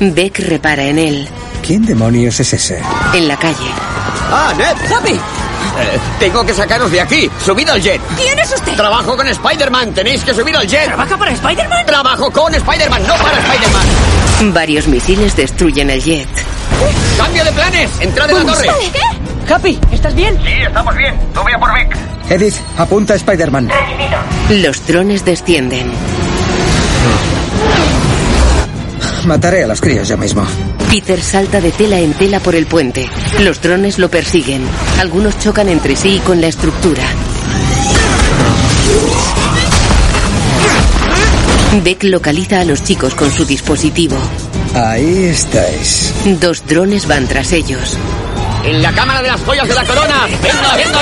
S2: Beck repara en él.
S5: ¿Quién demonios es ese?
S2: En la calle.
S8: ¡Ah, Ned!
S13: ¡Happy!
S8: Eh, tengo que sacaros de aquí. Subid al jet.
S13: ¿Quién es usted?
S8: Trabajo con Spider-Man. Tenéis que subir al jet.
S13: ¿Trabaja para Spider-Man?
S8: Trabajo con Spider-Man, no para Spider-Man.
S2: Varios misiles destruyen el jet.
S8: ¡Cambio de planes! ¡Entrad en la torre!
S13: ¿Qué? Happy, ¿estás bien?
S52: Sí, estamos bien. No voy a por Beck.
S5: Edith, apunta a Spider-Man.
S2: Los drones descienden.
S5: Mataré a los críos yo mismo.
S2: Peter salta de tela en tela por el puente. Los drones lo persiguen. Algunos chocan entre sí y con la estructura. Beck localiza a los chicos con su dispositivo.
S5: Ahí estáis.
S2: Dos drones van tras ellos.
S8: ¡En la cámara de las joyas de la corona! ¡Venga, venga,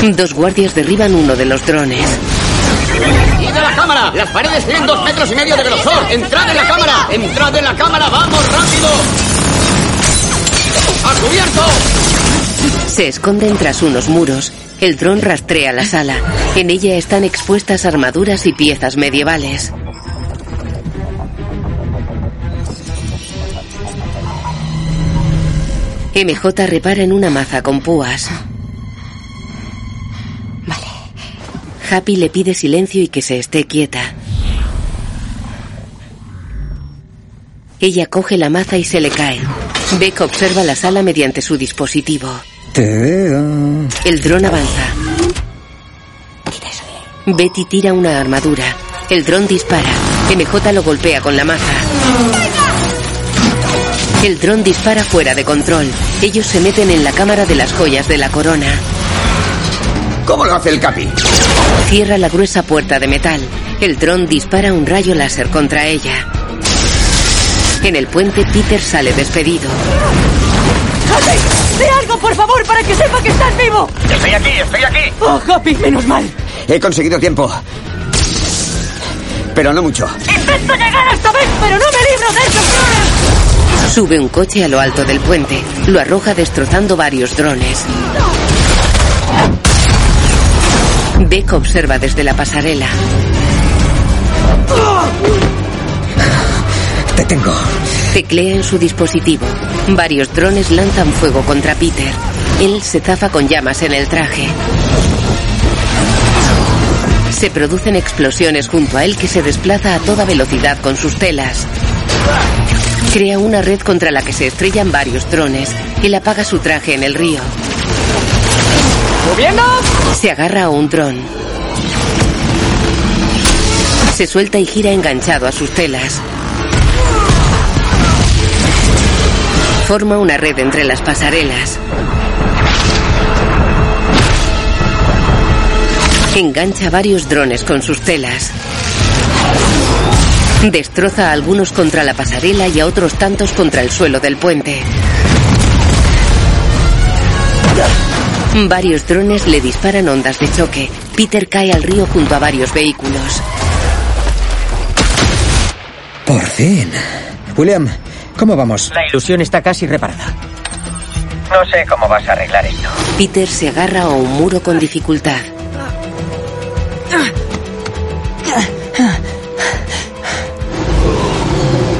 S8: venga!
S2: Dos guardias derriban uno de los drones.
S8: ¡Id a la cámara! ¡Las paredes tienen dos metros y medio de grosor! ¡Entrad en la cámara! ¡Entrad en la cámara! ¡Vamos, rápido! ¡A cubierto!
S2: Se esconden tras unos muros. El dron rastrea la sala. En ella están expuestas armaduras y piezas medievales. MJ repara en una maza con púas.
S50: Vale.
S2: Happy le pide silencio y que se esté quieta. Ella coge la maza y se le cae. Beck observa la sala mediante su dispositivo.
S5: Te veo.
S2: El dron avanza. Betty tira una armadura. El dron dispara. MJ lo golpea con la maza. El dron dispara fuera de control. Ellos se meten en la cámara de las joyas de la corona.
S8: ¿Cómo lo hace el Capi?
S2: Cierra la gruesa puerta de metal. El dron dispara un rayo láser contra ella. En el puente, Peter sale despedido.
S18: ¡Happy! ¡Sé algo, por favor, para que sepa que estás vivo!
S52: Estoy aquí, estoy aquí.
S18: ¡Oh, Happy! ¡Menos mal!
S8: He conseguido tiempo. Pero no mucho.
S18: ¡Intento llegar hasta vez, pero no me libro de estos drones!
S2: Sube un coche a lo alto del puente. Lo arroja destrozando varios drones. Beck observa desde la pasarela.
S5: Te tengo.
S2: Teclea en su dispositivo. Varios drones lanzan fuego contra Peter. Él se zafa con llamas en el traje. Se producen explosiones junto a él que se desplaza a toda velocidad con sus telas. Crea una red contra la que se estrellan varios drones. Él apaga su traje en el río.
S18: ¡Moviendo!
S2: Se agarra a un dron. Se suelta y gira enganchado a sus telas. Forma una red entre las pasarelas. Engancha varios drones con sus telas. Destroza a algunos contra la pasarela y a otros tantos contra el suelo del puente. Varios drones le disparan ondas de choque. Peter cae al río junto a varios vehículos.
S5: Por fin. William, ¿cómo vamos?
S9: La ilusión está casi reparada.
S52: No sé cómo vas a arreglar esto.
S2: Peter se agarra a un muro con dificultad.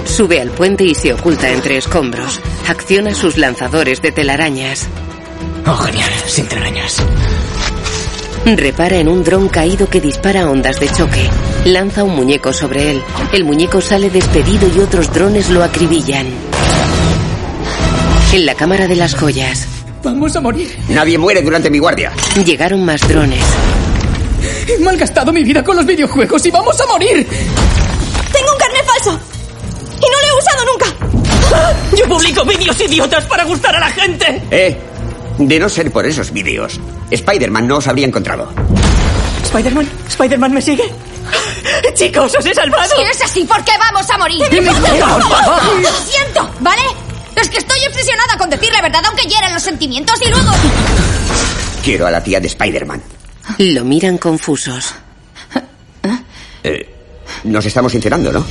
S2: Sube al puente y se oculta entre escombros. Acciona sus lanzadores de telarañas.
S9: Oh, genial, sin telarañas.
S2: Repara en un dron caído que dispara ondas de choque. Lanza un muñeco sobre él. El muñeco sale despedido y otros drones lo acribillan. En la cámara de las joyas.
S18: Vamos a morir.
S8: Nadie muere durante mi guardia.
S2: Llegaron más drones.
S18: He malgastado mi vida con los videojuegos y vamos a morir.
S13: Tengo un carnet falso. Y no lo he usado nunca.
S53: Yo publico vídeos idiotas para gustar a la gente.
S8: Eh, de no ser por esos vídeos, Spider-Man no os habría encontrado.
S18: ¿Spider-Man? ¿Spider-Man me sigue? ¡Chicos, os he salvado!
S13: Si es así, ¿por qué vamos a morir?
S18: ¡Y me
S13: ¡Por
S18: muero!
S13: favor! ¡Lo siento! ¿Vale?
S32: Es que estoy obsesionada con decir la verdad aunque hieran los sentimientos y luego...
S35: Quiero a la tía de Spider-Man.
S2: Lo miran confusos.
S35: Eh, nos estamos sincerando, ¿no?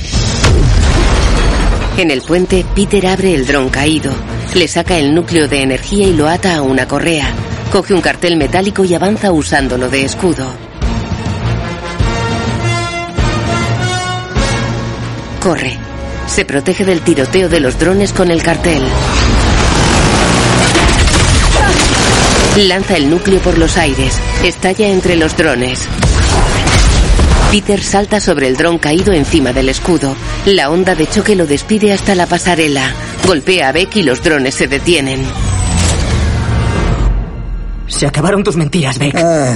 S2: En el puente, Peter abre el dron caído, le saca el núcleo de energía y lo ata a una correa. Coge un cartel metálico y avanza usándolo de escudo. Corre. Se protege del tiroteo de los drones con el cartel. Lanza el núcleo por los aires. Estalla entre los drones. Peter salta sobre el dron caído encima del escudo. La onda de choque lo despide hasta la pasarela. Golpea a Beck y los drones se detienen.
S10: Se acabaron tus mentiras, Beck.
S5: Ah,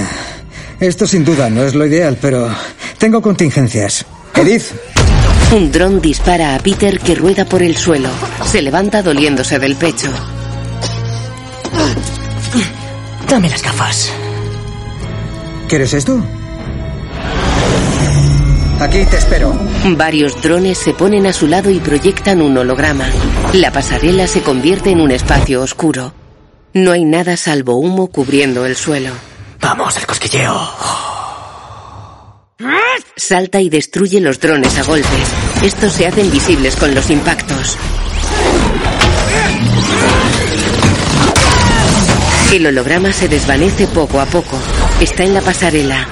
S5: esto sin duda no es lo ideal, pero tengo contingencias. Edith,
S2: Un dron dispara a Peter que rueda por el suelo. Se levanta doliéndose del pecho.
S10: Dame las gafas.
S5: ¿quieres esto? Aquí te espero.
S2: Varios drones se ponen a su lado y proyectan un holograma. La pasarela se convierte en un espacio oscuro. No hay nada salvo humo cubriendo el suelo.
S10: Vamos, el cosquilleo.
S2: Salta y destruye los drones a golpes. Estos se hacen visibles con los impactos. El holograma se desvanece poco a poco. Está en la pasarela.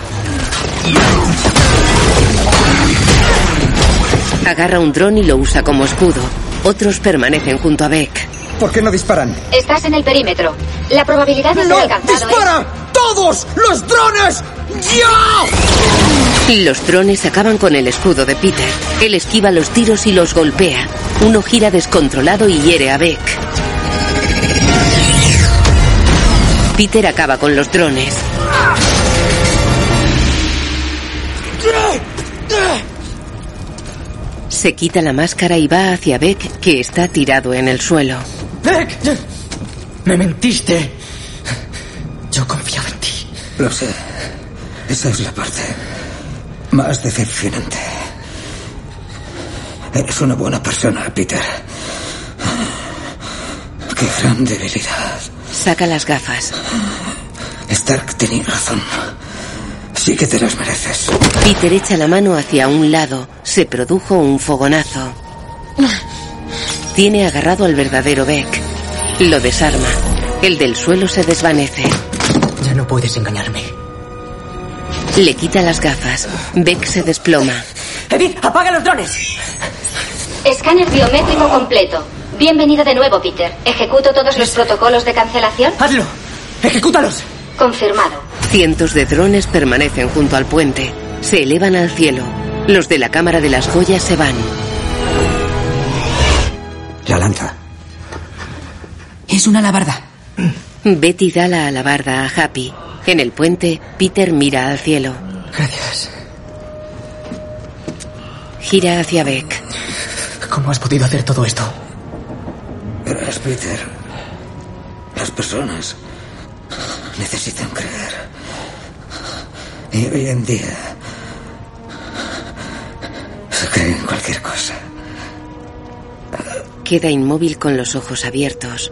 S2: Agarra un dron y lo usa como escudo. Otros permanecen junto a Beck.
S5: ¿Por qué no disparan?
S1: Estás en el perímetro. La probabilidad de ser alcanzado es-
S28: ¡Todos los drones!
S2: Los drones acaban con el escudo de Peter. Él esquiva los tiros y los golpea. Uno gira descontrolado y hiere a Beck. Peter acaba con los drones. Se quita la máscara y va hacia Beck, que está tirado en el suelo.
S28: Beck, me mentiste. Yo confiaba en ti.
S5: Lo sé. Esa es la parte más decepcionante. Eres una buena persona, Peter. Qué gran debilidad.
S2: Saca las gafas.
S5: Stark tenía razón. Sí que te las mereces.
S2: Peter echa la mano hacia un lado. Se produjo un fogonazo. Tiene agarrado al verdadero Beck. Lo desarma. El del suelo se desvanece.
S10: Ya no puedes engañarme.
S2: Le quita las gafas. Beck se desploma.
S28: Edith, apaga los drones.
S1: Escáner biométrico completo. Bienvenido de nuevo, Peter. Ejecuto todos los protocolos de cancelación.
S28: Hazlo. Ejecútalos.
S1: Confirmado.
S2: Cientos de drones permanecen junto al puente. Se elevan al cielo. Los de la Cámara de las Joyas se van.
S8: La lanza.
S10: Es una labarda.
S2: Betty da la alabarda a Happy. En el puente, Peter mira al cielo.
S10: Gracias.
S2: Gira hacia Beck.
S10: ¿Cómo has podido hacer todo esto?
S5: Verás, Peter. Las personas necesitan creer. Y hoy en día se creen cualquier cosa.
S2: Queda inmóvil con los ojos abiertos.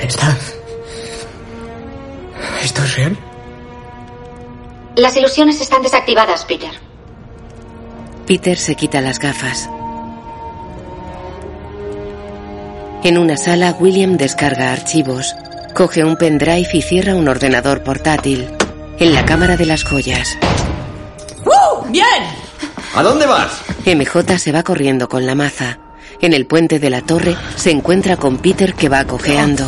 S10: Está. ¿Esto es real?
S1: Las ilusiones están desactivadas, Peter.
S2: Peter se quita las gafas. En una sala, William descarga archivos, coge un pendrive y cierra un ordenador portátil. En la Cámara de las Joyas,
S28: ¡Uh! ¡Bien!
S35: ¿A dónde vas?
S2: MJ se va corriendo con la maza. En el puente de la torre, se encuentra con Peter que va cojeando.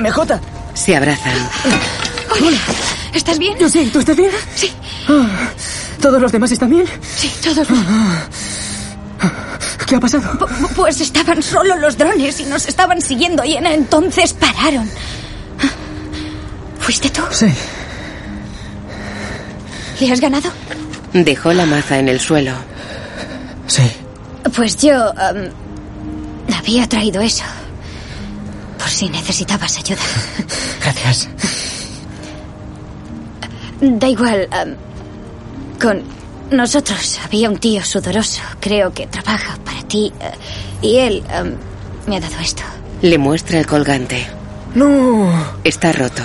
S10: MJ.
S2: Se abrazan.
S10: Hola. ¿Estás bien? Lo sé, ¿tú estás bien? Sí.
S54: Ah,
S10: ¿Todos los demás están bien?
S7: Sí, todos.
S10: ¿Qué ha pasado?
S7: Pu- pu- Pues estaban solo los drones y nos estaban siguiendo y en entonces pararon. ¿Fuiste tú?
S10: Sí.
S7: ¿Le has ganado?
S2: Dejó la maza en el suelo.
S10: Sí.
S7: Pues yo... em, había traído eso. Por si necesitabas ayuda.
S10: Gracias.
S7: Da igual. em,
S13: Con nosotros había un tío sudoroso, creo que trabaja para ti, eh, y él
S7: um,
S13: em, me ha dado esto.
S2: Le muestra el colgante.
S54: No.
S2: Está roto.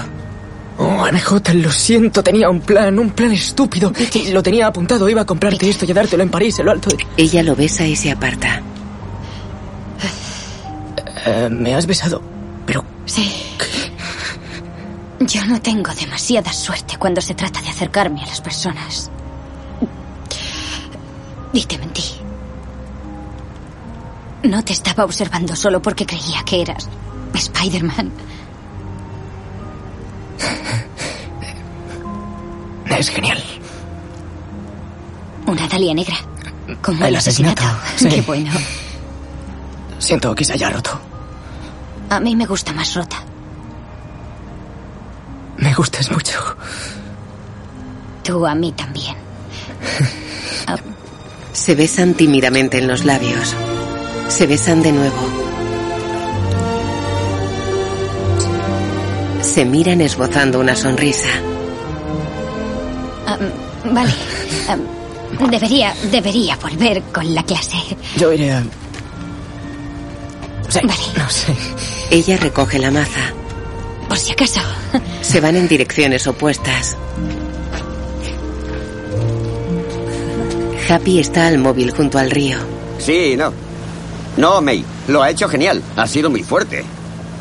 S54: Oh, Anahota, lo siento, tenía un plan, un plan estúpido. Y Lo tenía apuntado, iba a comprarte esto y a dártelo en París, en lo alto. de-
S2: Ella lo besa y se aparta.
S54: Eh, me has besado. Pero
S13: Sí. Yo no tengo demasiada suerte cuando se trata de acercarme a las personas. Y te mentí. No te estaba observando solo porque creía que eras Spider-Man.
S54: es genial.
S13: Una Dalia negra. Como
S54: El asesinato. Sí.
S13: Qué bueno.
S54: Siento que se haya roto.
S13: A mí me gusta más rota.
S54: Me gustas mucho.
S13: Tú a mí también. Ah.
S2: Se besan tímidamente en los labios. Se besan de nuevo. Se miran esbozando una sonrisa.
S13: Am, vale. Am, debería, debería volver con la clase.
S54: Yo iré a...
S13: Vale,
S54: No sé.
S2: Ella recoge la maza.
S13: por si acaso.
S2: Se van en direcciones opuestas. Happy está al móvil junto al río.
S8: Sí, no. No, May, lo ha hecho genial. Ha sido muy fuerte.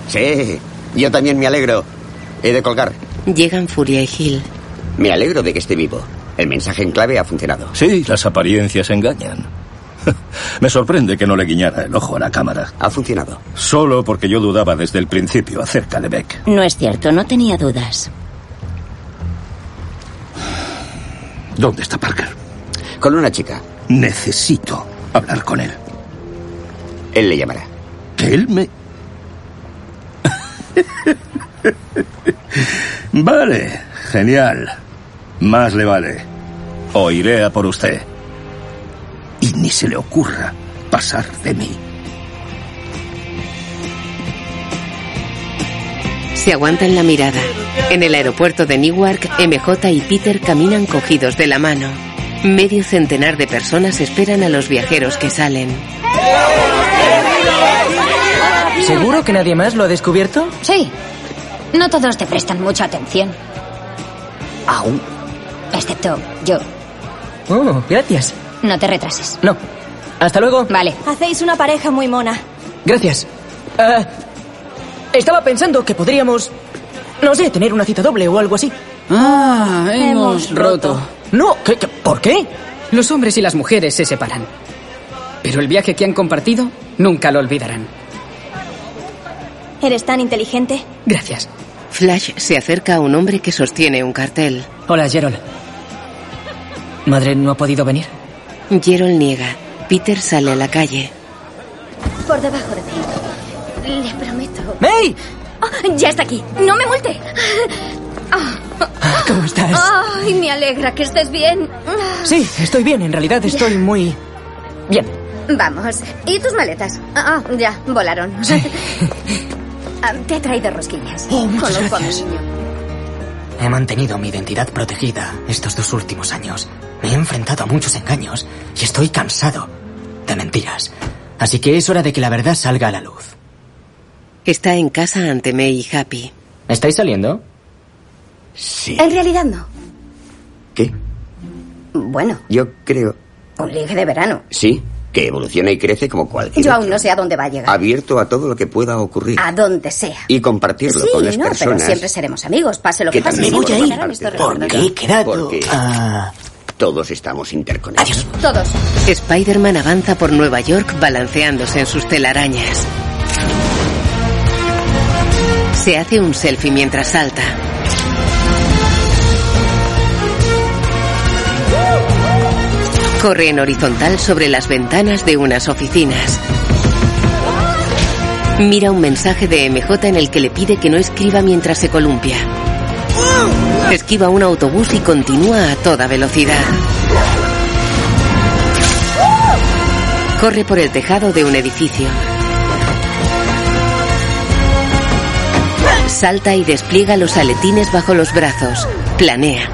S8: Sí, yo también me alegro. He de colgar.
S2: Llegan Furia y Gil.
S8: Me alegro de que esté vivo. El mensaje en clave ha funcionado.
S4: Sí, las apariencias engañan. Me sorprende que no le guiñara el ojo a la cámara.
S8: Ha funcionado.
S4: Solo porque yo dudaba desde el principio acerca de Beck.
S18: No es cierto, no tenía dudas.
S55: ¿Dónde está Parker?
S8: Con una chica.
S55: Necesito hablar con él.
S8: Él le llamará.
S55: ¿Que él me...?
S4: Vale, genial. Más le vale. O iré a por usted.
S55: Y ni se le ocurra pasar de mí.
S2: Se aguantan la mirada. En el aeropuerto de Newark, MJ y Peter caminan cogidos de la mano. Medio centenar de personas esperan a los viajeros que salen.
S18: ¿Seguro
S9: que nadie más lo ha descubierto?
S18: Sí. No todos te prestan mucha atención.
S9: Aún.
S18: Excepto yo.
S9: Oh, gracias.
S18: No te retrases.
S9: No. Hasta luego.
S18: Vale.
S7: Hacéis una pareja muy mona.
S9: Gracias. Ah, estaba pensando que podríamos, no sé, tener una cita doble o algo así. Eh,
S10: Ah,
S9: hemos
S10: hemos roto.
S9: No, ¿qué, qué- por qué?
S10: Los hombres y las mujeres se separan. Pero el viaje que han compartido nunca lo olvidarán.
S7: Eres tan inteligente.
S10: Gracias.
S2: Flash se acerca a un hombre que sostiene un cartel.
S9: Hola, Gerald. ¿Madre no ha podido venir?
S2: Gerald niega. Peter sale a la calle.
S7: Por debajo de ti. Le prometo. Oh,
S9: ¡May!
S7: ya está aquí. No me muelte.
S9: Ah, ¿Cómo estás?
S7: Ay, me alegra que estés bien.
S9: Sí, estoy bien. En realidad estoy muy... Bien.
S7: Vamos. ¿Y tus maletas? Ah, ah, ya, volaron. Ah, Te he traído rosquillas.
S9: Oh, muchas
S7: Conozco a mi
S9: gracias.
S7: niño.
S9: He mantenido mi identidad protegida estos dos últimos años. Me he enfrentado a muchos engaños y estoy cansado de mentiras. Así que es hora de que la verdad salga a la luz.
S2: Está en casa ante May y Happy.
S9: ¿Estáis saliendo?
S8: Sí.
S7: En realidad no.
S8: ¿Qué?
S7: Bueno,
S8: Yo creo.
S7: un ligue de verano.
S8: Sí, que evoluciona y crece como cualquier.
S7: Yo aún no sé a dónde va a llegar.
S8: Abierto a todo lo que pueda ocurrir.
S7: A donde sea.
S8: Y compartirlo
S7: Sí,
S8: con las
S7: no,
S8: personas.
S7: pero siempre seremos amigos, pase lo que,
S8: que
S7: pase.
S8: también
S7: Siempre
S8: forman
S7: quedarán
S8: parte
S7: estos
S8: de-
S7: recuerdos.
S8: Porque todos estamos interconectados.
S7: Todos.
S2: Spider-Man avanza por Nueva York balanceándose en sus telarañas. Se hace un selfie mientras salta. Corre en horizontal sobre las ventanas de unas oficinas. Mira un mensaje de MJ en el que le pide que no escriba mientras se columpia. Esquiva un autobús y continúa a toda velocidad.
S18: ¡Uh!
S2: Corre por el tejado de un edificio. Salta y despliega los aletines bajo los brazos. Planea.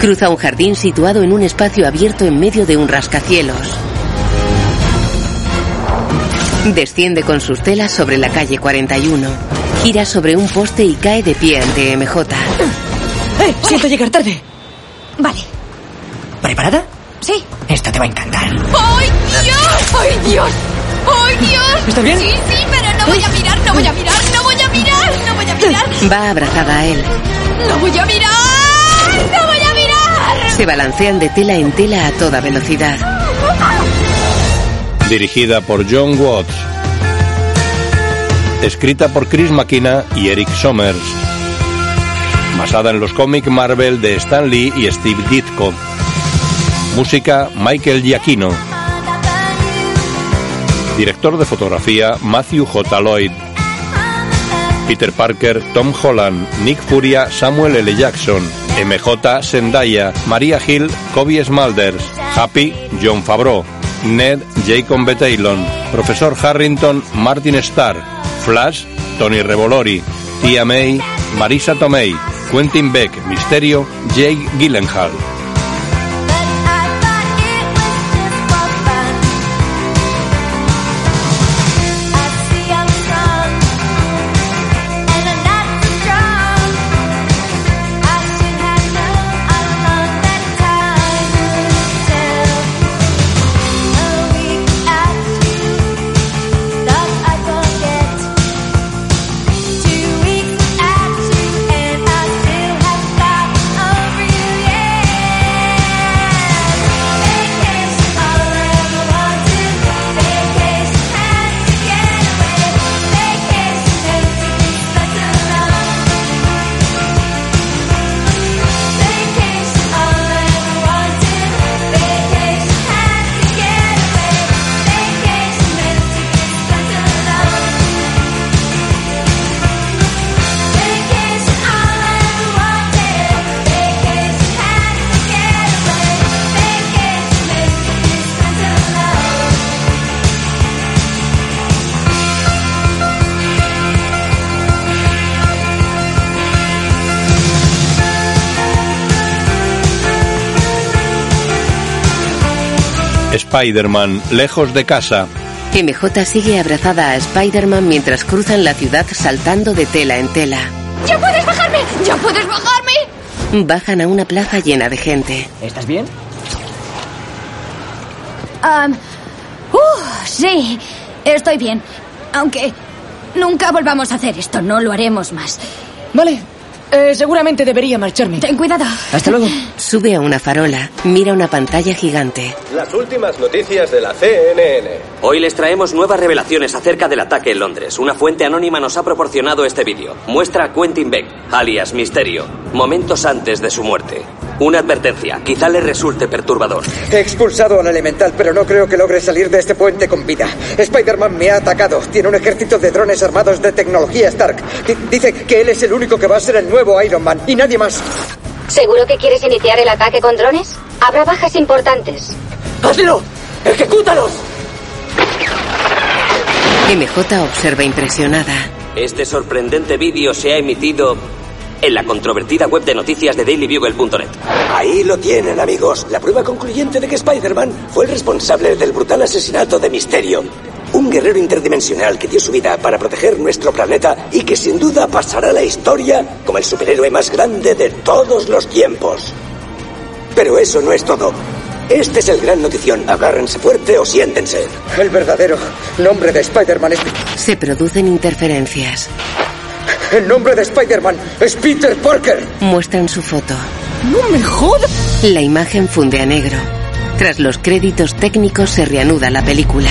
S2: Cruza un jardín situado en un espacio abierto en medio de un rascacielos. Desciende con sus telas sobre la calle 41. Gira sobre un poste y cae de pie ante MJ.
S56: ¡Eh! Siento llegar tarde.
S13: Vale.
S9: ¿Preparada?
S13: Sí.
S9: Esto te va a encantar.
S18: ¡Ay, Dios! ¡Ay, Dios! ¡Ay, Dios!
S56: ¿Está bien?
S18: Sí, sí, pero no voy a mirar, no voy a mirar, no voy a mirar, no voy a mirar,
S2: Va abrazada a él.
S18: no voy a mirar, no voy a mirar.
S2: Se balancean de tela en tela a toda velocidad.
S19: dirigida por John Watts, escrita por Chris McKenna y Eric Sommers, basada en los cómics Marvel de Stan Lee y Steve Ditko, música Michael Giacchino, director de fotografía Matthew J. Lloyd, Peter Parker, Tom Holland, Nick Furia, Samuel L. Jackson, MJ Zendaya, Maria Hill, Kobe Smulders, Happy, John Favreau, Ned, Jacob Betailon, Profesor Harrington, Martin Starr, Flash, Tony Revolori, Tia May, Marisa Tomei, Quentin Beck, Misterio, Jake Gyllenhaal. Spider-Man, lejos de casa.
S2: MJ sigue abrazada a Spider-Man mientras cruzan la ciudad saltando de tela en tela.
S18: ¡Ya puedes bajarme! ¡Ya puedes bajarme!
S2: Bajan a una plaza llena de gente.
S9: ¿Estás bien?
S13: Am, uh, sí, estoy bien. Aunque nunca volvamos a hacer esto, no lo haremos más.
S56: Vale. Eh, seguramente debería marcharme.
S13: Ten cuidado.
S2: Hasta luego. Sube a una farola, mira una pantalla gigante.
S57: Las últimas noticias de la CNN.
S8: Hoy les traemos nuevas revelaciones acerca del ataque en Londres. Una fuente anónima nos ha proporcionado este vídeo. Muestra a Quentin Beck, alias Misterio, momentos antes de su muerte. Una advertencia, quizá le resulte perturbador.
S5: He expulsado al elemental, pero no creo que logre salir de este puente con vida. Spider-Man me ha atacado. Tiene un ejército de drones armados de tecnología Stark. Di- Dice que él es el único que va a ser el nuevo Iron Man y nadie más.
S1: ¿Seguro que quieres iniciar el ataque con drones? Habrá bajas importantes.
S58: ¡Hazlo! ¡Ejecútalos!
S2: MJ observa impresionada.
S8: Este sorprendente vídeo se ha emitido en la controvertida web de noticias de dailybugle.net.
S59: Ahí lo tienen, amigos. La prueba concluyente de que Spider-Man fue el responsable del brutal asesinato de Misterio. Un guerrero interdimensional que dio su vida para proteger nuestro planeta y que sin duda pasará a la historia como el superhéroe más grande de todos los tiempos. Pero eso no es todo. Este es el gran notición. Agárrense fuerte o siéntense.
S5: El verdadero nombre de Spider-Man es...
S2: Se producen interferencias.
S5: El nombre de Spider-Man es Peter Parker.
S2: Muestran su foto.
S56: ¡No me jodas!
S2: La imagen funde a negro. Tras los créditos técnicos se reanuda la película.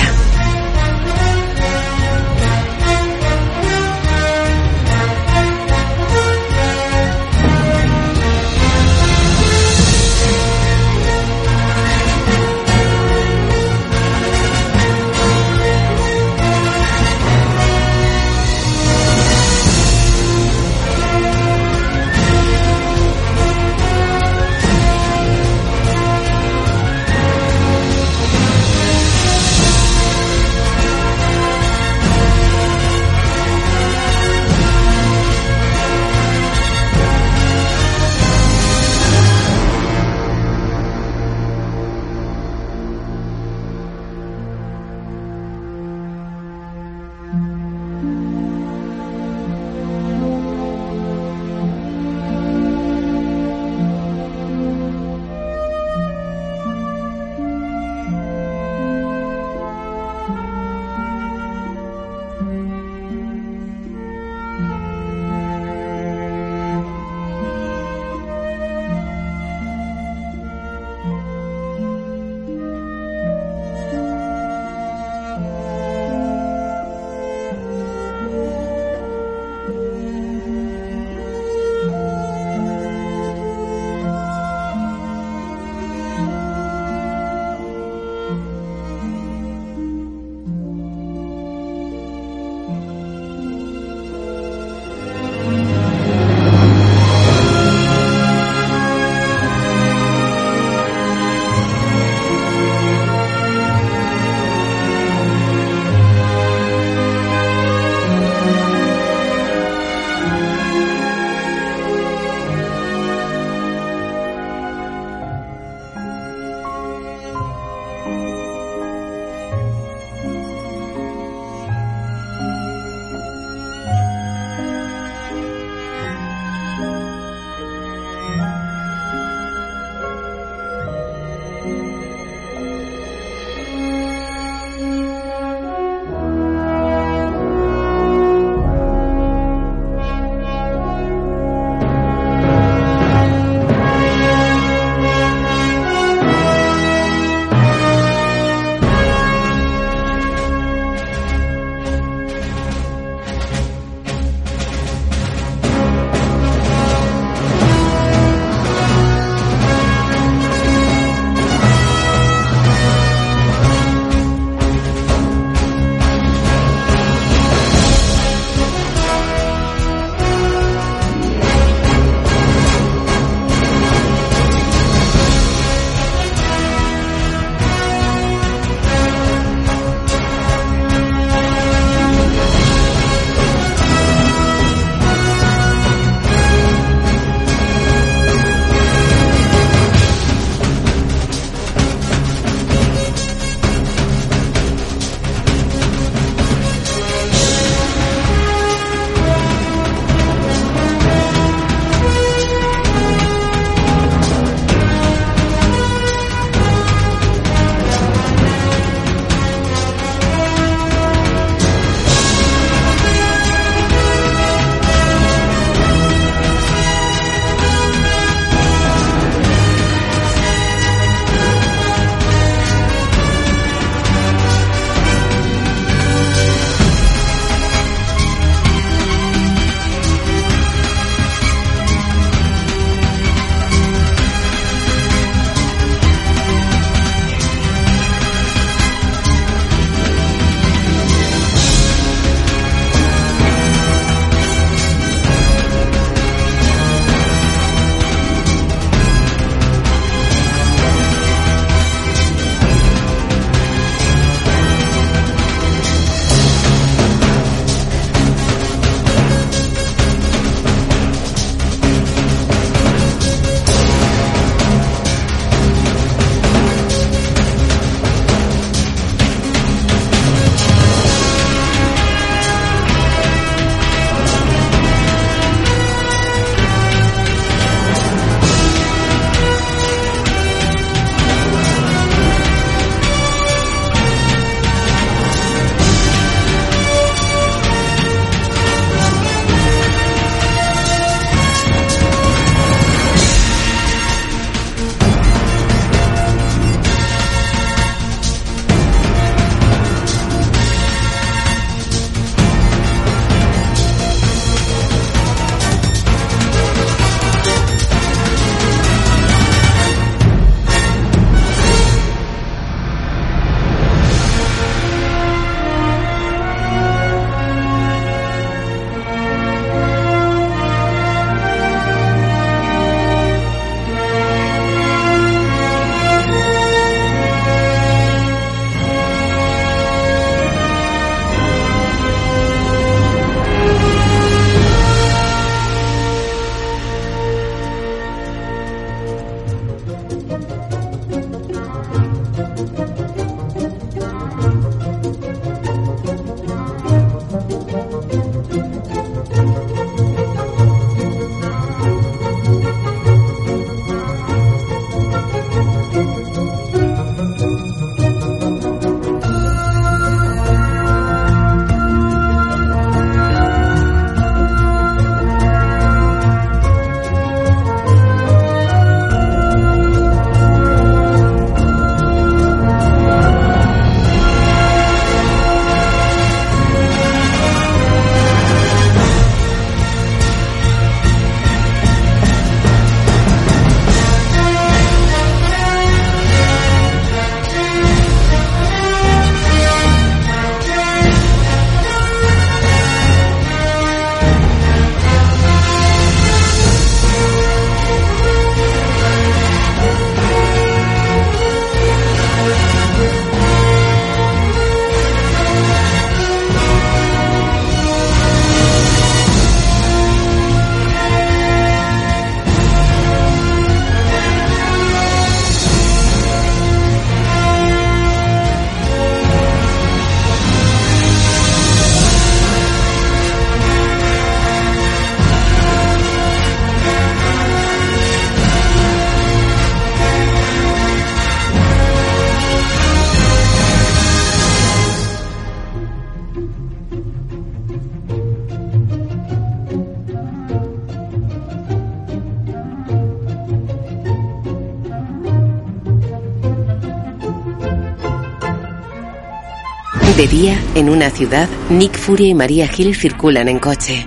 S2: De día, en una ciudad, Nick Furia y María Hill circulan en coche.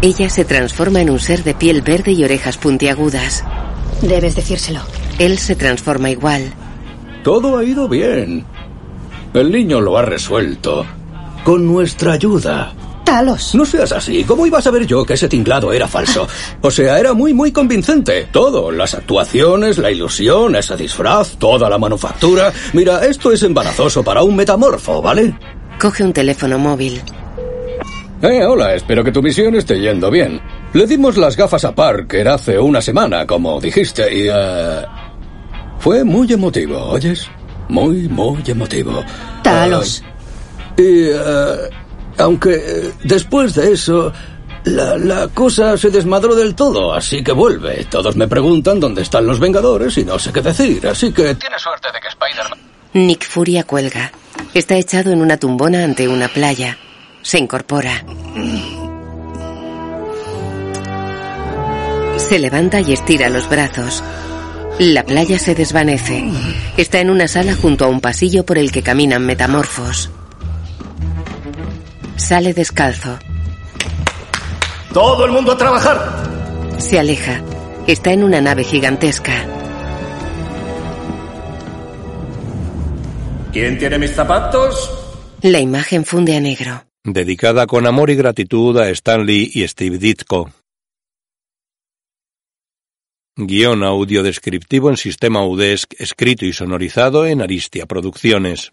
S2: Ella se transforma en un ser de piel verde y orejas puntiagudas.
S13: Debes decírselo.
S2: Él se transforma igual.
S15: Todo ha ido bien. El niño lo ha resuelto. Con nuestra ayuda.
S13: Talos.
S15: No seas así. ¿Cómo iba a saber yo que ese tinglado era falso? O sea, era muy, muy convincente. Todo. Las actuaciones, la ilusión, ese disfraz, toda la manufactura. Mira, esto es embarazoso para un metamorfo, ¿vale?
S2: Coge un teléfono móvil.
S15: Eh, hola, espero que tu misión esté yendo bien. Le dimos las gafas a Parker hace una semana, como dijiste, y... eh, fue muy emotivo, ¿oyes? Muy, muy emotivo.
S13: Talos.
S15: Ah, y... eh, aunque eh, después de eso... La, la cosa se desmadró del todo, así que vuelve. Todos me preguntan dónde están los Vengadores y no sé qué decir, así que... Tienes suerte de que Spider-Man...
S2: Nick Furia cuelga. Está echado en una tumbona ante una playa. Se incorpora. Se levanta y estira los brazos. La playa se desvanece. Está en una sala junto a un pasillo por el que caminan metamorfos. Sale descalzo.
S4: Todo el mundo a trabajar.
S2: Se aleja. Está en una nave gigantesca.
S4: ¿Quién tiene mis zapatos?
S2: La imagen funde a negro.
S19: Dedicada con amor y gratitud a Stanley y Steve Ditko. Guión audio descriptivo en sistema UDESC, escrito y sonorizado en Aristia Producciones.